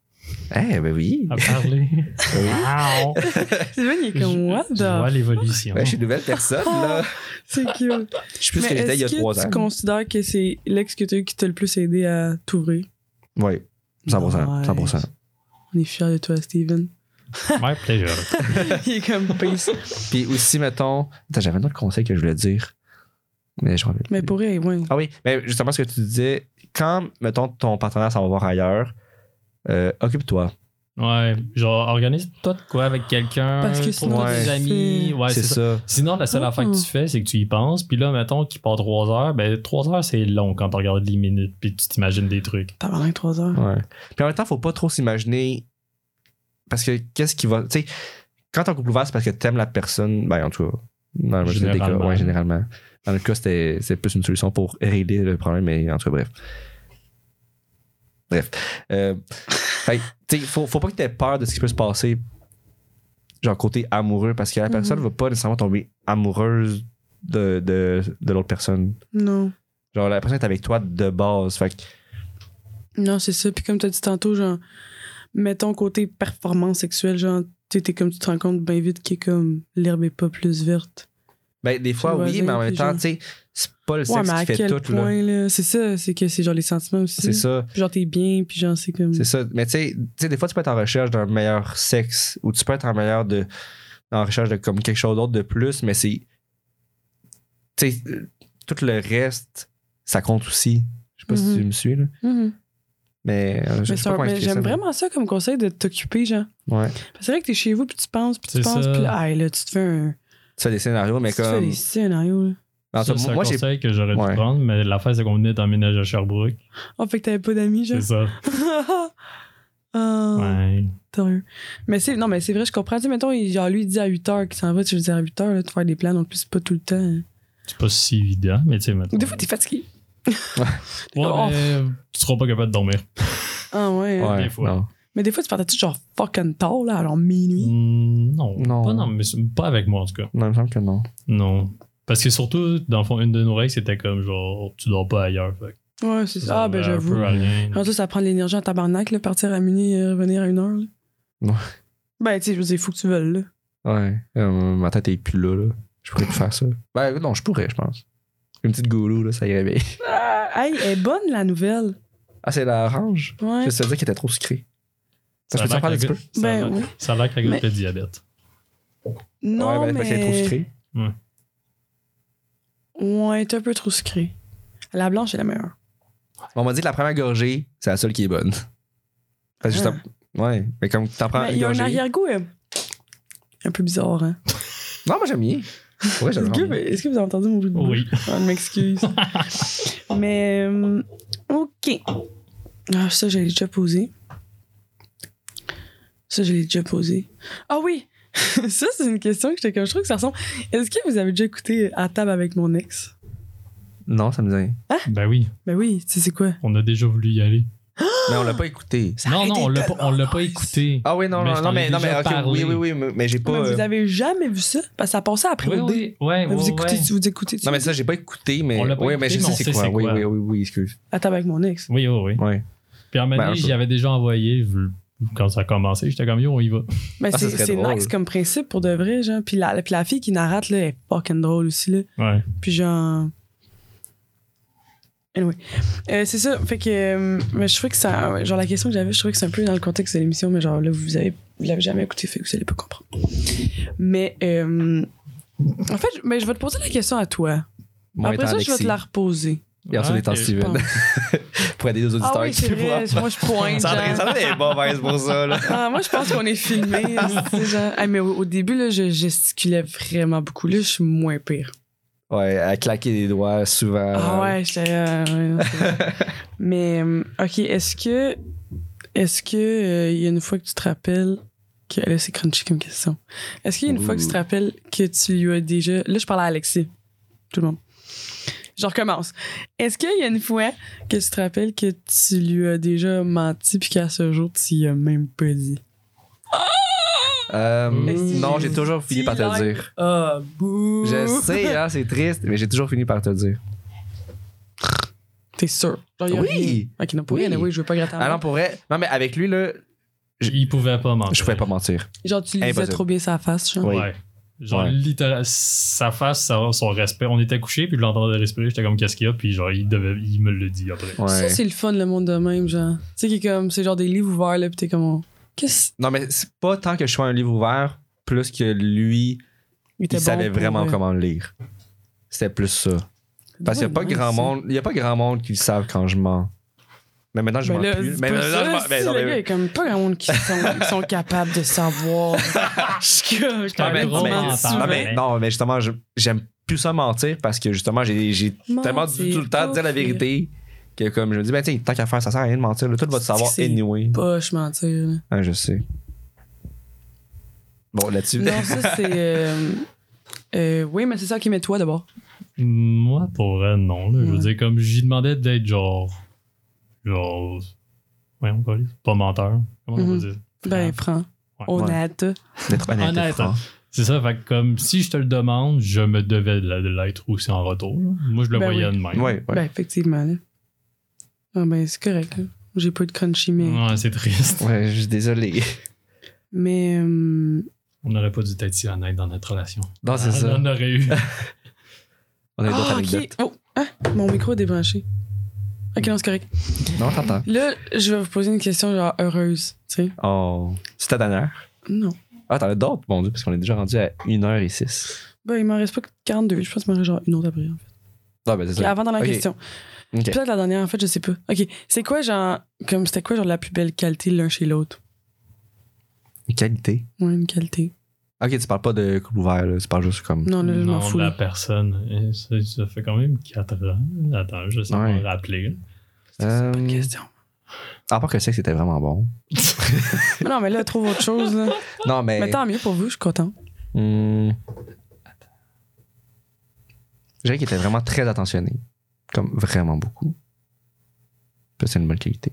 Eh, ben oui.
à parler. wow!
Sylvain, il est comme, what
Je- je vois
the?
l'évolution.
Ouais, je suis une nouvelle personne, là.
C'est cute.
Je suis plus
Ah. Mais
que j'étais il y a
est-ce que
trois ans.
Tu considères que c'est l'ex que t'as eu qui t'a le plus aidé à t'ouvrir?
Oui, 100%. 100%.
On est fiers de toi, Steven.
Ouais, plaisir.
il est comme peace.
Puis aussi, mettons, Attends, j'avais un autre conseil que je voulais dire. Mais je m'en rappelle
Mais
plus.
pour vrai, ouais.
Ah oui, mais justement, ce que tu disais, quand, mettons, ton partenaire s'en va voir ailleurs, euh, occupe-toi.
Ouais, genre, organise-toi de quoi avec quelqu'un.
Parce que
trouve-toi
sinon,
des
c'est-
amis. Ouais,
c'est
c'est ça.
ça.
Sinon, la seule
Ah.
affaire que tu fais, c'est que tu y penses. Puis là, mettons qu'il part 3 heures. Ben, 3 heures, c'est long quand tu regardes les minutes. Puis tu t'imagines des trucs.
T'as pendant trois heures.
Ouais. Puis en même temps, faut pas trop s'imaginer. Parce que qu'est-ce qui va. Tu sais, quand t'es en couple ouvert, c'est parce que t'aimes la personne. Ben, en tout cas, dans la majorité des cas,
Généralement.
ouais, généralement. Dans le cas, c'était c'est plus une solution pour régler le problème, mais en tout cas, bref. Bref. Euh, fait que, tu sais, faut, faut pas que t'aies peur de ce qui peut se passer, genre côté amoureux, parce que la
Mhm.
personne va pas nécessairement tomber amoureuse de, de, de l'autre personne.
Non.
Genre, la personne est avec toi de base. Fait que,
Non, c'est ça. Puis comme t'as dit tantôt, genre, mettons côté performance sexuelle, genre, tu sais, t'es comme tu te rends compte bien vite qu'il est comme l'herbe est pas plus verte.
Ben, des fois,
le
oui,
loisir,
mais en même
puis
temps,
genre-
tu sais, c'est pas le
Ouais,
sexe
mais à
qui fait
quel
tout, là.
point, là? C'est ça, c'est que c'est genre les sentiments aussi.
C'est ça,
Puis genre, t'es bien, puis genre, c'est comme.
c'est ça. Mais tu sais- tu sais, des fois, tu peux être en recherche d'un meilleur sexe ou tu peux être en meilleur de. en recherche de comme quelque chose d'autre de plus, mais c'est. Tu sais, euh, tout le reste, ça compte aussi. Je sais pas si
Mhm.
tu me suis, là.
Mhm.
Mais, euh, je
Mais
je sais
ça-
pas comment
mais
expliquer ça,
j'aime
mais-
vraiment ça comme conseil de t'occuper, genre.
Ouais.
Parce que C'est vrai que t'es chez vous, puis tu penses, puis tu
C'est
penses,
ça.
puis là, ah, là, tu te fais un.
Tu fais des scénarios, mais
tu te fais
comme.
des scénarios, là.
En tout
Ça,
cas,
c'est un
moi, j'ai.
conseil que j'aurais
Ouais.
dû prendre. Mais l'affaire, c'est qu'on venait d'emménager à Sherbrooke.
Oh, fait que t'avais pas d'amis, genre.
C'est ça.
Ah,
Ouais.
torieux. Mais c'est, non, mais c'est vrai, je comprends. Tu sais, mettons, il- genre, lui, il dit à 8 h qu'il s'en va, tu veux dire à 8 h là, de faire des plans, donc plus, c'est pas tout le temps.
C'est pas si évident, mais tu sais, maintenant.
Des fois, t'es fatigué.
Ouais,
Oh.
mais tu seras pas capable de dormir.
Ah ouais.
Ouais,
des fois.
non.
Mais des fois, tu partais-tu genre fucking tard, là, alors minuit?
Mm, Non,
Non.
Pas, non, mais c'est- pas avec moi, en tout cas.
Non, il me semble que non.
Non. Parce que surtout, dans le fond, une de nos règles, c'était comme genre, tu dors pas ailleurs. Fait que
Ouais, c'est ça. Ah, ben
servait un
j'avoue.
peu à rien.
En tout, ça prend de l'énergie en tabarnak, là, partir à minuit et revenir à une heure. Là.
Ouais.
Ben, tu sais, je veux dire, faut que tu veuilles, là.
Ouais. Euh, ma tête est plus là, là. Je pourrais plus faire ça. Ben non, je pourrais, je pense. Une petite goulou, là, ça irait bien.
Ah, hey, elle est bonne, la nouvelle.
Ah, c'est l'orange?
Ouais.
Je te dire qu'elle était trop sucrée. Ça,
Ça
je peux
a
t'en parler
l'air
un petit
que-
peu?
ça a
Ben
l'air-
oui.
Ça a l'air que la gueule
Mais-
fait le diabète.
Non,
ouais, ben, parce qu'elle est trop
mais...
sucrée.
Ouais, elle est un peu trop sucrée. La blanche est la meilleure.
On m'a dit que la première gorgée, c'est la seule qui est bonne. Parce que
Ah.
juste à- Ouais, mais comme t'en prends
Mais
une
il y a un
gorgée-
arrière-goût, euh, un peu bizarre, hein.
Non, moi j'aime bien. Ouais, j'aime
Est-ce que,
vraiment bien.
est-ce que vous avez entendu mon jeu de bouche?
Oui.
Ah, je m'excuse. Mais, euh, OK. Ah, ça, je l'ai déjà posé. Ça, je l'ai déjà posé. Ah oui! ça, c'est une question que j'étais comme, je trouve que ça ressemble. Est-ce que vous avez déjà écouté euh, À table avec mon ex?
Non, ça me dit rien.
Ben oui,
Ben oui, tu sais, c'est quoi?
on a déjà voulu y aller.
Mais on l'a pas écouté.
non,
aurait
non,
été
on l'a pas, on l'a
tellement
pas
nice.
écouté.
Ah oui, non,
Mais
non,
je t'en
non,
ai
mais, non, mais
déjà
ok,
parlé.
oui, oui, oui, mais mais j'ai pas.
Mais vous
euh,
avez jamais vu ça? Parce que ça passait après
Oui,
le dé.
oui, ouais,
Mais
ouais,
vous écoutez,
ouais.
vous écoutez
Non, mais ça, j'ai pas écouté, mais.
On l'a pas
oui,
écouté,
mais je
mais
sais
on
c'est
sait
quoi.
c'est
Oui,
quoi.
oui, oui, oui, excuse.
À table avec mon ex.
Oui, oui, oui.
Ouais.
Puis à un moment
Ben,
donné,
un peu.
j'y avais déjà envoyé vu- quand ça a commencé. J'étais comme, yo, on y va.
Mais
Ah, ça
c'est,
serait
c'est
drôle.
nice comme principe pour de vrai, genre. Puis la, puis la fille qui narrate, là, elle est fucking drôle aussi, là.
Ouais.
Puis genre. Anyway. Euh, c'est ça. Fait que. euh, mais je trouvais que ça. ouais, Genre, la question que j'avais, je trouvais que c'est un peu dans le contexte de l'émission, mais genre là, vous avez. Vous l'avez jamais écouté, fait que vous allez pas comprendre. Mais. euh, en fait, je- mais je vais te poser la question à toi.
Moi,
Après
étant
ça, je vais
Alexis.
te la reposer.
Et ensuite,
Ouais,
étant
et-
Steven. Pour aider nos auditeurs
Ah oui,
qui
c'est
voient.
vrai. Moi, je pointe.
Sandrine,
genre.
Sandrine est mauvaise pour ça, là.
Ah, moi, je pense qu'on est filmé. c'est genre- Ah, mais au, au début, là, je gesticulais vraiment beaucoup. Là, je suis moins pire.
Ouais, à claquer des doigts souvent.
Ah ouais, j'étais. euh, ouais, non, c'est vrai. Mais, euh, OK, est-ce que. Est-ce que euh, il y a une fois que tu te rappelles. Que, là, c'est crunchy comme question. Est-ce qu'il y a une
Ouh.
fois que tu te rappelles que tu lui as déjà. Là, je parle à Alexis. Tout le monde. Je recommence. Est-ce qu'il y a une fois que tu te rappelles que tu lui as déjà menti puis qu'à ce jour, tu y as même pas dit?
Euh,
Mais
si
non,
j'ai
j'ai toujours fini
dit
par te
like-
le dire.
Ah, bouh!
Je sais, hein, c'est triste, mais j'ai toujours fini par te le dire.
T'es sûr? Genre, il y a
Oui!
rien. Ok, non, pour
Oui.
rien, oui, je veux pas gratter à
Ah non, pour vrai. Non, mais avec lui, là, Je-
Il pouvait pas mentir.
je pouvais pas mentir.
Genre, tu lisais
Impossible.
trop bien sa face, genre.
Oui.
Ouais. Genre,
Ouais.
littéral- sa face, sa- son respect. On était couchés, puis je l'entendais respirer. J'étais comme, qu'est-ce qu'il y a? Puis genre, il, devait, il me le dit après.
Ouais.
Ça, c'est le fun, le monde de même, genre. Tu sais, qui est comme, c'est genre des livres ouverts, là, pis t'es comme, on- qu'est-ce
Non, mais c'est pas tant que je sois un livre ouvert, plus que lui, il
était bon
savait
pour,
vraiment
euh,
comment le lire. C'était plus ça. Parce qu'il n'y a pas
Ouais, nice,
grand
ça.
monde, il y a pas grand monde qui le savent quand je mens. Mais maintenant, je
Ben
mens
là,
plus.
c'est
Mais
pas
maintenant, je
ça,
mens- mais
si,
non,
le
mais-
gars, il y a comme pas grand monde qui sont, qui sont capables de savoir. Je suis comme,
Ah, mais-
Un
non,
gros
mais-
menteur.
non,
hein.
mais- non, mais justement, je- j'aime plus ça mentir parce que justement, j'ai j'ai
Mentir,
tellement du tout le temps de dire la
pas
vérité que comme je me dis, ben tiens, tant qu'à faire, ça sert à rien de mentir. là, tout va te
C'est
savoir
que c'est-
anyway.
Poche, mentir. là.
Ah, je sais. Bon, là-dessus.
Non, ça, c'est. euh, euh, oui, mais c'est ça qui met toi d'abord.
Moi, pour vrai, non. là. Je veux
Ouais.
dire, comme j'y demandais d'être genre. Genre. Ouais, on Pas menteur. Comment on va
Mhm.
dire?
Ben, prends.
Ouais.
Honnête.
D'être honnête, hein.
Honnête,
franc.
C'est ça, fait que comme si je te le demande, je me devais de la- de l'être aussi en retour. là. Moi, je le
Ben
voyais
oui.
de même.
Ouais, ouais.
Ben, effectivement, là. Ah, ben, c'est correct, là. J'ai pas eu de crunchy, mais.
Ouais, c'est triste.
Ouais, je suis désolé.
Mais. euh,
On n'aurait pas dû être si honnête dans notre relation.
Non, c'est
Ah,
ça.
On aurait eu.
On a d'autres
Ah, ok.
anecdotes.
Oh, ah, mon micro est débranché. Ok, non, c'est correct.
Non, t'entends.
Là, je vais vous poser une question, genre, heureuse, tu sais.
Oh. C'est ta dernière.
Non.
Ah, t'en as d'autres, mon Dieu, parce qu'on est déjà rendu à 1h06.
Ben, il m'en reste pas que 42. Je pense qu'il m'en reste genre une autre après. en fait.
Non, ben c'est
Ok,
ça.
Avant dans la
Ok.
question.
Ok.
Peut-être la dernière, en fait, je sais pas. Ok, c'est quoi, genre, comme, c'était quoi, genre, la plus belle qualité l'un chez l'autre?
Une Qualité.
Ouais, une qualité.
Ok, tu parles pas de couple ouvert, là. Tu parles juste comme.
Non, là, je m'en
non,
fous.
la
là.
personne. Eh, Ça, ça fait quand même 4 ans. Attends, je sais pas
Ouais.
me rappeler.
C'est pas
Euh,
une question.
À part que le sexe était vraiment bon.
Mais non, mais là, trouve autre chose, là.
Non, mais.
Mais tant mieux pour vous, je suis content.
Hmm. Je dirais qu'il était vraiment très attentionné. Comme vraiment beaucoup. Ça, C'est une bonne qualité.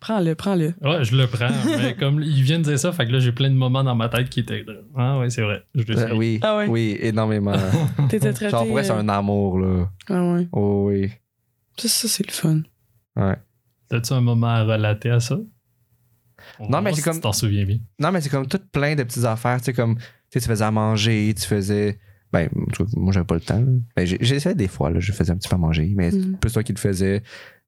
Prends-le, prends-le.
Ouais, je le prends, mais comme il vient de dire ça, fait que là, j'ai plein de moments dans ma tête qui étaient. Ah ouais, c'est vrai. Je le
Euh,
sais.
oui,
Ah ouais.
oui, énormément.
T'étais traité.
Genre, pour vrai, c'est un amour, là.
Ah ouais.
Oh oui.
Ça, ça c'est le fun.
Ouais.
T'as-tu un moment à relater à ça? On va
mais
voir
c'est
si
comme-
Tu t'en souviens bien.
Non, mais c'est comme tout plein de petites affaires. Tu sais, comme, tu sais, tu faisais à manger, tu faisais. Ben, en tout cas, moi, j'avais pas le temps. là. Ben, j'ai- j'essayais des fois, là. Je faisais un petit peu à manger, mais c'est
Mhm.
plus toi qui le faisais.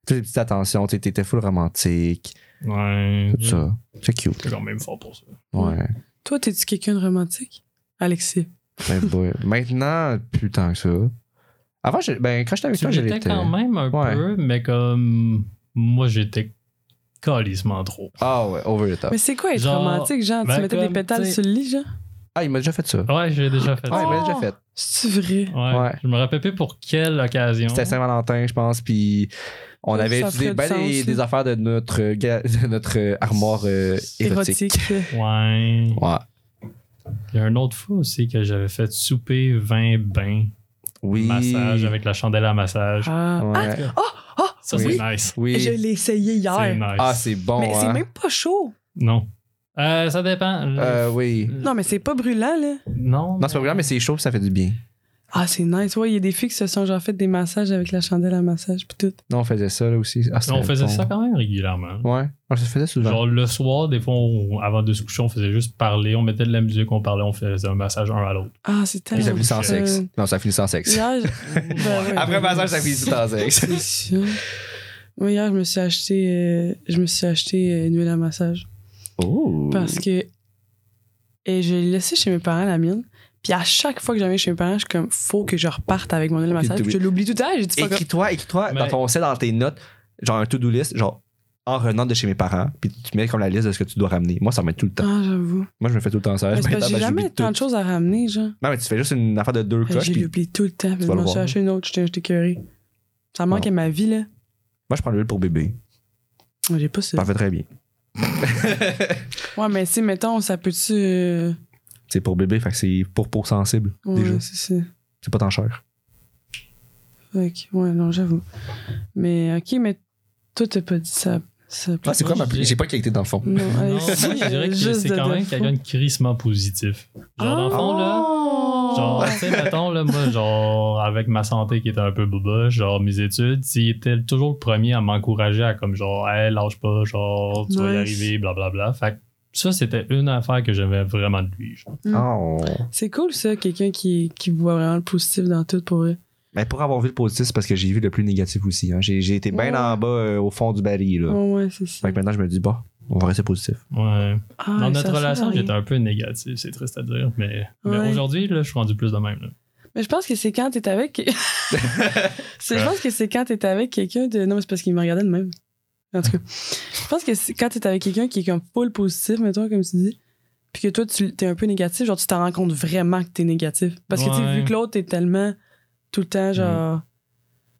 Toutes les petites attentions, tu sais, t'étais full romantique,
Ouais.
tout ça. C'est cute.
C'est quand même fort pour ça.
Ouais.
Toi, t'es-tu quelqu'un de romantique? Alexis.
Ben, boy. Maintenant, plus tant que ça. Avant, je- ben, quand j'étais avec
Tu
toi, je
l'étais
l'étais.
quand même un
Ouais.
peu, mais comme. Moi, j'étais calissement trop.
Ah ouais, over the top.
Mais c'est quoi être
Genre,
romantique, genre?
ben,
tu mettais des
comme,
pétales
t'sais-
sur le lit, genre?
Ah, il m'a déjà fait ça.
Ouais, j'ai déjà fait
Ah, il
ça.
m'a déjà fait.
C'est vrai.
Ouais.
Ouais.
Je me rappelle plus pour quelle occasion.
C'était Saint-Valentin, je pense, puis on
Ça
avait
ferait
étudié
du
ben
sens,
des,
là.
des affaires de notre, ga- de notre euh, armoire euh, érotique.
Ouais.
Ouais.
Il y a une autre fois aussi que j'avais fait souper, vin, bain,
Oui.
massage avec la chandelle à massage.
Ah.
Ouais.
ça,
oui.
c'est nice.
oui.
Je l'ai essayé
C'est
hier.
nice.
Ah, c'est bon.
mais c'est
hein.
même pas chaud.
Non. Euh, ça dépend. Le-
Euh, oui.
Non, mais c'est pas brûlant, là.
Non.
Non, c'est pas grave, mais c'est chaud, ça fait du bien.
Ah, c'est nice. Ouais, il y a des filles qui se sont genre fait des massages avec la chandelle à massage, pis tout.
Non, on faisait ça là aussi. Ah,
on
c'était
faisait
bon.
ça quand même régulièrement.
Ouais. On se faisait souvent.
Genre le soir, des fois, on- avant de se coucher, on faisait juste parler, on mettait de la musique, on parlait, on faisait un massage un à l'autre.
Ah, c'est
Mais
tellement.
euh,
ça finit sans
fun.
sexe. Non, ça finit sans sexe.
Hier, je- Ben ouais.
Après le massage, ça finit sans sexe.
C'est sûr. Moi, hier, je me suis acheté, euh, je me suis acheté euh, une huile à massage.
Oh.
Parce que. Et je l'ai laissée chez mes parents, la mienne. Puis à chaque fois que j'en viens chez mes parents, je suis comme, faut que je reparte avec mon huile à massage.
t'oublies.
Je l'oublie tout à l'heure. J'ai dit, fuck off.
Écris-toi, écris-toi
Mais-
dans ton set, dans tes notes, genre un to-do list, genre en revenant de chez mes parents, puis tu mets comme la liste de ce que tu dois ramener. Moi, ça m'aide tout le temps.
Ah, j'avoue.
Moi, je me fais tout le temps ça.
Mais c'est parce
Maintenant,
que j'ai
ben, j'oublie
jamais
tout.
tant de choses à ramener, genre.
Non, mais tu fais juste une affaire de deux
Fait que
coches.
Je
puis
l'oublie tout le temps. Puis
vas
je
le
m'en
voir.
suis acheté une autre, j'étais j'étais curé. Ça me manque
Bon.
à ma vie, là.
Moi, je prends l'huile pour bébé.
Moi, J'ai pas ça.
Parfait, très bien.
Ouais, mais tu sais, mettons, ça peut-tu. euh,
C'est pour bébé, fait que c'est pour peau sensible,
Ouais,
déjà.
c'est ça.
C'est pas tant cher.
Fait que, ouais, non, j'avoue. Mais, ok, mais toi, t'as pas dit ça. ça
Ah, c'est quoi ma
Moi, je dis-
J'ai pas de qualité dans le fond.
Non,
Non,
Alexis,
moi, je dirais que
juste
c'est
de
quand même
défaut.
quelqu'un de crissement positif. Genre, dans le fond, là.
Oh!
Genre, tu sais, mettons, là, moi, genre, avec ma santé qui était un peu boba, genre, mes études, il était toujours le premier à m'encourager à, comme, genre, hey, lâche pas, genre, tu vas y
Nice.
arriver, blablabla. Fait que ça, c'était une affaire que j'avais vraiment de lui. genre.
Mm.
Oh.
C'est cool, ça, quelqu'un qui, qui voit vraiment le positif dans tout pour vrai.
Mais Ben, pour avoir vu le positif, c'est parce que j'ai vu le plus négatif aussi. hein. J'ai j'ai été bien
Ouais.
en bas euh, au fond du baril. Là.
Ouais, ouais, c'est ça.
Fait que maintenant, je me dis, bah, on va rester positif.
Ouais.
Ah,
Dans
ça
notre
sert à
relation,
rien.
j'étais un peu négatif, c'est triste à dire, mais, mais
Ouais.
aujourd'hui, là, je suis rendu plus de même. là.
Mais je pense que c'est quand t'es avec. C'est- je pense que c'est quand t'es avec quelqu'un de. Non, mais c'est parce qu'il me regardait de même. En tout cas, je pense que c'est quand t'es avec quelqu'un qui est comme full positif, mettons, comme tu dis, puis que toi, tu t'es un peu négatif, genre, tu t'en rends compte vraiment que t'es négatif. Parce que, tu sais,
Ouais. Mm.
vu que l'autre est tellement tout le temps, genre.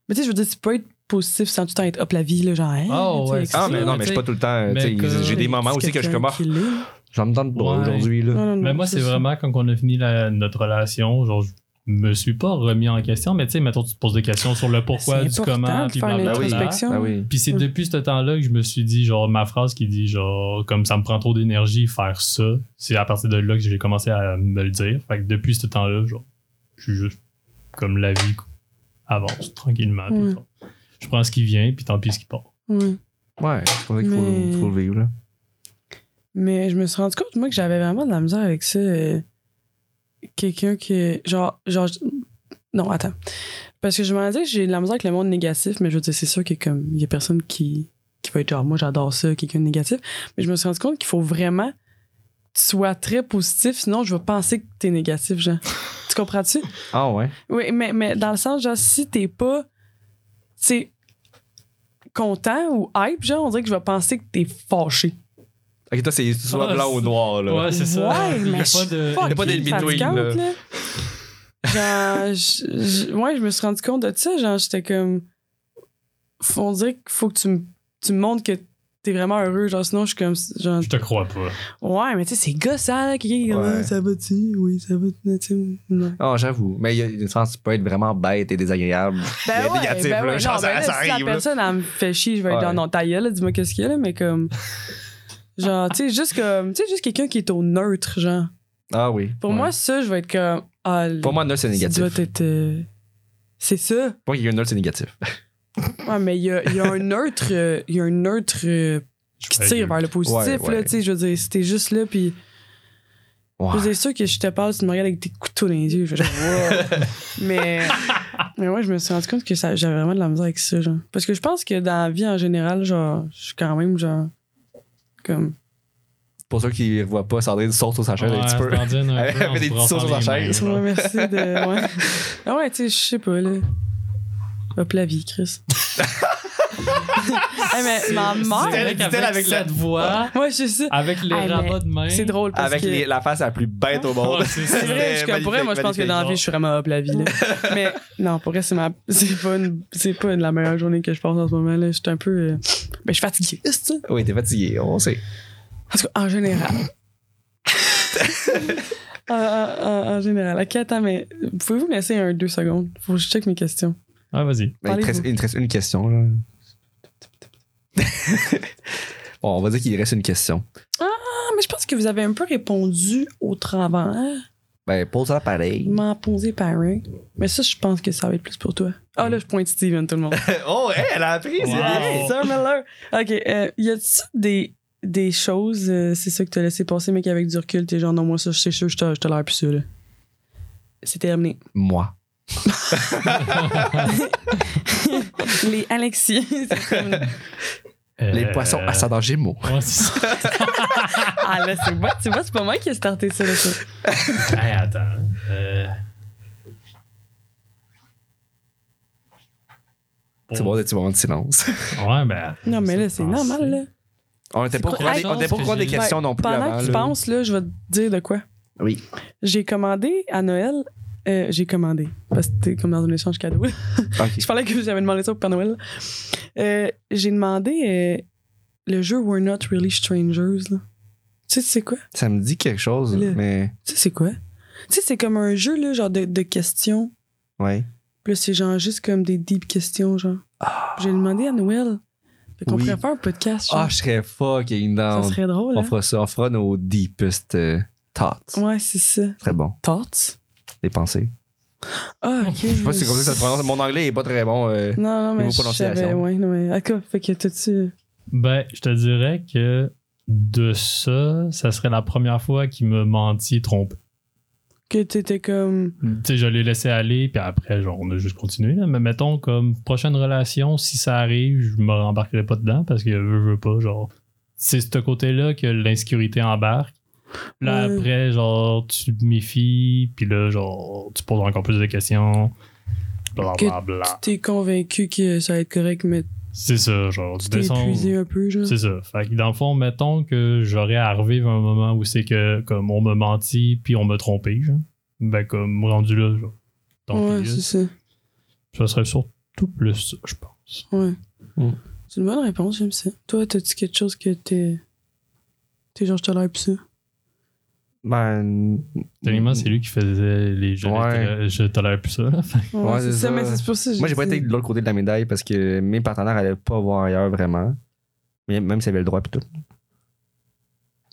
Mais tu sais, je veux dire, tu peux être positif sans tout le temps être hop la vie, là, genre. hein,
Ah,
tu sais,
ouais,
excité.
Ah,
Si,
mais non,
mais
mais
tu
je suis pas
sais,
tout le temps.
mais
tu sais,
que-
J'ai des moments aussi que je ah.
Quelqu'un
commence.
qui l'est.
J'en me tente pas
Ouais.
aujourd'hui. là.
Non, non, non,
Mais moi, c'est
ça.
vraiment quand on a fini la- notre relation, genre, je me suis pas remis en question, mais tu sais, mettons, tu te poses des questions sur le pourquoi,
C'est
du
important
comment,
de
puis
faire une
blablabla.
introspection.
Ah oui.
Puis c'est
Mm.
depuis ce temps-là que je me suis dit, genre, ma phrase qui dit, genre, comme ça me prend trop d'énergie faire ça, c'est à partir de là que j'ai commencé à me le dire. Fait que depuis ce temps-là, genre, je suis juste comme la vie avance tranquillement. puis
Ouais.
genre, je prends ce qui vient, puis tant pis ce qui part.
Ouais.
Ouais, c'est comme ça qu'il faut,
Mais-
faut le vivre. Là.
Mais je me suis rendu compte, moi, que j'avais vraiment de la misère avec ça. euh, Quelqu'un que. Genre, genre. je- Non, attends. Parce que je me disais que j'ai de la misère avec le monde négatif, mais je veux dire, c'est sûr que comme il y a personne qui, qui va être genre moi j'adore ça, quelqu'un de négatif. Mais je me suis rendu compte qu'il faut vraiment que tu sois très positif, sinon je vais penser que t'es négatif, genre. tu comprends-tu?
Ah ouais.
Oui, mais, mais dans le sens, genre, si t'es pas, tu sais, content ou hype, genre, on dirait que je vais penser que t'es fâché.
Ok, toi, c'est soit
Ah,
blanc ou
c'est-
noir. Là.
Ouais, c'est ça.
Ouais,
Il y a
mais
pas
je suis
de-
fucking
il y a pas d'in-between,
fatigante,
là.
là. Genre, je, je- ouais, je me suis rendu compte de ça. Genre, j'étais comme. faut- On dirait qu'il faut que tu me, tu me montres que t'es vraiment heureux. Genre, sinon, je suis comme. Genre,
Je te crois pas.
ouais, mais tu sais, c'est gossant, là. Quelqu'un qui est comme,
Ouais.
Ah, ça va-tu? Oui, ça va, tu sais. Non.
Oh, j'avoue. Mais il y a une chance, tu peux être vraiment bête et désagréable.
Ben
Il est négatif, là,
non,
genre, ça-
ben là,
ça
si
arrive,
la
là.
personne, elle me fait chier, je vais
Ouais.
être genre, non, ta gueule, là, dis-moi qu'est-ce qu'il y a, là, mais comme. Genre, tu sais, juste comme. Tu sais, juste quelqu'un qui est au neutre, genre.
Ah oui.
Pour
Ouais.
moi, ça, je vais être comme. Ah,
pour moi, nul, c'est négatif.
Ça doit être. euh, C'est ça.
Pour moi, il y a un nul, c'est négatif.
Ouais, mais il y a, il y a un neutre, euh, il y a un neutre euh, qui tire vers le positif,
Ouais, ouais.
là, tu sais. Je veux dire, si t'es juste là, puis.
Ouais.
Je suis sûr que je te parle, tu me regardes avec tes couteaux dans les yeux. Je fais genre, wow. mais, mais ouais, je me suis rendu compte que ça- j'avais vraiment de la misère avec ça. Genre. Parce que je pense que dans la vie en général, genre, je suis quand même genre. Comme.
Pour ceux qui ne voient pas, Sandrine saute sur sa chaise
Ouais,
un petit peu.
Sandrine, un
Elle
peu,
avait
on se
des
prend
petits sauts
par
sur
les
sa
mains,
chaise.
Tu me
genre.
remercies de. Ouais. Ah ouais, tu sais, je sais pas, là. Hop la vie, Chris. Hey, mais ma mère.
c'était-
Avec, avec, avec cette voix,
Ouais, je sais.
avec les
Ah, mais
rabats de main.
C'est drôle parce
Avec
que.
les- la face la plus bête au monde.
Ouais, c'est
C'est
ça.
vrai, je suis comme, pour vrai, moi, je pense que dans la vie, je suis vraiment hop la vie. là. Mais non, pour vrai, c'est ma... c'est pas, une... c'est pas une- la meilleure journée que je passe en ce moment. là. Je suis un peu. euh, Ben, je suis fatiguée. c'est ça.
Oui, t'es fatigué, on sait.
En tout cas, en général. en, en- en général. Ok, attends, mais pouvez-vous me laisser un deux secondes? Faut que je check mes questions.
Ah, vas-y.
Ben, il, te reste,
Parlez-vous.
il te reste une question. Genre. bon, on va dire qu'il reste une question.
Ah, mais je pense que vous avez un peu répondu au travers.
Ben, pose-la pareil.
M'en poser pareil. Mais ça, je pense que ça va être plus pour toi. Ah, là, je pointe Steven, tout le monde.
oh, hey, elle a appris, c'est
Wow.
bien.
Hey, Sir Miller. OK. euh, y a-tu des, des choses, euh, c'est ça que t'as laissé passer, mais qu'avec du recul, t'es genre, non, moi, ça, c'est sûr, je te, je te l'air plus ça, là. C'est terminé.
Moi.
Les Alexis. c'est terminé.
Les
Euh,
poissons ascendant gémeaux.
Ouais, c'est ça.
ah, là, c'est bon. Tu vois, c'est pas moi qui ai starté ça, là. ça.
Hey, attends. Euh,
C'est
oh.
bon, des petits moments de silence.
Ouais, ben.
Non, mais là, c'est
pensé.
normal, là.
On n'était pas au
quoi-
courant
Hey,
des- on était pas au
que
courant des
j'ai-
questions non plus.
Pendant
avant,
que
là.
tu penses, là, je vais te dire de quoi.
Oui.
J'ai commandé à Noël. euh, j'ai commandé. Parce que t'es comme dans un échange cadeau. Je
Ok.
parlais que j'avais demandé ça au Père Noël. Euh, j'ai demandé euh, le jeu We're Not Really Strangers. là. Tu sais, c'est quoi?
Ça me dit quelque chose,
Le-
mais.
Tu sais, c'est quoi? Tu sais, c'est comme un jeu, là, genre de, de questions.
Ouais.
Puis là, c'est genre juste comme des deep questions, genre. J'ai demandé à Noël. Fait qu'on
Ah. Oui.
pourrait faire un podcast, genre.
Ah, je serais fucking
ça
down.
serait drôle,
On
hein?
fera ça. On fera nos deepest euh, thoughts.
Ouais, c'est ça.
Très bon.
Thoughts?
Les pensées.
Ah, ok.
Je sais pas si c'est comme ça que ça se prononce. Mon anglais est pas très bon. euh,
Non, non, mais
Niveau
je
prononciation.
savais, ouais, non, mais... Ok, fait que t'as-tu...
Ben, je te dirais que de ça, ça serait la première fois qu'il me mentit trompé.
Que t'étais comme...
Tu sais, je l'ai laissé aller, puis après, genre, on a juste continué. là. Mais mettons, comme prochaine relation, si ça arrive, je me rembarquerai pas dedans parce que veux, veux pas, genre. C'est ce côté-là que l'insécurité embarque. Là,
Ouais.
après, genre, tu te méfies, puis là, genre, tu poses encore plus de questions.
Que
Blablabla.
T'es convaincu que ça va être correct, mais
C'est ça, genre, tu
t'es
descends.
épuisé un peu, genre.
C'est ça. Fait que dans le fond, mettons que j'aurais à revivre un moment où c'est que comme on me mentit puis on me trompé, genre. Ben comme rendu là, genre. Tant
ouais,
pis,
c'est
là.
ça.
ça serait surtout plus ça, je pense.
Ouais.
Mm.
C'est une bonne réponse, j'aime ça. Toi, t'as-tu quelque chose que t'es. T'es genre, je te l'air pis ça.
Ben.
Tellement, c'est lui qui faisait les jeux.
Ouais.
Je tolère plus ça. là. Fait que
Ouais,
Ouais,
c'est
c'est
ça,
ça.
mais c'est pour ça. que
Moi,
je
j'ai pas
dis-
été de l'autre côté de la médaille parce que mes partenaires allaient pas voir ailleurs vraiment. Mais Même s'ils avaient le droit pis tout.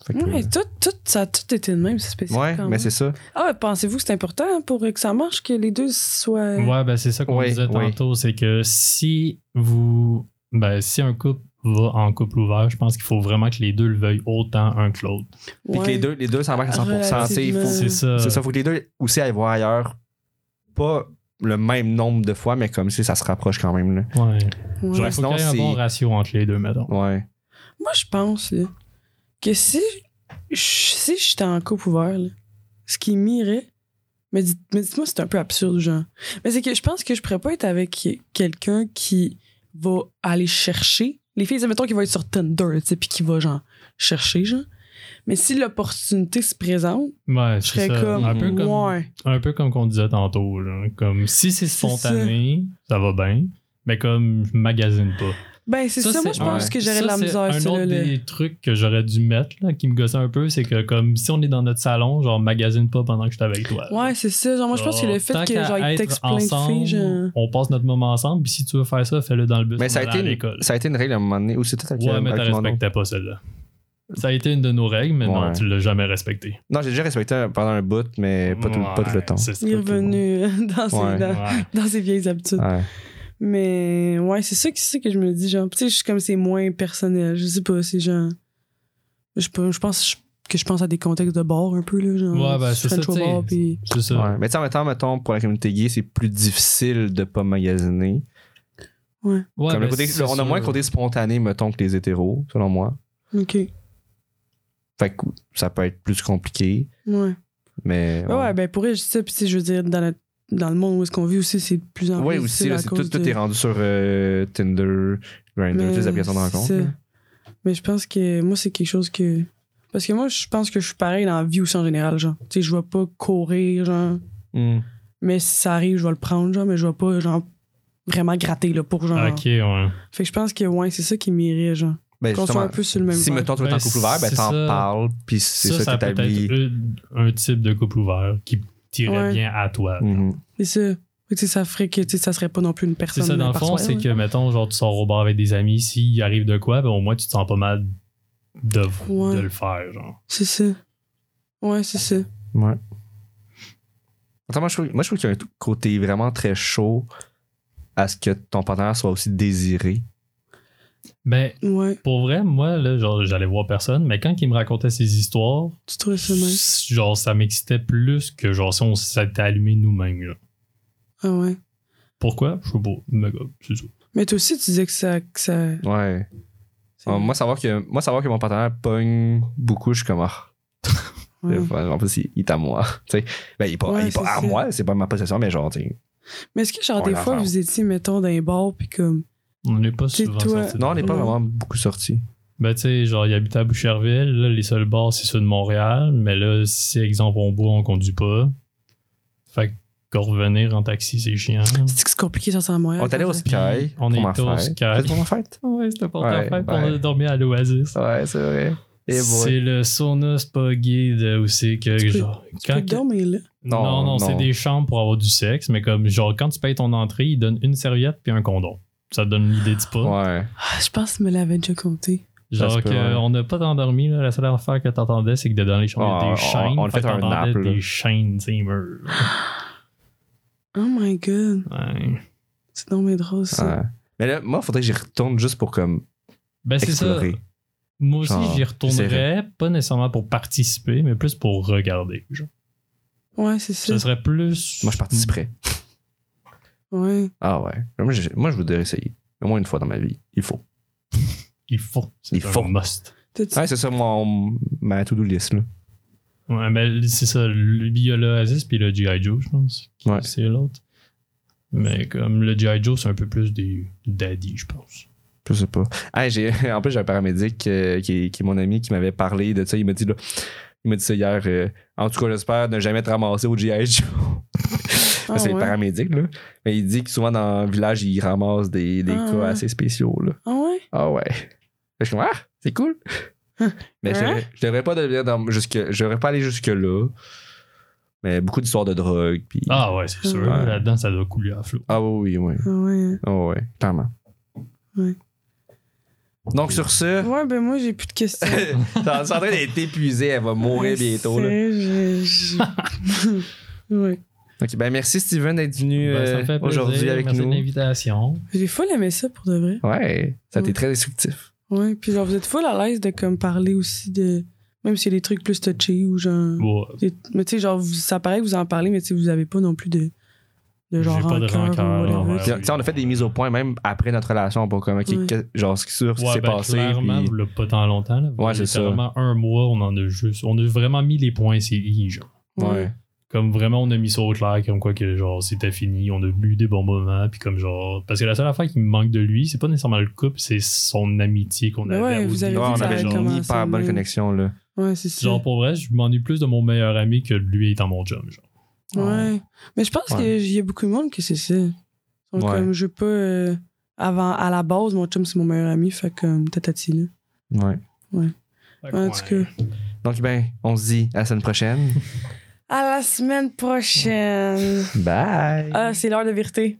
Fait que- euh,
Ouais, tout, tout, ça a tout été de même, c'est spécial.
Ouais,
quand
mais
même.
c'est ça.
Ah, ouais, pensez-vous que c'est important hein, pour que ça marche, que les deux soient.
Ouais, ben c'est ça qu'on
Ouais,
disait
ouais.
tantôt, c'est que si vous ben si un couple va en couple ouvert, je pense qu'il faut vraiment que les deux le veuillent autant un que l'autre.
Puis que les deux, les deux s'embarquent à 100%. tu sais, il faut-
Relativement.
C'est ça.
C'est ça, faut que les deux aussi aillent voir ailleurs. Pas le même nombre de fois, mais comme si ça se rapproche quand même. Là.
Ouais.
Ouais.
Genre, il faut
Sinon,
qu'il y ait un bon
c'est-
ratio entre les deux, mettons.
Ouais.
Moi, je pense là, que si, je- si j'étais en couple ouvert, là, ce qui m'irait, mais dites- mais dites-moi, c'est un peu absurde, genre. Mais c'est que je pense que je pourrais pas être avec quelqu'un qui va aller chercher. Les filles, admettons qu'il va être sur Tinder, là, tu sais, puis qui va, genre, chercher, genre. Mais si l'opportunité se présente,
Ouais,
je serais
c'est ça.
comme,
un peu comme
ouais.
un peu comme qu'on disait tantôt, là. comme si c'est
C'est
spontané, ça. va bien, mais comme je magasine pas.
Ben, c'est ça, moi, je pense
ouais.
que j'aurais de la
ça, c'est
misère,
Un
ça,
autre
là, là.
des trucs que j'aurais dû mettre, là, qui me gossait un peu, c'est que comme si on est dans notre salon, genre magazine pas pendant que je suis avec toi.
Ouais, c'est ça. Genre, moi, je pense que le fait
Tant
que,
qu'à
genre, il
être
texte plein de
ensemble,
filles, genre.
On passe notre moment ensemble, puis si tu veux faire ça, fais-le dans le bus.
Mais ça a,
en allant
été
à
une,
l'école.
ça a été une règle à un moment donné. Ou c'était avec,
Ouais, mais
avec
tu
mon nom.
respectais pas celle-là. Ça a été une de nos règles, mais non,
Ouais.
tu l'as jamais respectée.
Non, j'ai déjà respecté un- pendant un bout, mais pas tout, le- pas tout le
Ouais,
temps.
c'est ça.
Il est
pas tout le
revenu euh, dans, ses,
Ouais.
dans,
Ouais.
dans ses vieilles habitudes.
Ouais.
Mais ouais, c'est ça, que- c'est ça que je me dis. Genre, tu sais, je suis comme c'est moins personnel. Je sais pas, c'est genre. Je, sais pas, je pense que je pense à des contextes de bar un peu, là. Genre,
Ouais, ben,
du
c'est ça,
French
tu sais.
bar, puis-
C'est ça.
Ouais. Mais tu sais, en même temps, mettons, pour la communauté gay, c'est plus difficile de pas magasiner.
Ouais,
Comme le
ben,
côté-
c'est
on a
sûr.
moins le côté spontané, mettons, que les hétéros, selon moi.
Ok.
Fait que ça peut être plus compliqué,
Ouais.
mais.
Ouais, ouais, ben pour elle, je sais, puis tu sais, je veux dire, dans, notre- dans le monde où est-ce qu'on vit aussi, c'est de plus en
Ouais,
plus.
aussi,
difficile
là,
à
c'est tout,
cause
tout
de-
est rendu sur euh, Tinder, Grindr,
Mais
toutes les applications de
c'est
rencontre.
ça.
là.
Mais je pense que moi, c'est quelque chose que. Parce que moi, je pense que je suis pareil dans la vie aussi en général, genre. Tu sais, je vais pas courir, genre.
Hmm.
Mais si ça arrive, je vais le prendre, genre, mais je vais pas, genre, vraiment gratter, là, pour genre.
Ok, ouais.
Fait que je pense que, ouais, c'est ça qui m'irait, genre.
Ben,
Qu'on soit
justement,
un peu sur le même
si,
plan.
mettons, tu es en
Ben,
couple ouvert, ben,
c'est
t'en
ça.
parles, puis c'est
ça,
ça,
ça peut
t'établis.
être une- un type de couple ouvert qui tirait
Ouais.
bien à toi.
Mhm.
C'est ça. Fait que, tu sais, ça ferait que, tu sais, ça serait pas non plus une
C'est
personne.
ça, dans le
par
fond,
soi,
c'est
là.
que, mettons, genre, tu sors au bar avec des amis, s'il arrive de quoi, ben, au moins, tu te sens pas mal de,
Ouais.
de le faire, genre.
C'est ça. Ouais, c'est ça.
Ouais. Attends, moi, je trouve, moi, je trouve qu'il y a un t- côté vraiment très chaud à ce que ton partenaire soit aussi désiré.
Mais
Ouais,
Ben, pour vrai, moi, là, genre, j'allais voir personne, mais quand il me racontait ses histoires,
tu trouves ça même.
genre, ça m'excitait plus que, genre, si on s'était allumé nous-mêmes, là.
Ah ouais.
Pourquoi? Je sais pas, mais comme, c'est ça.
Mais toi aussi, tu disais que ça. Que ça
Ouais.
c'est-
Euh, moi, savoir que, moi, savoir que mon partenaire pogne beaucoup, je suis comme, ah, euh,
ouais.
en plus, il, il est à moi. Tu sais, ben, il est pas,
Ouais,
il est pas
c'est
à
ça.
moi, c'est pas ma possession, mais genre, tu sais.
Mais est-ce que, genre,
On
des
l'a
fois,
fait.
vous étiez, mettons, dans les bars, puis comme.
On n'est pas
C'est
souvent
toi.
sortis.
Non, on n'est pas
Non.
vraiment beaucoup sortis.
Ben, tu sais, genre, il habite à Boucherville. Là, les seuls bars, c'est ceux de Montréal. Mais là, si, exemple, on boit, on conduit pas. Fait que revenir en taxi, c'est chiant.
C'est que c'est compliqué de sortir à Montréal.
On est allé au
ça?
Sky.
on
pour
est
ma
au
fête.
Sky.
Faites pour ma fête?
Ouais, c'était pas
Ouais,
ta fête. On
ouais.
a dormi à l'Oasis.
Ouais, c'est vrai. Et
C'est le sauna spa guide euh, aussi que
Tu peux-
genre.
Tu peux dormir là.
non,
Non,
non, c'est
non.
des chambres pour avoir du sexe, mais comme genre quand tu payes ton entrée, ils donnent une serviette puis un condom. Ça te donne l'idée du pas.
Ouais.
Ah, je pense que tu me l'avais déjà compté.
Ça se
Genre
peut,
qu'on
ouais.
n'a pas endormi, là. la seule affaire que t'entendais, c'est que de dans les chambres, il y a
Ah,
des
on-
chaînes.
on le fait un
t'entendais
nappe, là.
des chaînes, tu sais, meurs.
Oh my god.
Ouais.
C'est dans mes drôles, ça.
Ouais. Mais là, moi, faudrait que j'y retourne juste pour comme
Ben,
Ah,
c'est ça.
explorer.
Moi aussi,
Genre,
j'y
j'essaierais.
retournerais, pas nécessairement pour participer, mais plus pour regarder. Genre.
Ouais, c'est ça.
Ça serait plus.
Moi, je participerais.
Ouais.
Ah ouais. Moi, je, moi, je voudrais essayer. Au moins une fois dans ma vie. Il faut.
Il faut.
Il
C'est un
faut.
must.
T'as-tu-
Ouais, c'est ça, mon, ma to-do list, là.
Ouais, mais c'est ça. le- Il y a le Aziz puis le G.I. Joe, je pense. qui-
Ouais.
C'est l'autre. Mais comme le G.I. Joe, c'est un peu plus des daddy, je pense.
Je sais pas. Ah, j'ai, en plus, j'ai un paramédic euh, qui, est- qui est mon ami qui m'avait parlé de ça. Il m'a dit, là, il m'a dit ça hier. euh, en tout cas, j'espère ne jamais te ramasser au G.I. Joe.
Ah
c'est le
ouais.
paramédic, là. Mais il dit que souvent dans le village, il ramasse des, des
Ah
cas
ouais.
assez spéciaux, là.
Ah ouais?
Ah ouais. Je suis comme, ah, c'est cool. Mais je
Hein?
devrais- je devrais pas devenir dans, jusque, je devrais pas aller jusque-là. Mais beaucoup d'histoires de drogue. Puis...
Ah ouais, c'est sûr.
Ouais.
Là-dedans, ça doit couler à flot.
Ah oui, oui, oui.
Ah ouais.
Ah ouais, clairement.
Ouais.
Donc sur ce,
Ouais, ben moi, j'ai plus de questions.
t'es en t'es en train d'être épuisée, elle va mourir bientôt. là.
C'est- je- je- ouais.
Ok, ben merci Steven d'être venu
Ben, ça me
euh,
fait plaisir.
aujourd'hui avec
Merci de
nous.
l'invitation.
J'ai full aimé ça pour de vrai.
Ouais, ça a été
Ouais.
très instructif.
Ouais, puis genre, vous êtes full à l'aise de comme parler aussi de. Même s'il y a des trucs plus touchés ou genre.
Bon,
des- Mais tu sais, genre, vous- ça paraît que vous en parlez, mais tu sais, vous avez pas non plus de. De genre
J'ai pas de
rancœur ou
rancœur,
whatever.
ouais.
Puis, tu sais, on a fait des mises au point même après notre relation pour comme ok,
Ouais.
que- genre ce qui sur ce qui
ouais,
s'est
ben,
passé.
clairement,
puis-
là, pas tant longtemps. Là,
Ouais, c'est ça.
Littéralement un mois, on en a juste. On a vraiment mis les points sur i, genre.
Ouais.
Comme vraiment, on a mis ça au clair, comme quoi que genre c'était fini, on a bu des bons moments, puis comme genre. Parce que la seule affaire qui me manque de lui, c'est pas nécessairement le couple, c'est son amitié qu'on
Ben
avait.
ouais,
au
vous
début,
avez
Ouais,
dit
on
ça
avait
avait
genre,
une
commencé,
hyper bonne
mais-
connexion là.
Ouais, c'est ça.
genre, pour vrai, je m'ennuie plus de mon meilleur ami que de lui étant mon chum. Genre.
Ouais. Mais je pense
Ouais.
qu'il y a beaucoup de monde que c'est ça. Ils sont
Ouais.
comme, je veux pas euh, avant, à la base, mon chum, c'est mon meilleur ami, fait que euh, tatati, là.
Ouais.
En tout cas.
Donc, ben, on se dit à la semaine prochaine.
À la semaine prochaine.
Bye!
Ah, c'est l'heure de vérité.